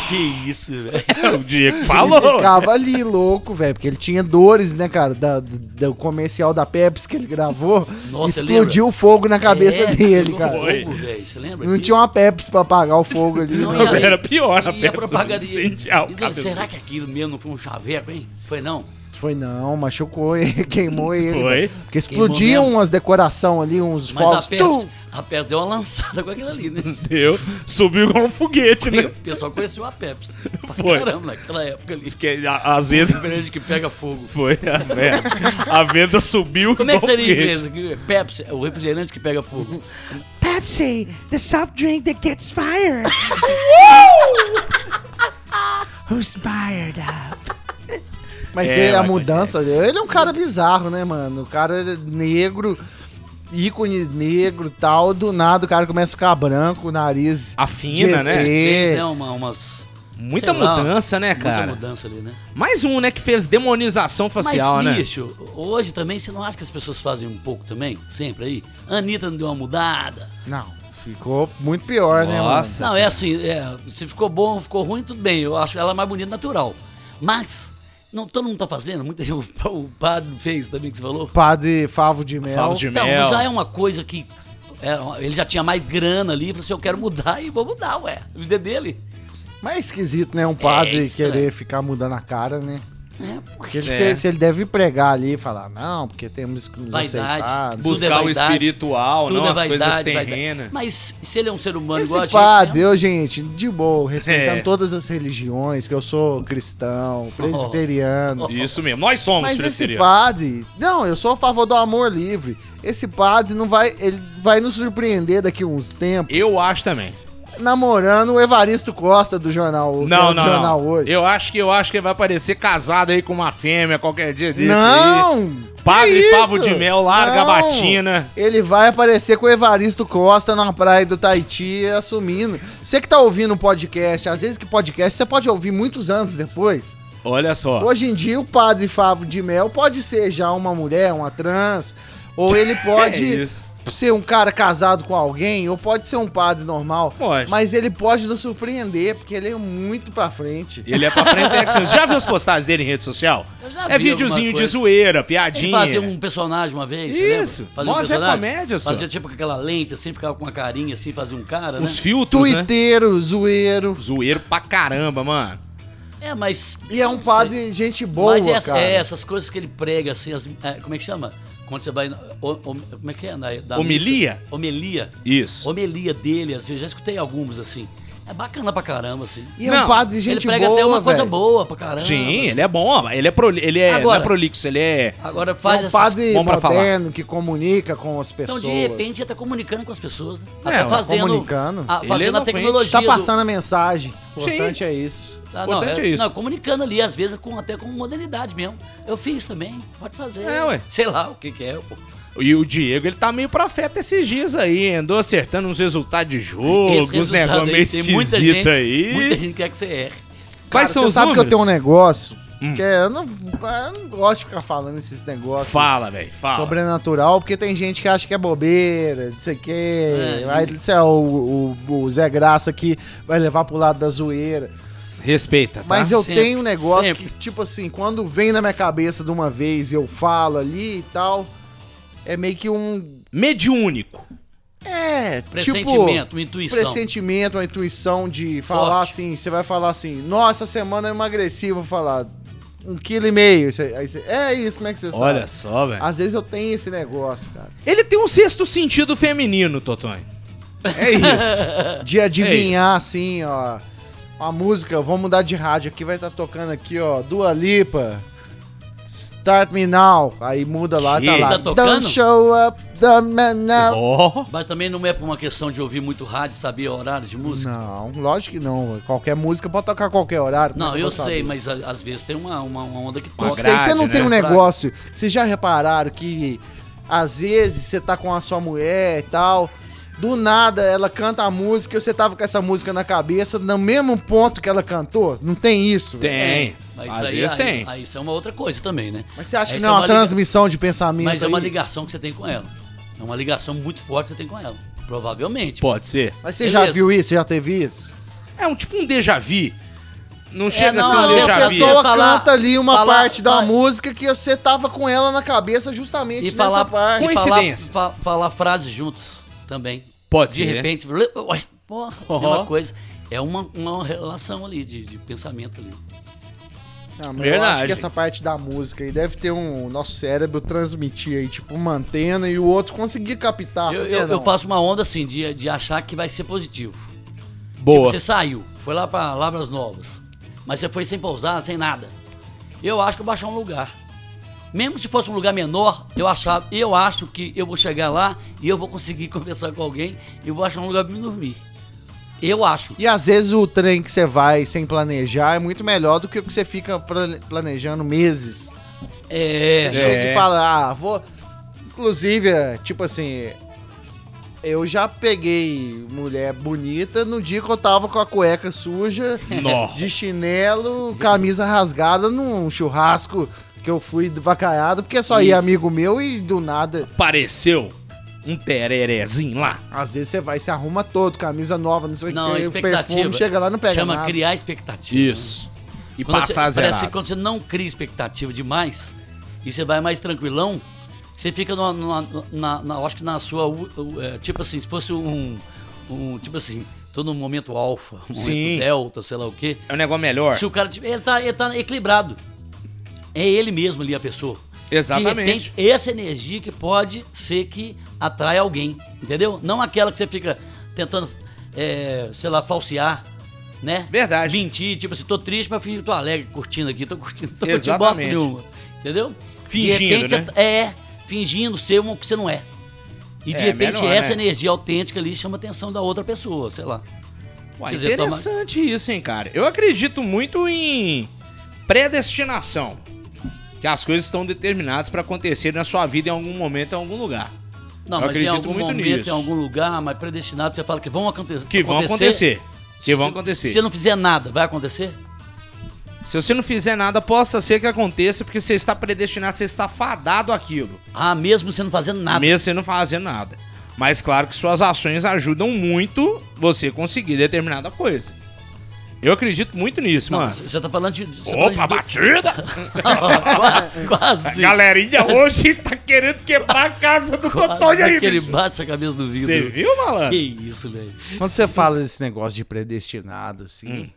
Speaker 3: Que isso, velho?
Speaker 5: o Diego
Speaker 4: Ele
Speaker 5: falou.
Speaker 4: ficava ali, louco, velho. Porque ele tinha dores, né, cara? Da, do, do comercial da Pepsi que ele gravou.
Speaker 3: Nossa,
Speaker 4: explodiu o fogo na cabeça
Speaker 3: É,
Speaker 4: dele,
Speaker 3: pegou
Speaker 4: cara.
Speaker 3: fogo, velho, Você lembra?
Speaker 4: Não
Speaker 3: disso?
Speaker 4: tinha uma Pepsi pra apagar o fogo ali.
Speaker 3: Não,
Speaker 4: né?
Speaker 3: e além-
Speaker 5: Era pior a
Speaker 3: E a
Speaker 5: Pepsi,
Speaker 3: propaganda.
Speaker 5: incendiar o
Speaker 3: E,
Speaker 5: cabelo.
Speaker 3: será que aquilo mesmo não foi um chaveco, hein? Foi não?
Speaker 4: Foi não, machucou ele, queimou ele.
Speaker 5: Foi.
Speaker 4: Porque
Speaker 3: Queimou
Speaker 4: explodiam
Speaker 3: mesmo.
Speaker 4: umas decoração ali, uns
Speaker 3: Mas
Speaker 4: fogos.
Speaker 3: a
Speaker 4: tum!
Speaker 3: Pepsi, a Pepsi deu uma lançada com aquilo ali, né?
Speaker 5: Deu, subiu igual um foguete, né?
Speaker 3: O pessoal conheceu a Pepsi. Pra
Speaker 5: Foi.
Speaker 3: caramba, naquela época ali.
Speaker 5: Diz que a- Às vezes
Speaker 3: Diferente que pega fogo.
Speaker 5: foi a venda. A venda subiu
Speaker 3: Como é que
Speaker 5: igual um
Speaker 3: seria em
Speaker 5: foguete.
Speaker 3: inglês? Pepsi, o refrigerante que pega fogo.
Speaker 7: Pepsi, the soft drink that gets fire. Who's fired up?
Speaker 4: Mas
Speaker 5: É,
Speaker 4: ele- a
Speaker 5: Michael
Speaker 4: mudança
Speaker 5: Jackson.
Speaker 4: dele, ele é um cara bizarro, né, mano? O cara é negro, ícone negro e tal, do nada o cara começa a ficar branco, o nariz.
Speaker 2: Afina, né?
Speaker 4: GT.
Speaker 3: Fez, né, uma- umas...
Speaker 2: Muita
Speaker 3: sei lá,
Speaker 2: mudança, né,
Speaker 3: Muita
Speaker 2: cara?
Speaker 3: mudança ali, né?
Speaker 2: Mais um, né, que fez demonização facial,
Speaker 3: Mas,
Speaker 2: né?
Speaker 3: bicho, hoje também, você não acha que as pessoas fazem um pouco também? Sempre aí? Anitta não deu uma mudada.
Speaker 4: Não, ficou muito pior, né, mano?
Speaker 2: Nossa.
Speaker 3: Não, é assim, é, se ficou bom, ficou ruim, tudo bem. Eu acho ela mais bonita natural. Mas, não, todo mundo tá fazendo, muita gente, o, o padre fez também que você falou.
Speaker 4: Padre Favo de Mel.
Speaker 2: Favo de
Speaker 3: Então,
Speaker 2: mel.
Speaker 3: já é uma coisa que. é, ele já tinha mais grana ali, falou assim: eu quero mudar e vou mudar, ué. A vida é dele.
Speaker 4: Mas é esquisito, né? Um padre
Speaker 3: estranho.
Speaker 4: querer ficar mudando a cara, né?
Speaker 3: É, pô.
Speaker 4: Porque ele,
Speaker 2: É.
Speaker 4: se, se ele deve pregar ali e falar, não, porque temos que nos
Speaker 3: Vaidade.
Speaker 4: aceitar.
Speaker 3: Tudo
Speaker 2: Buscar
Speaker 3: é
Speaker 2: o
Speaker 3: vaidade,
Speaker 2: espiritual,
Speaker 3: tudo
Speaker 2: não
Speaker 3: é
Speaker 2: as coisas
Speaker 3: vaidade, vaidade.
Speaker 2: terrenas.
Speaker 3: Mas se ele é um ser humano igual a
Speaker 4: Esse
Speaker 3: gente,
Speaker 4: padre,
Speaker 3: né?
Speaker 4: eu, gente, de boa, respeitando
Speaker 2: É.
Speaker 4: todas as religiões, que eu sou
Speaker 3: Oh.
Speaker 4: cristão, presbiteriano.
Speaker 2: Isso mesmo, nós somos
Speaker 4: Mas esse
Speaker 2: presbiterianos.
Speaker 4: padre, não, eu sou a favor do amor livre. Esse padre não vai, ele vai nos surpreender daqui a uns tempos,
Speaker 2: Eu acho também.
Speaker 4: namorando o Evaristo Costa do jornal, que é
Speaker 2: Não,
Speaker 4: do
Speaker 2: não,
Speaker 4: jornal
Speaker 2: não.
Speaker 4: hoje.
Speaker 2: Eu acho que eu acho que ele vai aparecer casado aí com uma fêmea qualquer dia desse aí.
Speaker 4: não,
Speaker 2: Padre
Speaker 4: Que
Speaker 2: Favo
Speaker 4: isso?
Speaker 2: de Mel larga
Speaker 4: Não.
Speaker 2: a batina.
Speaker 4: Ele vai aparecer com o Evaristo Costa na praia do Tahiti assumindo. Você que tá ouvindo um podcast, às vezes que podcast você pode ouvir muitos anos depois.
Speaker 2: Olha só.
Speaker 4: Hoje em dia, o padre Favo de Mel pode ser já uma mulher, uma trans, ou ele pode
Speaker 2: É isso.
Speaker 4: ser um cara casado com alguém, ou pode ser um padre normal.
Speaker 2: Pode.
Speaker 4: Mas ele pode nos surpreender, porque ele é muito pra frente.
Speaker 2: Ele é pra frente é que- Já viu as postagens dele em rede social?
Speaker 3: Eu já
Speaker 2: é
Speaker 3: vi
Speaker 2: videozinho
Speaker 3: alguma
Speaker 2: de
Speaker 3: coisa.
Speaker 2: zoeira,
Speaker 3: Ele
Speaker 2: piadinha.
Speaker 3: fazia um personagem uma vez, você lembra?
Speaker 2: Isso.
Speaker 3: Fazia um
Speaker 2: Nossa, é
Speaker 3: personagem.
Speaker 2: comédia, só.
Speaker 3: Fazia tipo com aquela lente assim, ficava com uma carinha assim, fazia um cara,
Speaker 2: Os
Speaker 3: né?
Speaker 2: filtros, né?
Speaker 4: Tuiteiro, zoeiro.
Speaker 2: Zoeiro pra caramba, mano.
Speaker 3: É, mas...
Speaker 4: E é um
Speaker 3: não sei.
Speaker 4: padre gente boa,
Speaker 3: Mas essa-
Speaker 4: cara.
Speaker 3: é, essas coisas que ele prega, assim, as- é, como é que chama? Quando você vai... na- o- o- como é que é? Na, da
Speaker 2: Homilia?
Speaker 3: missa? Homilia.
Speaker 2: Isso.
Speaker 3: Homilia dele, assim, eu já escutei alguns, assim. É bacana pra caramba, assim.
Speaker 4: E é
Speaker 2: Não,
Speaker 4: um padre gente
Speaker 3: ele prega
Speaker 4: boa,
Speaker 3: até uma coisa
Speaker 4: velho.
Speaker 3: boa pra caramba.
Speaker 2: Sim,
Speaker 3: assim.
Speaker 2: ele é bom. Ele é, proli- ele é,
Speaker 3: Agora-
Speaker 2: não é prolixo, ele é...
Speaker 3: Agora faz
Speaker 4: É um
Speaker 3: essas-
Speaker 4: padre
Speaker 2: bom pra
Speaker 4: moderno que comunica com as pessoas.
Speaker 3: Então, de repente, você tá comunicando com as pessoas, né?
Speaker 2: É,
Speaker 3: Até
Speaker 2: ó,
Speaker 3: fazendo,
Speaker 4: comunicando.
Speaker 3: A,
Speaker 2: Ele
Speaker 3: fazendo
Speaker 2: é
Speaker 3: a
Speaker 2: eloquente.
Speaker 3: tecnologia.
Speaker 4: Tá
Speaker 3: do-
Speaker 4: passando a mensagem. O importante é isso.
Speaker 3: Tá, não,
Speaker 2: Importante
Speaker 3: é-
Speaker 2: é isso.
Speaker 3: não, comunicando ali, às vezes com, até com modernidade mesmo. Eu fiz também, pode fazer.
Speaker 2: É, ué.
Speaker 3: Sei lá o que que é. pô.
Speaker 2: E o Diego, ele tá meio profeta esses dias aí, andou acertando uns resultados de jogo,
Speaker 3: Esse
Speaker 2: uns
Speaker 4: né,
Speaker 3: resultado
Speaker 2: negócios meio
Speaker 3: aí, tem muita
Speaker 2: esquisitos
Speaker 3: gente-
Speaker 2: aí.
Speaker 3: Muita gente quer que você erre.
Speaker 4: Cara,
Speaker 2: Quais são
Speaker 4: você
Speaker 2: os
Speaker 4: sabe que eu
Speaker 2: números? Hum.
Speaker 4: tenho um negócio que é- eu não, eu não gosto de ficar falando esses negócios
Speaker 2: Fala, velho, fala.
Speaker 4: sobrenatural, porque tem gente que acha que é bobeira, não sei o quê.
Speaker 3: É.
Speaker 4: Aí, sei lá, o, o- o Zé Graça aqui vai levar pro lado da zoeira.
Speaker 2: Respeita, tá?
Speaker 4: Mas eu
Speaker 3: Sempre,
Speaker 4: tenho um negócio
Speaker 3: sempre.
Speaker 4: que, tipo assim, quando vem na minha cabeça de uma vez eu falo ali e tal, é meio que um.
Speaker 2: Mediúnico.
Speaker 4: É, tipo,
Speaker 3: Pressentimento, uma intuição.
Speaker 4: pressentimento, uma intuição de falar
Speaker 3: Forte.
Speaker 4: assim, você vai falar assim, nossa, essa semana eu emagreci, eu vou falar um quilo e meio. Você- aí você- é isso, como é que você
Speaker 2: Olha
Speaker 4: sabe?
Speaker 2: só, velho.
Speaker 4: Às vezes eu tenho esse negócio, cara,
Speaker 2: Ele tem um sexto sentido feminino, Totonho. É isso.
Speaker 3: É
Speaker 4: de adivinhar assim, ó, a música, vou mudar de rádio aqui, vai estar tocando aqui, ó, Dua Lipa. Start me now. Aí muda lá, tá
Speaker 2: Que?
Speaker 4: lá.
Speaker 3: Tá tocando?
Speaker 4: Don't show up, don't me now.
Speaker 2: Ó.
Speaker 3: Mas também não é por uma questão de ouvir muito rádio, saber horário de música.
Speaker 4: Não, lógico que não. Qualquer música pode tocar a qualquer horário.
Speaker 3: Não,
Speaker 4: como é que
Speaker 3: eu
Speaker 4: vou
Speaker 3: sei,
Speaker 4: saber?
Speaker 3: mas a- às vezes tem uma, uma, uma onda que
Speaker 2: Uma
Speaker 4: Não
Speaker 3: toca.
Speaker 4: sei, você não
Speaker 2: grade,
Speaker 4: tem
Speaker 2: né?
Speaker 4: um negócio. Vocês já repararam que às vezes você tá com a sua mulher e tal. Do nada ela canta a música e você tava com essa música na cabeça, no mesmo ponto que ela cantou. Não tem isso. velho.
Speaker 2: Tem.
Speaker 3: É, Mas
Speaker 2: Às
Speaker 3: aí,
Speaker 2: vezes
Speaker 3: aí-
Speaker 2: tem.
Speaker 3: Aí isso é uma outra coisa também, né?
Speaker 4: Mas você acha que
Speaker 3: Essa
Speaker 4: não é uma,
Speaker 3: liga-
Speaker 4: transmissão de pensamento?
Speaker 3: Mas é uma
Speaker 4: aí?
Speaker 3: ligação que você tem com ela. É uma ligação muito forte que você tem com ela. Provavelmente.
Speaker 2: Pode ser.
Speaker 4: Mas você já
Speaker 3: Beleza.
Speaker 4: viu isso? Você já teve isso?
Speaker 2: É um tipo um déjà vu. Não chega
Speaker 3: É, não,
Speaker 2: a ser um
Speaker 3: às
Speaker 4: Assim, a
Speaker 3: vezes as
Speaker 2: déjà vu.
Speaker 4: pessoa
Speaker 3: pessoas falar-
Speaker 4: canta ali uma
Speaker 3: falar-
Speaker 4: parte da
Speaker 3: falar-
Speaker 4: música que você tava com ela na cabeça justamente
Speaker 3: E
Speaker 4: nessa
Speaker 3: falar,
Speaker 4: parte.
Speaker 3: e falar,
Speaker 2: Coincidências.
Speaker 3: fa- falar frases juntos também.
Speaker 2: Pode
Speaker 3: De
Speaker 2: ser.
Speaker 3: repente, ué, porra,
Speaker 2: Uhum.
Speaker 3: mesma coisa. É uma, uma relação ali, de, de pensamento ali.
Speaker 4: Não, mas Eu
Speaker 2: Verdade.
Speaker 4: acho que essa parte da música aí deve ter um. Nosso cérebro transmitir aí, tipo, uma antena e o outro conseguir captar.
Speaker 3: eu,
Speaker 4: Ah, por que
Speaker 3: eu, eu
Speaker 4: não?
Speaker 3: faço uma onda assim, de, de achar que vai ser positivo.
Speaker 2: Boa.
Speaker 3: Tipo, você saiu, foi lá pra Lavras Novas, mas você foi sem pousada, sem nada. Eu acho que eu vou achar um lugar. Mesmo se fosse um lugar menor, eu achava, eu acho que eu vou chegar lá e eu vou conseguir conversar com alguém e vou achar um lugar pra me dormir. Eu acho.
Speaker 4: E às vezes o trem que você vai sem planejar é muito melhor do que o que você fica pla- planejando meses.
Speaker 3: É.
Speaker 4: Você chega e fala, ah, vou. Inclusive, é, tipo assim. Eu já peguei mulher bonita no dia que eu tava com a cueca suja,
Speaker 2: Nó.
Speaker 4: de chinelo, camisa rasgada num churrasco que eu fui vacaiado, porque é só ia
Speaker 3: Isso.
Speaker 4: amigo meu e do nada.
Speaker 2: Apareceu um tererezinho lá.
Speaker 4: Às vezes você vai, se arruma todo, camisa nova, não sei
Speaker 3: Não,
Speaker 4: o que,
Speaker 3: expectativa.
Speaker 4: chega lá não pega
Speaker 3: Chama
Speaker 4: nada.
Speaker 3: criar expectativa. né?
Speaker 2: Isso. E
Speaker 3: Quando você-
Speaker 2: passar
Speaker 3: Parece
Speaker 2: zerado.
Speaker 3: que quando você não cria expectativa demais e você vai mais tranquilão, você fica numa, numa- na, na- acho que na sua, u- u- é, tipo assim, se fosse um, um tipo assim, tô num momento alfa, um momento
Speaker 2: Sim.
Speaker 3: delta, sei lá o quê.
Speaker 2: É um negócio melhor.
Speaker 3: Se o cara, tiver- ele tá, ele tá equilibrado. É ele mesmo ali a pessoa. De
Speaker 2: Exatamente.
Speaker 3: repente, essa energia que pode ser que atrai alguém, entendeu? Não aquela que você fica tentando, é, sei lá, falsear, né?
Speaker 2: Verdade.
Speaker 3: Mentir, tipo assim, tô triste, mas fingindo que tô alegre, curtindo aqui, tô curtindo, tô curtindo bosta
Speaker 2: Exatamente.
Speaker 3: nenhuma, entendeu?
Speaker 2: Fingindo,
Speaker 3: de repente,
Speaker 2: né?
Speaker 3: você- É, fingindo ser um que você não é. E de
Speaker 2: É,
Speaker 3: repente,
Speaker 2: melhor,
Speaker 3: essa
Speaker 2: né?
Speaker 3: energia autêntica ali chama a atenção da outra pessoa, sei lá.
Speaker 2: Ué,
Speaker 3: Quer dizer, toma-
Speaker 2: interessante isso, hein, cara. Eu acredito muito em predestinação. que as coisas estão determinadas pra acontecer na sua vida em algum momento, em algum lugar.
Speaker 3: Não,
Speaker 2: Eu
Speaker 3: mas em
Speaker 2: acredito
Speaker 3: algum
Speaker 2: muito
Speaker 3: momento,
Speaker 2: nisso.
Speaker 3: em algum lugar, mas predestinado, você fala que vão acontecer.
Speaker 2: Que vão acontecer. Que vão
Speaker 3: Se-
Speaker 2: acontecer.
Speaker 3: Se você não fizer nada, vai acontecer?
Speaker 2: Se você não fizer nada, possa ser que aconteça, porque você está predestinado, você está fadado àquilo.
Speaker 3: Ah, mesmo você não fazendo nada.
Speaker 2: Mesmo você não fazendo nada. Mas claro que suas ações ajudam muito você conseguir determinada coisa. Eu acredito muito nisso,
Speaker 3: Não,
Speaker 2: mano.
Speaker 3: c- Você tá falando de. você tá
Speaker 2: é. Opa,
Speaker 3: falando
Speaker 2: batida!
Speaker 3: de do... Quase.
Speaker 2: Galerinha hoje tá querendo quebrar a casa do
Speaker 3: Quase
Speaker 2: Totonho aí,
Speaker 3: que ele
Speaker 2: bicho.
Speaker 3: bate a cabeça do vidro.
Speaker 2: Você é viu, malandro?
Speaker 3: Que isso, velho.
Speaker 4: Quando você fala desse negócio de predestinado, assim.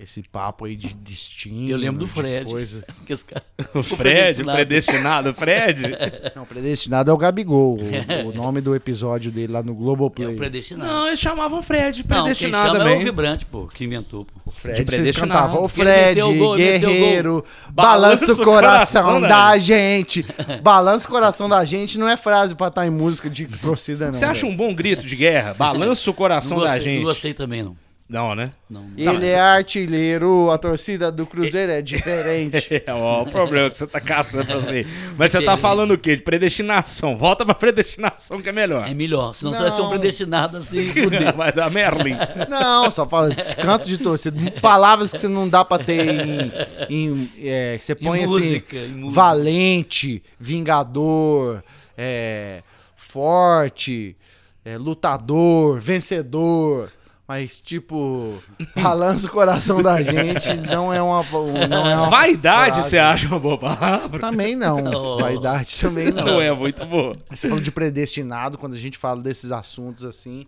Speaker 4: Esse papo aí de destino.
Speaker 3: Eu lembro do
Speaker 4: de
Speaker 3: Fred.
Speaker 4: Coisa.
Speaker 3: Que esse cara-
Speaker 2: O Fred, o predestinado, o Fred.
Speaker 4: Não, predestinado é o Gabigol. O, o nome do episódio dele lá no
Speaker 3: É o
Speaker 4: Globoplay.
Speaker 3: predestinado.
Speaker 2: Não, eles chamavam Fred,
Speaker 3: Não, quem
Speaker 2: predestinado
Speaker 3: chama é o
Speaker 2: também.
Speaker 3: vibrante, pô, que inventou, pô.
Speaker 4: Fred,
Speaker 2: de
Speaker 4: vocês
Speaker 2: predestinado.
Speaker 4: cantavam o
Speaker 3: Porque ele
Speaker 4: Fred,
Speaker 3: meteu o gol, ele meteu o
Speaker 4: guerreiro, balança o coração, da gente. Balança o coração da gente não é frase pra estar em música de torcida, não.
Speaker 2: Você acha
Speaker 4: velho.
Speaker 2: um bom grito de guerra? Balança o
Speaker 3: Não
Speaker 2: coração da
Speaker 3: gostei, não
Speaker 2: gente.
Speaker 3: gostei também, não.
Speaker 2: Não, né?
Speaker 3: não.
Speaker 4: Ele é artilheiro, a torcida do Cruzeiro é diferente.
Speaker 2: É, ó, o problema que você tá caçando pra você. Mas você tá falando o quê? De predestinação. Volta pra predestinação que é melhor.
Speaker 3: É melhor, senão você vai ser
Speaker 4: Não.
Speaker 3: um predestinado assim, fudeu.
Speaker 2: Vai dar Merlin.
Speaker 4: Não, só fala de canto de torcida. Palavras que você não dá pra ter em. em, é, que você põe
Speaker 3: música, em
Speaker 4: assim.
Speaker 3: música.
Speaker 4: Valente, vingador, é, forte, é, lutador, vencedor. Mas, tipo, balança o coração da gente não é uma. Não é uma
Speaker 2: Vaidade,
Speaker 4: frase.
Speaker 2: você acha uma boa palavra?
Speaker 4: Também não. Vaidade também não.
Speaker 2: Não é muito boa.
Speaker 4: Você falou de predestinado, quando a gente fala desses assuntos assim.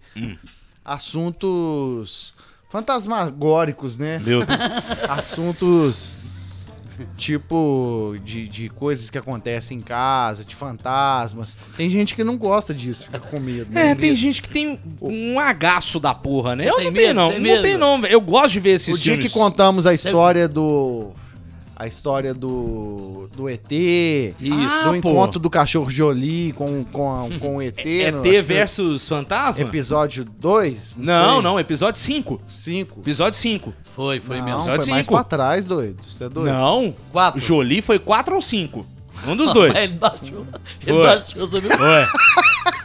Speaker 4: Assuntos fantasmagóricos, né?
Speaker 2: Meu Deus.
Speaker 4: Assuntos tipo de, de coisas que acontecem em casa, de fantasmas. Tem gente que não gosta disso, fica com medo. né?
Speaker 2: É, tem
Speaker 4: Medo.
Speaker 2: gente que tem um agaço da porra, né?
Speaker 3: Você
Speaker 2: eu
Speaker 3: tem
Speaker 2: não
Speaker 3: medo?
Speaker 2: tenho, não.
Speaker 3: Tem
Speaker 2: Não
Speaker 3: medo?
Speaker 2: tenho, não. velho. Eu gosto de ver esses
Speaker 4: O dia que
Speaker 2: filmes.
Speaker 4: contamos a história do. A história do. do ET.
Speaker 2: Ah,
Speaker 4: do
Speaker 2: pô.
Speaker 4: encontro do cachorro Jolie com, com, com o ET. no- acho
Speaker 2: ET
Speaker 4: que
Speaker 2: é
Speaker 4: é
Speaker 2: versus Fantasma?
Speaker 4: Episódio 2?
Speaker 2: Não, não, episódio 5.
Speaker 4: 5.
Speaker 2: Episódio 5.
Speaker 3: Foi, foi
Speaker 4: Não,
Speaker 3: mesmo.
Speaker 4: foi
Speaker 2: Episódio
Speaker 4: mais
Speaker 2: cinco.
Speaker 4: pra trás, doido. Você é doido.
Speaker 2: Não.
Speaker 3: Quatro. É.
Speaker 2: Jolie foi 4 ou 5. Um dos dois.
Speaker 3: Ele baixou, ele
Speaker 2: Foi.
Speaker 3: baixou, você viu?
Speaker 2: Ué.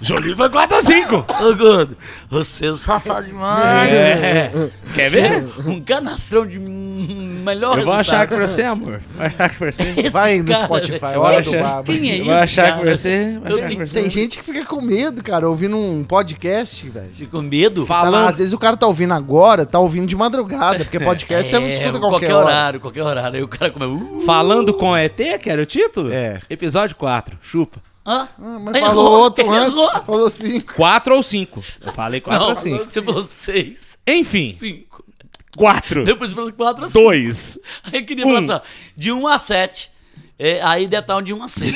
Speaker 2: Jolie foi 4 ou 5.
Speaker 3: Ô, gordo, você é safado demais.
Speaker 2: É. Quer ver?
Speaker 3: Um canastrão de m- melhor
Speaker 2: Eu vou
Speaker 3: resultado.
Speaker 2: achar que você, amor. Vai achar que você.
Speaker 3: Esse
Speaker 4: Vai no
Speaker 3: cara,
Speaker 4: Spotify,
Speaker 3: velho.
Speaker 4: hora
Speaker 2: acho-
Speaker 4: do babo.
Speaker 3: Quem é
Speaker 2: Eu
Speaker 3: isso,
Speaker 2: vou achar
Speaker 3: cara?
Speaker 2: que você. vai
Speaker 3: Eu
Speaker 2: achar que
Speaker 4: Tem,
Speaker 2: você-
Speaker 4: tem gente que fica com medo, cara, ouvindo um podcast, velho.
Speaker 3: Fico com medo.
Speaker 4: Tá lá,
Speaker 2: Falando-
Speaker 4: Às vezes o cara tá ouvindo agora, tá ouvindo de madrugada, porque podcast você não escuta a qualquer, hora.
Speaker 3: É, um horário, qualquer horário. Aí o cara come... Uh,
Speaker 2: Falando com ET, que era o título?
Speaker 4: É.
Speaker 2: Episódio 4. Chupa.
Speaker 3: hã?
Speaker 4: Ah, mas falou outro
Speaker 3: ele
Speaker 4: antes,
Speaker 3: errou.
Speaker 4: falou cinco.
Speaker 2: 4 ou 5. Eu falei 4
Speaker 3: Não,
Speaker 2: ou 5.
Speaker 3: você falou seis,
Speaker 2: Enfim,
Speaker 3: cinco.
Speaker 2: 4.
Speaker 3: Depois você falou quatro, cinco.
Speaker 5: 2.
Speaker 3: Aí eu queria
Speaker 2: Um.
Speaker 3: falar assim, ó, de 1 a 7. É, aí detalhe de 1 a 6.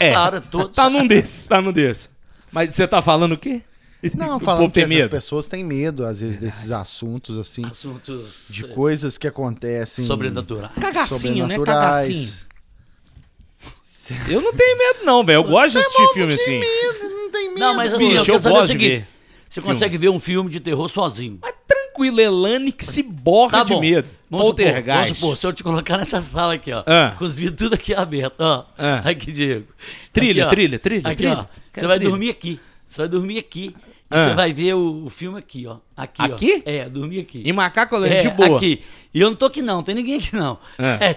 Speaker 3: É,
Speaker 2: É.
Speaker 3: claro, é todos.
Speaker 2: Tá num desses, tá num desses. Mas você tá falando o quê?
Speaker 4: Não,
Speaker 2: O
Speaker 4: falando
Speaker 2: povo
Speaker 4: que
Speaker 2: tem
Speaker 4: as
Speaker 2: medo.
Speaker 4: pessoas têm medo, às vezes, desses assuntos, assim,
Speaker 3: Assuntos
Speaker 4: de
Speaker 3: eh,
Speaker 4: coisas que acontecem.
Speaker 3: sobrenaturais.
Speaker 2: Cagacinho, né?
Speaker 4: sobrenaturais.
Speaker 2: Cagacinho. Eu não tenho medo, não, velho. Eu gosto de assistir filme assim.
Speaker 4: Não tem medo.
Speaker 3: Não, mas assim,
Speaker 2: Bicho,
Speaker 3: eu
Speaker 2: eu
Speaker 3: quero saber o
Speaker 2: gosto de
Speaker 3: seguinte.
Speaker 2: ver
Speaker 3: Você consegue
Speaker 2: filmes.
Speaker 3: ver um filme de terror sozinho. Tá
Speaker 2: Mas tranquilo, Elane que se borra de medo.
Speaker 3: Vamos supor, vamos
Speaker 2: Poltergeist.
Speaker 3: supor, se eu te colocar nessa sala aqui, ó.
Speaker 2: Ah.
Speaker 3: Com os vidros tudo aqui aberto, ó.
Speaker 2: Ah.
Speaker 3: Aqui, Diego. Aqui,
Speaker 2: Trilha,
Speaker 3: ó.
Speaker 2: trilha, trilha,
Speaker 3: Aqui,
Speaker 2: trilha.
Speaker 3: ó.
Speaker 2: Quero
Speaker 3: Você vai
Speaker 2: trilha.
Speaker 3: dormir aqui. Você vai dormir aqui. E
Speaker 2: Ah.
Speaker 3: você vai ver o, o filme aqui, ó. Aqui, ó.
Speaker 2: Aqui?
Speaker 3: É, dormir aqui.
Speaker 2: E macaco Elane,
Speaker 3: É,
Speaker 2: de boa.
Speaker 3: Aqui. E eu não tô aqui, não. Tem ninguém aqui, não.
Speaker 2: Ah.
Speaker 3: É.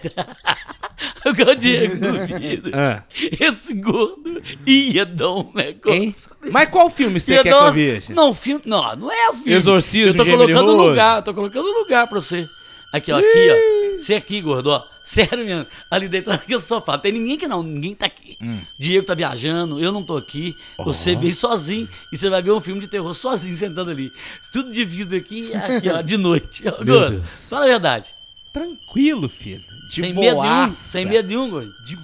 Speaker 3: o que eu digo, duvido.
Speaker 2: Ah.
Speaker 3: Esse gordo ia dar um negócio.
Speaker 2: Hein? Mas qual filme você
Speaker 3: Ia
Speaker 2: quer
Speaker 3: dar
Speaker 2: que eu
Speaker 3: uma-
Speaker 2: veja?
Speaker 3: Não, filme. Não, não é o filme.
Speaker 2: Exorcismo
Speaker 3: Eu tô
Speaker 2: de Emily
Speaker 3: colocando
Speaker 2: Rose.
Speaker 3: lugar, eu tô colocando lugar pra você. Aqui, ó, aqui, ó. Você é aqui, gordo, ó. Sério mesmo. Ali deitado aqui no sofá. Tem ninguém aqui, não. Ninguém tá aqui.
Speaker 2: Hum.
Speaker 3: Diego tá viajando, eu não tô aqui. Você vem sozinho e você vai ver um filme de terror sozinho, sentado ali. Tudo de vidro aqui, aqui, ó, de noite. Ó,
Speaker 2: Meu
Speaker 3: gordo,
Speaker 2: Deus.
Speaker 3: fala a verdade.
Speaker 2: Tranquilo, filho. De
Speaker 3: sem medo nenhum.
Speaker 2: boaça.
Speaker 3: Sem medo nenhum, gordo.
Speaker 2: De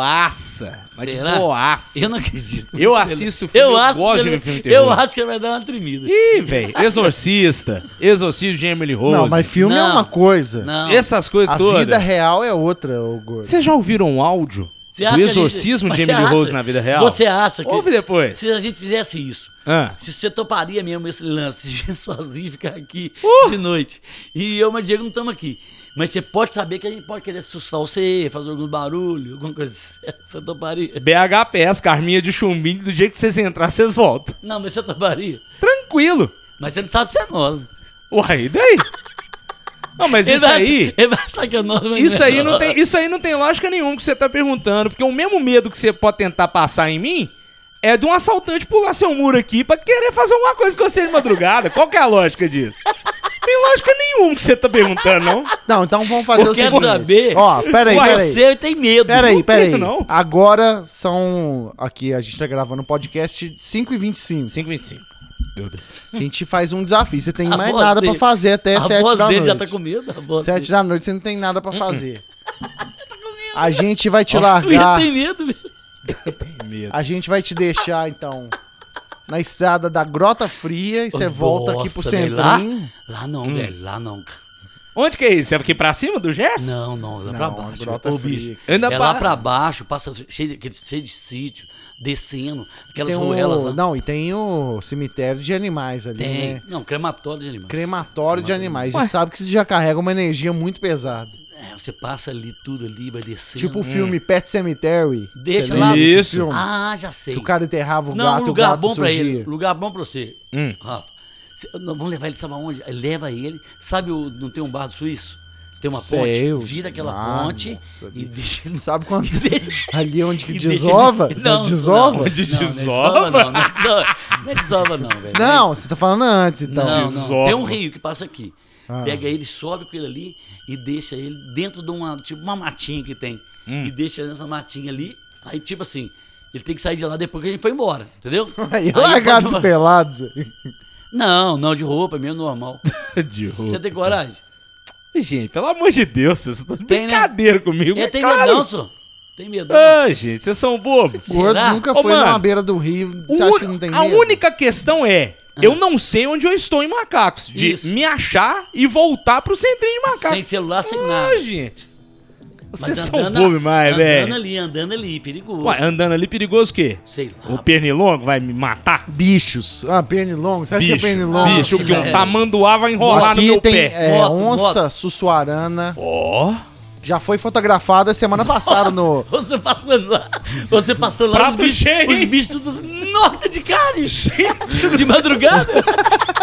Speaker 2: boaça. Mas
Speaker 3: Será?
Speaker 2: de boaça.
Speaker 3: Eu não acredito.
Speaker 2: Eu assisto filme, eu
Speaker 3: acho
Speaker 2: gosto
Speaker 3: que
Speaker 2: de
Speaker 3: ele-
Speaker 2: ver filme de
Speaker 3: Eu
Speaker 2: terror.
Speaker 3: acho que ele vai dar uma tremida.
Speaker 2: Ih, velho. Exorcista. Exorcismo de Emily Rose.
Speaker 4: Não, mas filme é
Speaker 3: Não.
Speaker 4: uma coisa.
Speaker 3: Não.
Speaker 2: Essas coisas
Speaker 4: A é
Speaker 2: todas.
Speaker 4: vida real é outra, ô gordo.
Speaker 2: Vocês já ouviram um áudio
Speaker 3: Você acha
Speaker 2: Do
Speaker 3: que a gente-
Speaker 2: exorcismo de
Speaker 3: Mas você
Speaker 2: Emily
Speaker 3: acha-
Speaker 2: Rose na vida real?
Speaker 3: Você acha que.
Speaker 2: Ouve depois.
Speaker 3: Se a gente fizesse isso,
Speaker 2: Ah.
Speaker 3: se você toparia mesmo esse lance de vir sozinho e ficar aqui
Speaker 2: Uh!
Speaker 3: de noite. E eu, mas Diego, não estamos aqui. Mas você pode saber que a gente pode querer assustar você, fazer algum barulho, alguma coisa. assim. Você toparia?
Speaker 2: BHPS, Carminha de Chumbinho, do jeito que vocês entrarem, vocês voltam.
Speaker 3: Não, mas você toparia.
Speaker 2: Tranquilo.
Speaker 3: Mas você não sabe se é nós.
Speaker 2: Uai, e daí? Não, mas
Speaker 3: Ele
Speaker 2: isso
Speaker 3: vai-
Speaker 2: aí.
Speaker 3: Ele vai achar que é nós, mas
Speaker 2: Isso
Speaker 3: é
Speaker 2: aí, não
Speaker 3: nós.
Speaker 2: tem, isso aí não tem lógica nenhuma que você tá perguntando, porque o mesmo medo que você pode tentar passar em mim é de um assaltante pular seu muro aqui pra querer fazer alguma coisa com você de madrugada. Qual que é a lógica disso? Não tem lógica nenhuma que você tá perguntando, não.
Speaker 4: Não, então vamos fazer
Speaker 3: Eu
Speaker 4: o
Speaker 3: quero
Speaker 4: seguinte.
Speaker 3: é saber
Speaker 4: Ó, peraí,
Speaker 3: se
Speaker 4: peraí.
Speaker 3: Você tem medo.
Speaker 4: Peraí, peraí.
Speaker 2: tenho, não.
Speaker 4: Agora são. Aqui a gente tá gravando um podcast 5h25.
Speaker 2: 5,25.
Speaker 4: A gente faz um desafio. Você tem
Speaker 3: A
Speaker 4: mais
Speaker 3: voz
Speaker 4: nada
Speaker 3: dele-
Speaker 4: pra fazer até
Speaker 3: a
Speaker 4: 7
Speaker 3: voz
Speaker 4: é da
Speaker 3: dele
Speaker 4: noite.
Speaker 3: já tá com medo. A voz
Speaker 4: Sete
Speaker 3: dele. Hum.
Speaker 4: da noite você não tem nada pra fazer. A gente vai te largar.
Speaker 3: Ele tem medo mesmo.
Speaker 4: A gente vai te deixar, então, na estrada da Grota Fria e você volta aqui pro
Speaker 3: Nossa, velho,
Speaker 4: centrinho.
Speaker 3: Lá, lá não,
Speaker 2: Hum.
Speaker 3: velho. Lá não, cara.
Speaker 2: Onde que é isso? É aqui pra cima do Gerson?
Speaker 3: Não, não, é lá
Speaker 4: Não, é
Speaker 3: pra
Speaker 4: a
Speaker 3: baixo.
Speaker 4: Grota
Speaker 3: Ô,
Speaker 4: Fria.
Speaker 3: bicho.
Speaker 2: Anda
Speaker 3: é
Speaker 2: pra-
Speaker 3: lá pra baixo, passa cheio de, aquele- cheio de sítio, descendo, aquelas
Speaker 4: Tem um-
Speaker 3: ruelas lá.
Speaker 4: Não, e tem o cemitério de animais ali,
Speaker 3: tem.
Speaker 4: né?
Speaker 3: Não, crematório de animais.
Speaker 4: Crematório de animais. A gente sabe que você já carrega uma energia muito pesada.
Speaker 3: É, você passa ali tudo ali, vai descendo.
Speaker 4: Tipo o filme Pet Cemetery.
Speaker 3: É. Deixa
Speaker 4: Você
Speaker 3: lá.
Speaker 4: lembra desse
Speaker 2: Isso.
Speaker 4: filme?
Speaker 3: Ah, já sei.
Speaker 4: Que o cara enterrava o
Speaker 3: Não,
Speaker 4: gato
Speaker 3: um
Speaker 4: e o
Speaker 3: lugar
Speaker 4: gato
Speaker 3: bom pra
Speaker 4: surgia.
Speaker 3: ele. Lugar bom pra você. Rafa. Cê- nós vamos levar ele, sabe aonde? Leva ele. Sabe, o, não tem um bar do suíço? Tem uma
Speaker 4: Sei, eu-
Speaker 3: ponte. Vira aquela
Speaker 4: Ah,
Speaker 3: ponte
Speaker 4: nossa,
Speaker 3: e
Speaker 4: Deus.
Speaker 3: deixa ele
Speaker 4: Sabe quando...
Speaker 3: deixa-
Speaker 4: ali é onde que
Speaker 3: E deixa ele-
Speaker 4: desova? Não, desova?
Speaker 3: Não,
Speaker 5: De
Speaker 3: não, não é
Speaker 5: desova?
Speaker 3: Não, não é desova, não, é desova, não, velho.
Speaker 4: Não, você tá falando antes, então. Ah.
Speaker 3: Não, não.
Speaker 5: Desova.
Speaker 3: Tem um rio que passa aqui. Pega ele, sobe com ele ali e deixa ele dentro de uma, tipo, uma matinha que tem.
Speaker 2: Hum.
Speaker 3: E deixa ele nessa matinha ali. Aí, tipo assim, ele tem que sair de lá depois que a gente foi embora, entendeu?
Speaker 4: Aí,
Speaker 3: Aí
Speaker 4: largados
Speaker 3: pode-
Speaker 4: pelados.
Speaker 3: Não, não, de roupa mesmo, normal.
Speaker 5: De
Speaker 3: Você tem coragem?
Speaker 2: Gente, pelo amor de Deus, vocês estão de
Speaker 3: Tem, né?
Speaker 2: brincadeira comigo.
Speaker 3: Ele
Speaker 2: é
Speaker 3: tem medo
Speaker 2: claro.
Speaker 3: não, senhor. Tem medo não.
Speaker 2: Ah, gente, vocês são bobos.
Speaker 4: O gordo
Speaker 3: Será?
Speaker 4: nunca
Speaker 2: Ô,
Speaker 4: foi na
Speaker 2: mano,
Speaker 4: beira do rio. Você
Speaker 2: O
Speaker 4: acha
Speaker 2: uni-
Speaker 4: que não tem
Speaker 2: a
Speaker 4: medo?
Speaker 2: única questão é, eu não sei onde eu estou em macacos. De
Speaker 3: Ah. Isso.
Speaker 2: me achar e voltar pro centrinho de macacos.
Speaker 3: Sem celular, sem
Speaker 2: Ah,
Speaker 3: nada.
Speaker 2: gente.
Speaker 3: Mas
Speaker 2: Vocês são
Speaker 3: andando-
Speaker 2: bobos demais,
Speaker 3: Andando
Speaker 2: velho.
Speaker 3: ali, andando ali, perigoso.
Speaker 2: Ué, andando ali perigoso o quê?
Speaker 3: Sei lá.
Speaker 2: O pernilongo vai me matar?
Speaker 4: Bichos. Ah, pernilongo. Você acha
Speaker 2: Bicho,
Speaker 4: que é pernilongo?
Speaker 2: bicho,
Speaker 3: Não,
Speaker 2: que um
Speaker 3: velho.
Speaker 2: tamanduá vai enrolar
Speaker 4: Aqui
Speaker 2: no meu
Speaker 4: tem
Speaker 2: pé.
Speaker 4: é,
Speaker 3: Moto,
Speaker 4: onça sussuarana.
Speaker 2: Ó,
Speaker 4: Já foi fotografada semana passada no...
Speaker 3: Você passando lá, você passando lá,
Speaker 2: Prato
Speaker 3: os bichos,
Speaker 2: cheio.
Speaker 3: os bichos todos nota de carne, de madrugada.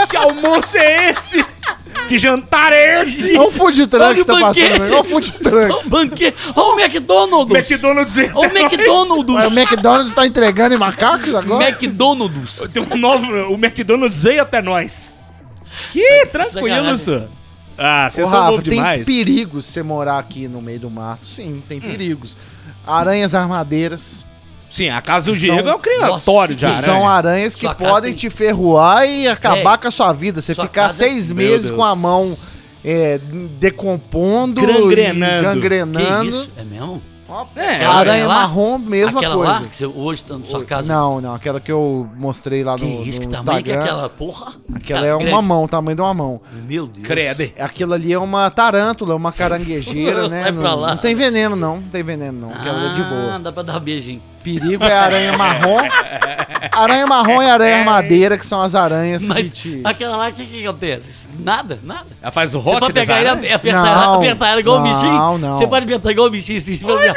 Speaker 2: que almoço é esse? que jantar é esse?
Speaker 4: Olha o um food truck
Speaker 3: Olha
Speaker 4: que
Speaker 3: o
Speaker 4: tá passando.
Speaker 3: banquete.
Speaker 4: né? Olha o food truck.
Speaker 3: Olha o banquete, olha o McDonald's.
Speaker 2: McDonald's é-
Speaker 3: Olha o McDonald's.
Speaker 4: Mas o McDonald's tá entregando em macacos agora?
Speaker 3: McDonald's.
Speaker 2: Tem um novo. O McDonald's veio até nós. Que tranquilo,
Speaker 3: sacanagem.
Speaker 2: senhor. Ah,
Speaker 4: Ô,
Speaker 2: vocês são bobos
Speaker 4: tem
Speaker 2: demais. Hum.
Speaker 4: perigos você morar aqui no meio do mato. Sim, tem perigos. Aranhas armadeiras.
Speaker 2: Sim, a casa do
Speaker 4: Que
Speaker 2: Diego
Speaker 4: são-
Speaker 2: é o criatório né?
Speaker 3: Nossa,
Speaker 2: de
Speaker 4: Que
Speaker 2: aranha.
Speaker 4: são aranhas que
Speaker 3: Sua casa
Speaker 4: podem
Speaker 3: tem-
Speaker 4: te ferroar e acabar com a sua vida. Você
Speaker 3: sua
Speaker 4: ficar
Speaker 3: casa- é-
Speaker 4: seis
Speaker 2: Meu
Speaker 4: meses
Speaker 2: Deus.
Speaker 4: com a mão é, decompondo,
Speaker 2: Gangrenando.
Speaker 4: e gangrenando.
Speaker 3: Que isso? É mesmo?
Speaker 2: É,
Speaker 4: A aranha
Speaker 3: lá?
Speaker 4: marrom, mesma
Speaker 3: aquela
Speaker 4: coisa.
Speaker 3: lá que você hoje tá na sua casa.
Speaker 4: Não, não, aquela que eu mostrei lá
Speaker 3: Que
Speaker 4: no,
Speaker 3: isso, que
Speaker 4: no
Speaker 3: tamanho que é
Speaker 4: Instagram. aquela
Speaker 3: aquela porra? Tá
Speaker 4: é uma
Speaker 3: Grande.
Speaker 4: mão, o tamanho de uma mão.
Speaker 3: Meu Deus.
Speaker 2: Credo.
Speaker 4: Aquilo ali é uma tarântula, uma caranguejeira, né?
Speaker 3: Vai
Speaker 4: Não,
Speaker 3: pra lá.
Speaker 4: não tem veneno, não. Não tem veneno, não. Aquela é de
Speaker 3: Ah,
Speaker 4: boa.
Speaker 3: dá pra dar beijinho.
Speaker 4: Perigo é aranha marrom. Aranha marrom e aranha madeira, que são as aranhas
Speaker 3: Mas
Speaker 4: que te...
Speaker 3: aquela lá, o que que acontece? Nada, nada.
Speaker 2: Ela faz o
Speaker 3: Você
Speaker 2: rock
Speaker 3: pode
Speaker 2: das
Speaker 3: pegar ele
Speaker 2: aranhas.
Speaker 3: e apertar, ela-
Speaker 4: Não,
Speaker 3: apertar ela igual um
Speaker 4: não,
Speaker 3: bichinho?
Speaker 4: não.
Speaker 3: Você pode apertar igual um bichinho assim, tipo assim, ó,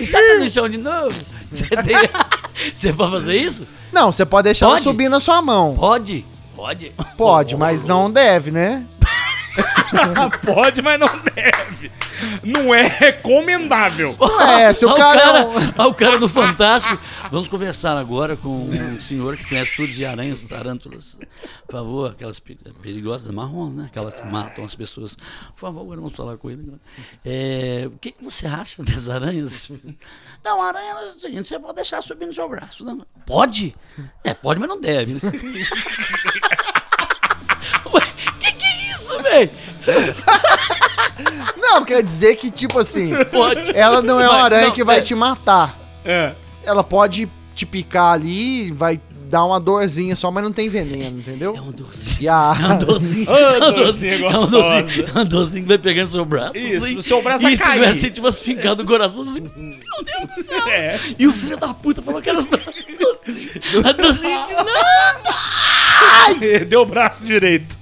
Speaker 3: e senta no chão de novo. Você, tem- Você pode fazer isso?
Speaker 4: Não, você pode deixar
Speaker 3: Pode?
Speaker 4: ela subir na sua mão.
Speaker 3: Pode. Pode.
Speaker 4: Pode, mas não deve, né?
Speaker 2: Pode, mas não deve. Não é recomendável.
Speaker 4: É, se o
Speaker 3: Olha
Speaker 4: cara é um-
Speaker 3: olha o cara do Fantástico. Vamos conversar agora com um senhor que conhece tudo de aranhas, tarântulas. Por favor, aquelas pe- perigosas marrons, né? Aquelas que matam as pessoas. Por favor, agora vamos falar com ele. É, o que, que você acha das aranhas? Não, aranha é o seguinte, você pode deixar subir no seu braço. Não. Pode? É, pode, mas não deve. Né? Ué, que que é isso, velho?
Speaker 4: Não, quer dizer que, tipo assim,
Speaker 3: Pode.
Speaker 4: ela não é uma
Speaker 3: Mas,
Speaker 4: aranha
Speaker 3: não,
Speaker 4: que vai
Speaker 3: é.
Speaker 4: te matar. Ela pode te picar ali, vai dá uma dorzinha só, mas não tem veneno, entendeu?
Speaker 3: É um docinho.
Speaker 4: E a...
Speaker 3: É um docinho.
Speaker 5: Ah,
Speaker 3: é um
Speaker 5: dorzinha
Speaker 3: docinho. É um
Speaker 5: gostosa.
Speaker 3: docinho. É um docinho que vai pegando seu braço.
Speaker 5: Isso,
Speaker 3: assim.
Speaker 5: o seu braço vai
Speaker 3: E você
Speaker 5: cair.
Speaker 3: vai assim, tipo, assim, fincando o coração. Assim, meu Deus do céu.
Speaker 5: É.
Speaker 3: E o filho da puta falou que era só um docinho. A docinho de nada.
Speaker 5: Deu o braço direito.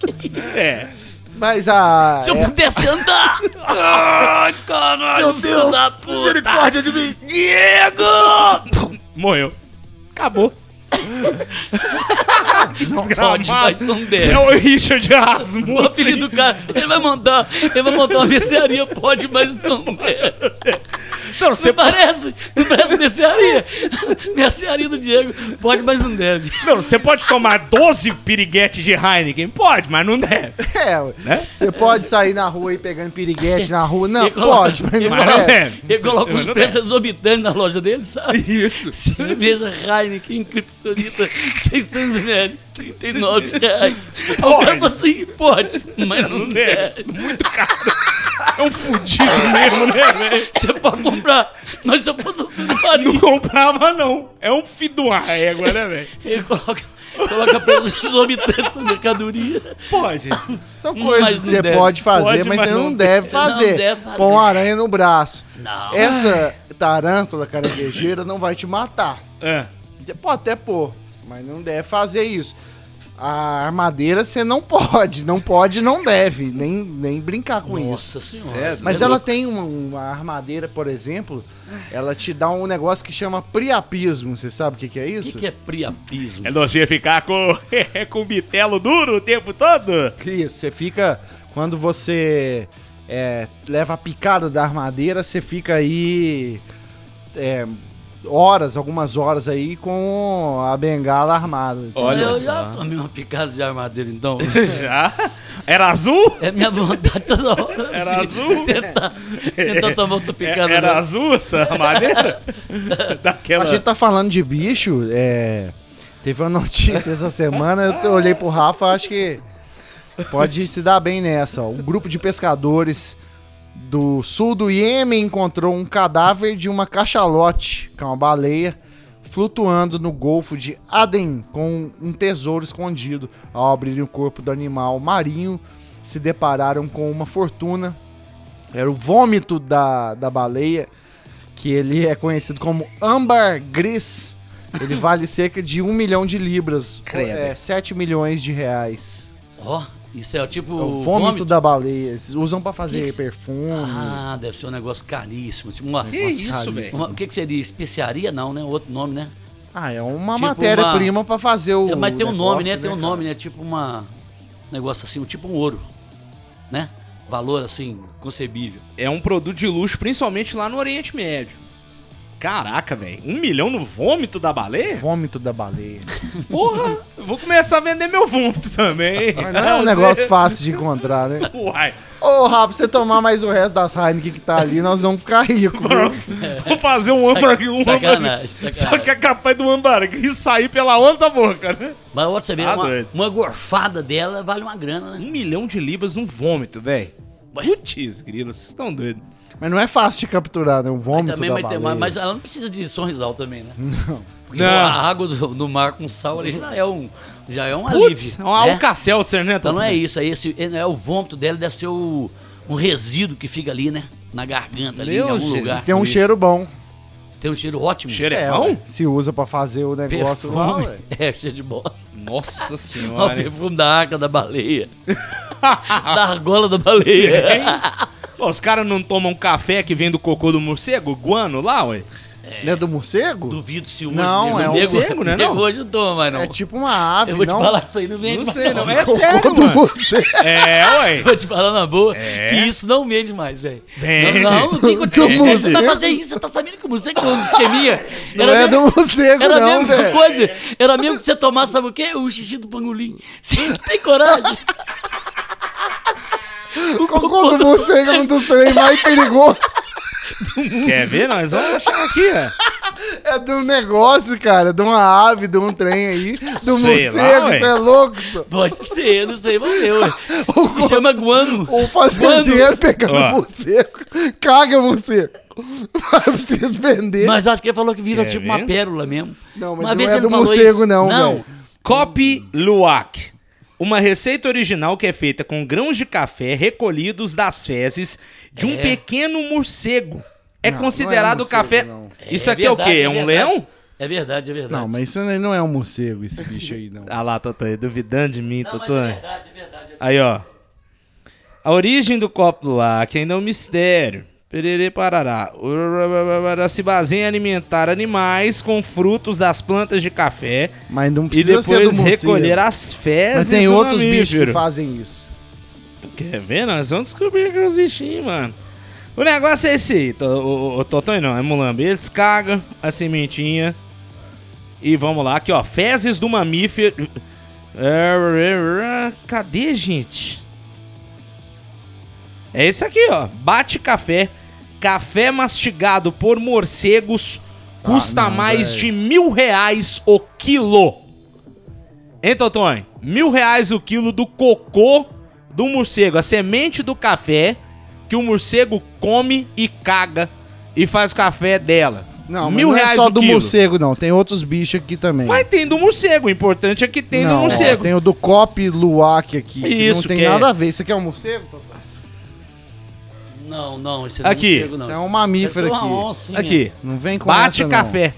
Speaker 5: É.
Speaker 4: Mas a...
Speaker 3: Se eu
Speaker 4: é-
Speaker 3: pudesse andar. Ai, caralho. Meu Deus da puta. Misericórdia de mim. Diego.
Speaker 5: Morreu.
Speaker 2: Acabou.
Speaker 3: Pode,
Speaker 2: Desgramado.
Speaker 3: mas não
Speaker 5: É
Speaker 3: deve.
Speaker 5: o Richard
Speaker 3: O
Speaker 5: Asmus.
Speaker 3: apelido do cara, ele vai montar, ele vai montar uma mercearia, pode, mas não deve.
Speaker 5: Não,
Speaker 3: Você
Speaker 5: você
Speaker 3: parece? Não parece mercearia? mercearia do Diego. Pode, mas não deve.
Speaker 5: Não, você pode tomar 12 piriguetes de Heineken? Pode, mas não deve.
Speaker 4: É,
Speaker 5: Né?
Speaker 4: você pode sair na rua e pegando piriguete na rua. Não,
Speaker 3: E coloca-
Speaker 4: pode, mas não
Speaker 5: Mas não
Speaker 4: é.
Speaker 5: deve.
Speaker 3: Ele coloca
Speaker 5: Mas
Speaker 3: os
Speaker 5: não
Speaker 3: preços exorbitantes na loja dele, sabe?
Speaker 5: Isso.
Speaker 3: Cerveja Heineken Kryptonita, 600 ml, 39 reais.
Speaker 5: Pode.
Speaker 3: O cara falou assim, pode, mas não, é.
Speaker 5: Não deve.
Speaker 3: deve.
Speaker 5: Muito caro. É um fudido mesmo, né, velho?
Speaker 3: Você pode comprar, mas só pode ser no
Speaker 5: Não
Speaker 3: farinha.
Speaker 5: comprava, não. É um filho de uma régua, né, velho?
Speaker 3: Ele coloca, coloca preços exorbitantes na mercadoria.
Speaker 5: Pode.
Speaker 4: São
Speaker 3: Mas
Speaker 4: coisas que
Speaker 3: não
Speaker 4: você
Speaker 3: deve.
Speaker 4: pode fazer,
Speaker 5: Pode,
Speaker 4: mas
Speaker 5: mas
Speaker 4: você não,
Speaker 5: não
Speaker 4: deve
Speaker 3: não
Speaker 4: fazer.
Speaker 3: deve fazer.
Speaker 4: Põe uma aranha no braço.
Speaker 3: Não.
Speaker 4: Essa tarântula caranguejeira não vai te matar.
Speaker 5: É.
Speaker 4: Você pode até pôr, mas não deve fazer isso. A armadeira você não pode, não pode, não deve, nem, nem brincar com isso.
Speaker 3: Nossa é senhora.
Speaker 4: Mas ela tem uma, uma armadeira, por exemplo, ela te dá um negócio que chama priapismo. Você sabe o que, que é
Speaker 3: O que,
Speaker 4: isso?
Speaker 3: que é priapismo?
Speaker 5: É nós ia ficar com, com o bitelo duro o tempo todo?
Speaker 4: Isso, você fica. Quando você é, leva a picada da armadeira, você fica aí. é, horas, algumas horas aí com a bengala armada.
Speaker 5: Olha
Speaker 3: eu já tomei uma picada de armadeira, então.
Speaker 5: Já? Era azul?
Speaker 3: É minha vontade toda hora.
Speaker 5: Era
Speaker 3: de
Speaker 5: azul?
Speaker 3: Tentar, tentar tomar outra
Speaker 5: É-
Speaker 3: picada.
Speaker 5: era
Speaker 3: né?
Speaker 5: azul essa madeira? Daquela.
Speaker 4: A gente tá falando de bicho, é, Teve uma notícia essa semana, eu te- olhei pro Rafa, acho que pode se dar bem nessa. ó. Um grupo de pescadores do sul do Iêmen encontrou um cadáver de uma cachalote, que é uma baleia, flutuando no Golfo de Aden com um tesouro escondido. Ao abrirem o corpo do animal marinho, se depararam com uma fortuna. Era o vômito da, da baleia que ele é conhecido como âmbar gris. Ele vale cerca de um milhão de libras,
Speaker 2: Credo.
Speaker 4: é, 7 milhões de reais.
Speaker 3: Ó, isso é o tipo.
Speaker 4: É o vômito, da baleia. Eles usam pra fazer
Speaker 3: Que que-
Speaker 4: perfume.
Speaker 3: Ah, deve ser um negócio caríssimo. Tipo uma,
Speaker 2: Que isso, velho?
Speaker 3: uma- o que, que seria? Especiaria? Não, né? Outro nome, né?
Speaker 4: Ah, é uma
Speaker 3: Tipo
Speaker 4: matéria-prima pra fazer o.
Speaker 3: É, mas tem um nome, né?
Speaker 4: negócio,
Speaker 3: Tem um
Speaker 4: cara?
Speaker 3: nome, né? Tipo uma. Negócio assim, um tipo um ouro. Né? Valor assim, concebível.
Speaker 2: É um produto de luxo, principalmente lá no Oriente Médio. Caraca, velho. Um milhão no vômito da baleia?
Speaker 4: É Vômito da baleia.
Speaker 2: Porra, eu vou começar a vender meu vômito também.
Speaker 4: Mas não é um negócio fácil de encontrar, né?
Speaker 5: Uai.
Speaker 4: Ô, Rafa, você tomar mais o resto das Heineken que tá ali, nós vamos ficar ricos. viu?
Speaker 5: Vou fazer um hambúrguer. Um
Speaker 3: Sacanagem,
Speaker 5: hambúrguer. Só
Speaker 3: sacanagem.
Speaker 5: que é capaz do hambúrguer sair pela onda da boca, né?
Speaker 3: Mas olha, você vê,
Speaker 5: Tá
Speaker 3: uma,
Speaker 5: doido.
Speaker 3: uma gorfada dela vale uma grana, né?
Speaker 2: Um milhão de libras num vômito, velho. Putz, grilo, vocês estão doidos.
Speaker 4: Mas não é fácil de capturar, né? O vômito
Speaker 3: Também
Speaker 4: da
Speaker 3: vai ter
Speaker 4: baleia.
Speaker 3: mais, mas ela não precisa de sorrisal também, né? Não. Porque
Speaker 2: Não.
Speaker 3: a água do, do mar com sal ali já é um, já é um
Speaker 2: Putz,
Speaker 3: alívio.
Speaker 2: é um
Speaker 3: né?
Speaker 2: Alka-Seltzer, né?
Speaker 3: Então não é
Speaker 2: Tatu?
Speaker 3: isso, é esse, é o vômito dela, deve ser o, um resíduo que fica ali, né? Na garganta, ali,
Speaker 2: Meu
Speaker 3: em algum
Speaker 2: Jesus.
Speaker 3: lugar.
Speaker 4: Tem um cheiro bom.
Speaker 3: Tem um cheiro ótimo.
Speaker 5: Cheiro é,
Speaker 4: É,
Speaker 5: bom?
Speaker 4: ué, se usa pra fazer o negócio lá,
Speaker 3: Perfume.
Speaker 4: ué.
Speaker 3: É, cheiro de bosta.
Speaker 2: Nossa
Speaker 3: Olha o
Speaker 2: senhora. hein?
Speaker 3: perfume da arca da baleia. da argola da baleia.
Speaker 2: Pô, os caras não tomam café que vem do cocô do morcego? Guano lá, ué?
Speaker 4: Não é do morcego?
Speaker 3: Duvido se hoje.
Speaker 4: Não,
Speaker 3: nego-
Speaker 4: é um
Speaker 3: nego-
Speaker 2: cego, né, não?
Speaker 3: nego hoje não toma, mas não.
Speaker 4: É tipo uma ave,
Speaker 3: Eu vou te
Speaker 4: não?
Speaker 3: falar que isso aí não vende
Speaker 2: Não
Speaker 3: mais,
Speaker 2: sei, não. É
Speaker 4: Cocô
Speaker 2: sério,
Speaker 4: do
Speaker 2: mano.
Speaker 4: morcego.
Speaker 5: É, ué.
Speaker 3: Vou te falar na boa que isso não vende mais, velho. Não,
Speaker 5: Vende.
Speaker 3: não, não tem condição.
Speaker 4: Do
Speaker 3: Aí Você tá
Speaker 4: museu.
Speaker 3: fazendo isso, você tá sabendo que o museu que é um esqueminha.
Speaker 4: Não é do morcego,
Speaker 3: Era a
Speaker 4: não,
Speaker 3: mesma
Speaker 4: velho.
Speaker 3: coisa. Era mesmo que você tomar, sabe o quê? O xixi do pangolim. Você não tem coragem. O
Speaker 4: Cocô do morcego é um dos três mais perigosos.
Speaker 5: Quer ver? Nós vamos achar aqui, ó.
Speaker 4: É de um negócio, cara. De uma ave, de um trem aí. Do
Speaker 5: Sei lá,
Speaker 4: morcego,
Speaker 5: ué.
Speaker 4: você é louco. só.
Speaker 3: Pode ser, eu não sei, vamos ver. ué. é Se chama guano.
Speaker 4: O fazendeiro pegando
Speaker 5: Ó.
Speaker 4: morcego. Caga morcego. Mas vocês vender.
Speaker 3: Mas acho que ele falou que vira
Speaker 2: Quer
Speaker 3: tipo
Speaker 2: ver?
Speaker 3: uma pérola mesmo.
Speaker 4: Não, mas
Speaker 3: Uma
Speaker 4: não
Speaker 3: vez
Speaker 4: é
Speaker 3: ele
Speaker 4: do
Speaker 3: falou
Speaker 4: morcego,
Speaker 3: isso.
Speaker 4: não,
Speaker 3: Não,
Speaker 4: velho.
Speaker 2: Kopi Luwak. Uma receita original que é feita com grãos de café recolhidos das fezes de um
Speaker 3: É.
Speaker 2: pequeno morcego. É
Speaker 4: Não, não é
Speaker 2: considerado
Speaker 4: morcego,
Speaker 2: café.
Speaker 4: não.
Speaker 2: Isso aqui
Speaker 3: verdade,
Speaker 2: é o quê? É, um
Speaker 3: verdade.
Speaker 2: leão?
Speaker 3: É verdade, é verdade.
Speaker 4: Não, mas isso não é um morcego, esse bicho aí, não.
Speaker 2: Ah lá, Totônia, duvidando de mim,
Speaker 3: Não, mas
Speaker 2: Totônia.
Speaker 3: é verdade, é verdade.
Speaker 2: Aí, ó. A origem do copo do lac ainda é um mistério. Pererê parará. Urarararara Se baseia em alimentar animais com frutos das plantas de café
Speaker 4: Mas não
Speaker 2: e
Speaker 4: precisa ser do
Speaker 2: depois
Speaker 4: morcego.
Speaker 2: recolher as fezes
Speaker 4: Mas tem
Speaker 2: do
Speaker 4: outros bichos que
Speaker 2: mamífero.
Speaker 4: fazem isso.
Speaker 2: Quer ver? Nós vamos descobrir que os bichinhos, mano. O negócio é esse aí. to- O, o, o Totonho não, é mulambo. Eles cagam a sementinha. E vamos lá, aqui ó. Fezes do mamífero. Cadê, gente? É isso aqui, ó. Bate café. Café mastigado por morcegos custa
Speaker 4: Ah,
Speaker 2: mais de mil reais o quilo. Hein, Totonho? Mil reais o quilo do cocô do morcego. A semente do café que o morcego come e caga e faz café dela.
Speaker 4: Não,
Speaker 2: mil
Speaker 4: mas não é
Speaker 2: reais
Speaker 4: só
Speaker 2: o
Speaker 4: do
Speaker 2: quilo.
Speaker 4: morcego, não. Tem outros bichos aqui também.
Speaker 2: Mas tem do um morcego. O importante é que tem
Speaker 4: não,
Speaker 2: do
Speaker 4: ó,
Speaker 2: morcego.
Speaker 4: tem o do Cop Luwak aqui, que
Speaker 2: Isso,
Speaker 4: não tem
Speaker 2: que é-
Speaker 4: nada a ver. Isso aqui é um morcego, Totó?
Speaker 3: Não, não, isso é
Speaker 2: Aqui.
Speaker 3: morcego, não.
Speaker 4: Isso é um mamífero
Speaker 3: Isso é uma
Speaker 4: aqui.
Speaker 3: oncinha.
Speaker 2: Aqui.
Speaker 4: Não vem com essa,
Speaker 2: Bate
Speaker 4: não.
Speaker 2: café.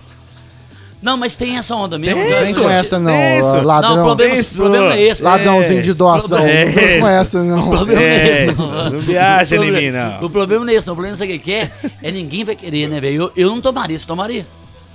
Speaker 3: Não, mas tem essa onda mesmo. já
Speaker 2: Tem
Speaker 4: Não
Speaker 2: isso.
Speaker 4: vem
Speaker 3: escutei.
Speaker 4: com essa, não,
Speaker 2: tem isso.
Speaker 4: ó, ladrão.
Speaker 3: Não, o problema,
Speaker 2: Isso.
Speaker 3: o problema não é esse.
Speaker 4: Ladrãozinho de doação. Não
Speaker 2: problema-
Speaker 4: vem com
Speaker 2: É
Speaker 4: essa, não.
Speaker 3: O problema não é esse,
Speaker 2: Isso,
Speaker 3: não.
Speaker 2: não
Speaker 3: O
Speaker 2: viaja em mim,
Speaker 3: problema-
Speaker 2: não.
Speaker 3: O problema não é esse, não. O problema sabe o que que é? É ninguém vai querer, né, velho? Eu, eu não tomaria, você tomaria?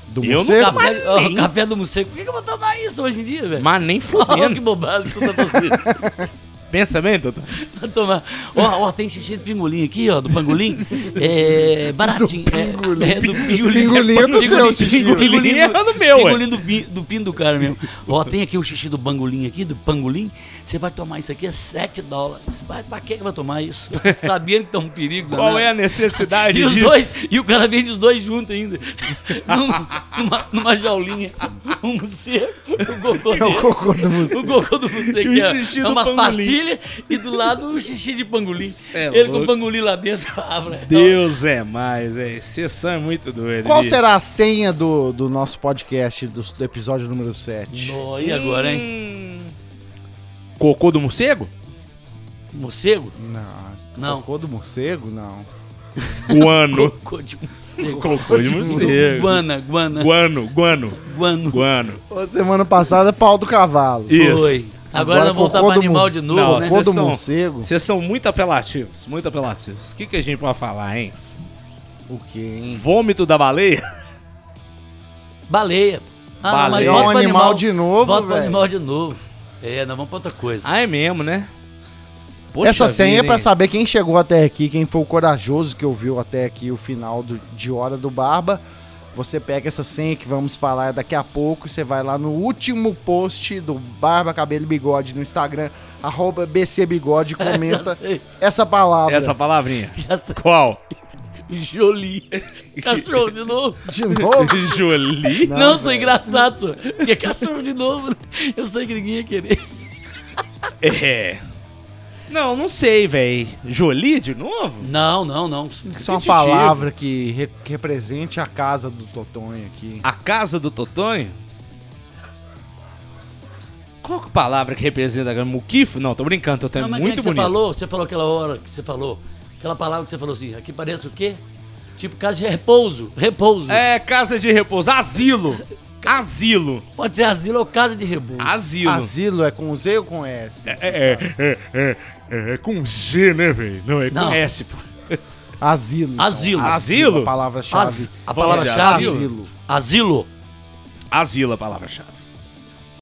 Speaker 4: Do
Speaker 2: é Eu não
Speaker 4: morcego?
Speaker 3: Café, ó, café do morcego. Por que, que eu vou tomar isso hoje em dia, velho?
Speaker 2: Mas nem
Speaker 3: Olha que
Speaker 2: fudendo.
Speaker 3: bobagem que tu tá torcendo.
Speaker 2: Pensa bem, doutor.
Speaker 3: Vai tomar. Ó, ó, tem xixi de pingolim aqui, ó, do pangolim. É. Baratinho.
Speaker 4: pingolim.
Speaker 3: É, é do pingolim.
Speaker 4: Pingolim é do
Speaker 3: Pingolim,
Speaker 4: seu xixi.
Speaker 3: pingolim,
Speaker 2: Pingolim é do meu, ué.
Speaker 3: Pingolim do, pi- do pin do cara mesmo. Ó, tem aqui o xixi do bangolim aqui, do pangolim. Você vai tomar isso aqui, é 7 dólares. Vai, pra que que vai tomar isso? Sabendo que tá um perigo.
Speaker 2: Qual
Speaker 3: danado.
Speaker 2: é a necessidade
Speaker 3: E os
Speaker 2: disso?
Speaker 3: dois, e o cara vende os dois juntos ainda. Numa, numa, numa jaulinha. Um morcego, o cocô
Speaker 4: É o
Speaker 3: dele.
Speaker 4: cocô do
Speaker 3: O
Speaker 4: morcego.
Speaker 3: cocô do morcego
Speaker 2: E
Speaker 3: que
Speaker 2: o
Speaker 3: é,
Speaker 2: xixi
Speaker 3: é
Speaker 2: do
Speaker 3: umas
Speaker 2: pangolim.
Speaker 3: pastilhas e do lado o xixi de pangolim.
Speaker 2: é
Speaker 3: Ele com
Speaker 2: louco.
Speaker 3: o pangolim lá dentro. Ah, velho.
Speaker 2: Deus é mais, é. Vocês são muito doidos.
Speaker 4: Qual
Speaker 2: bicho.
Speaker 4: será a senha do, do nosso podcast, do, do episódio número 7?
Speaker 3: Nó, e agora, hein?
Speaker 2: Hum. Cocô do morcego?
Speaker 3: Morcego?
Speaker 4: Não.
Speaker 3: Não.
Speaker 4: Cocô do morcego? Não.
Speaker 5: Guano.
Speaker 3: Cocô de morcego.
Speaker 5: Cocô de morcego.
Speaker 3: Guana, guana,
Speaker 5: Guano, guano,
Speaker 3: guano.
Speaker 5: guano.
Speaker 4: Ô, Semana passada, pau do cavalo.
Speaker 5: Isso.
Speaker 3: Foi. Agora,
Speaker 4: Agora
Speaker 3: vamos voltar
Speaker 4: cocô
Speaker 3: pra
Speaker 4: do
Speaker 3: animal
Speaker 4: mu-
Speaker 3: de novo,
Speaker 2: Não,
Speaker 3: né?
Speaker 4: Cocô
Speaker 2: vocês
Speaker 4: do
Speaker 2: são-
Speaker 4: morcego?
Speaker 2: Vocês são muito apelativos, muito apelativos. O que, que a gente pode falar, hein?
Speaker 4: O quê, hein?
Speaker 2: Vômito da baleia?
Speaker 3: Baleia. Ah, não, mas
Speaker 2: Baleia.
Speaker 3: volta
Speaker 4: É um
Speaker 3: pro
Speaker 4: animal de novo,
Speaker 3: Volta pro
Speaker 4: velho.
Speaker 3: animal de novo. É, nós vamos pra outra coisa.
Speaker 2: Ah, é mesmo, né? Poxa
Speaker 4: Essa senha
Speaker 2: vida,
Speaker 4: é pra
Speaker 2: hein?
Speaker 4: saber quem chegou até aqui, quem foi o corajoso que ouviu até aqui o final do- de Hora do Barba. Você pega essa senha que vamos falar daqui a pouco. Você vai lá no último post do Barba Cabelo e Bigode no Instagram, arroba BC Bigode,
Speaker 3: Já
Speaker 4: comenta
Speaker 3: sei,
Speaker 4: essa palavra.
Speaker 2: Essa palavrinha.
Speaker 3: já sei.
Speaker 5: Qual?
Speaker 3: Jolie. Cachorro de novo.
Speaker 4: De novo?
Speaker 5: Jolie?
Speaker 3: Não, sou
Speaker 4: velho.
Speaker 3: engraçado, senhor. Porque é cachorro de novo. né? Eu sei que ninguém ia querer.
Speaker 2: É. Não, não sei, velho. Jolie de novo?
Speaker 3: Não, não, não.
Speaker 4: Isso é uma palavra que re- represente a casa do Totonho aqui.
Speaker 2: A casa do Totonho? Qual que é palavra que representa agora? Muquifo? Não, tô brincando, Totonho.
Speaker 3: Não,
Speaker 2: é
Speaker 3: mas
Speaker 2: muito
Speaker 3: quem é que
Speaker 2: bonito.
Speaker 3: Você falou, você falou aquela hora que você falou. Aquela palavra que você falou assim. Aqui parece o quê? Tipo casa de repouso. Repouso.
Speaker 2: É, casa de repouso. Asilo. Asilo.
Speaker 3: Pode ser asilo ou casa de repouso.
Speaker 2: Asilo.
Speaker 4: Asilo é com Z ou com S?
Speaker 5: É, é, é, é, é com G, né, velho? Não, é com
Speaker 3: Não.
Speaker 2: S, pô.
Speaker 4: Asilo. então.
Speaker 3: Asilo.
Speaker 2: Asilo?
Speaker 4: A palavra-chave. é
Speaker 3: As- a palavra-chave.
Speaker 4: Asilo.
Speaker 3: Asilo.
Speaker 2: Asilo é a palavra-chave.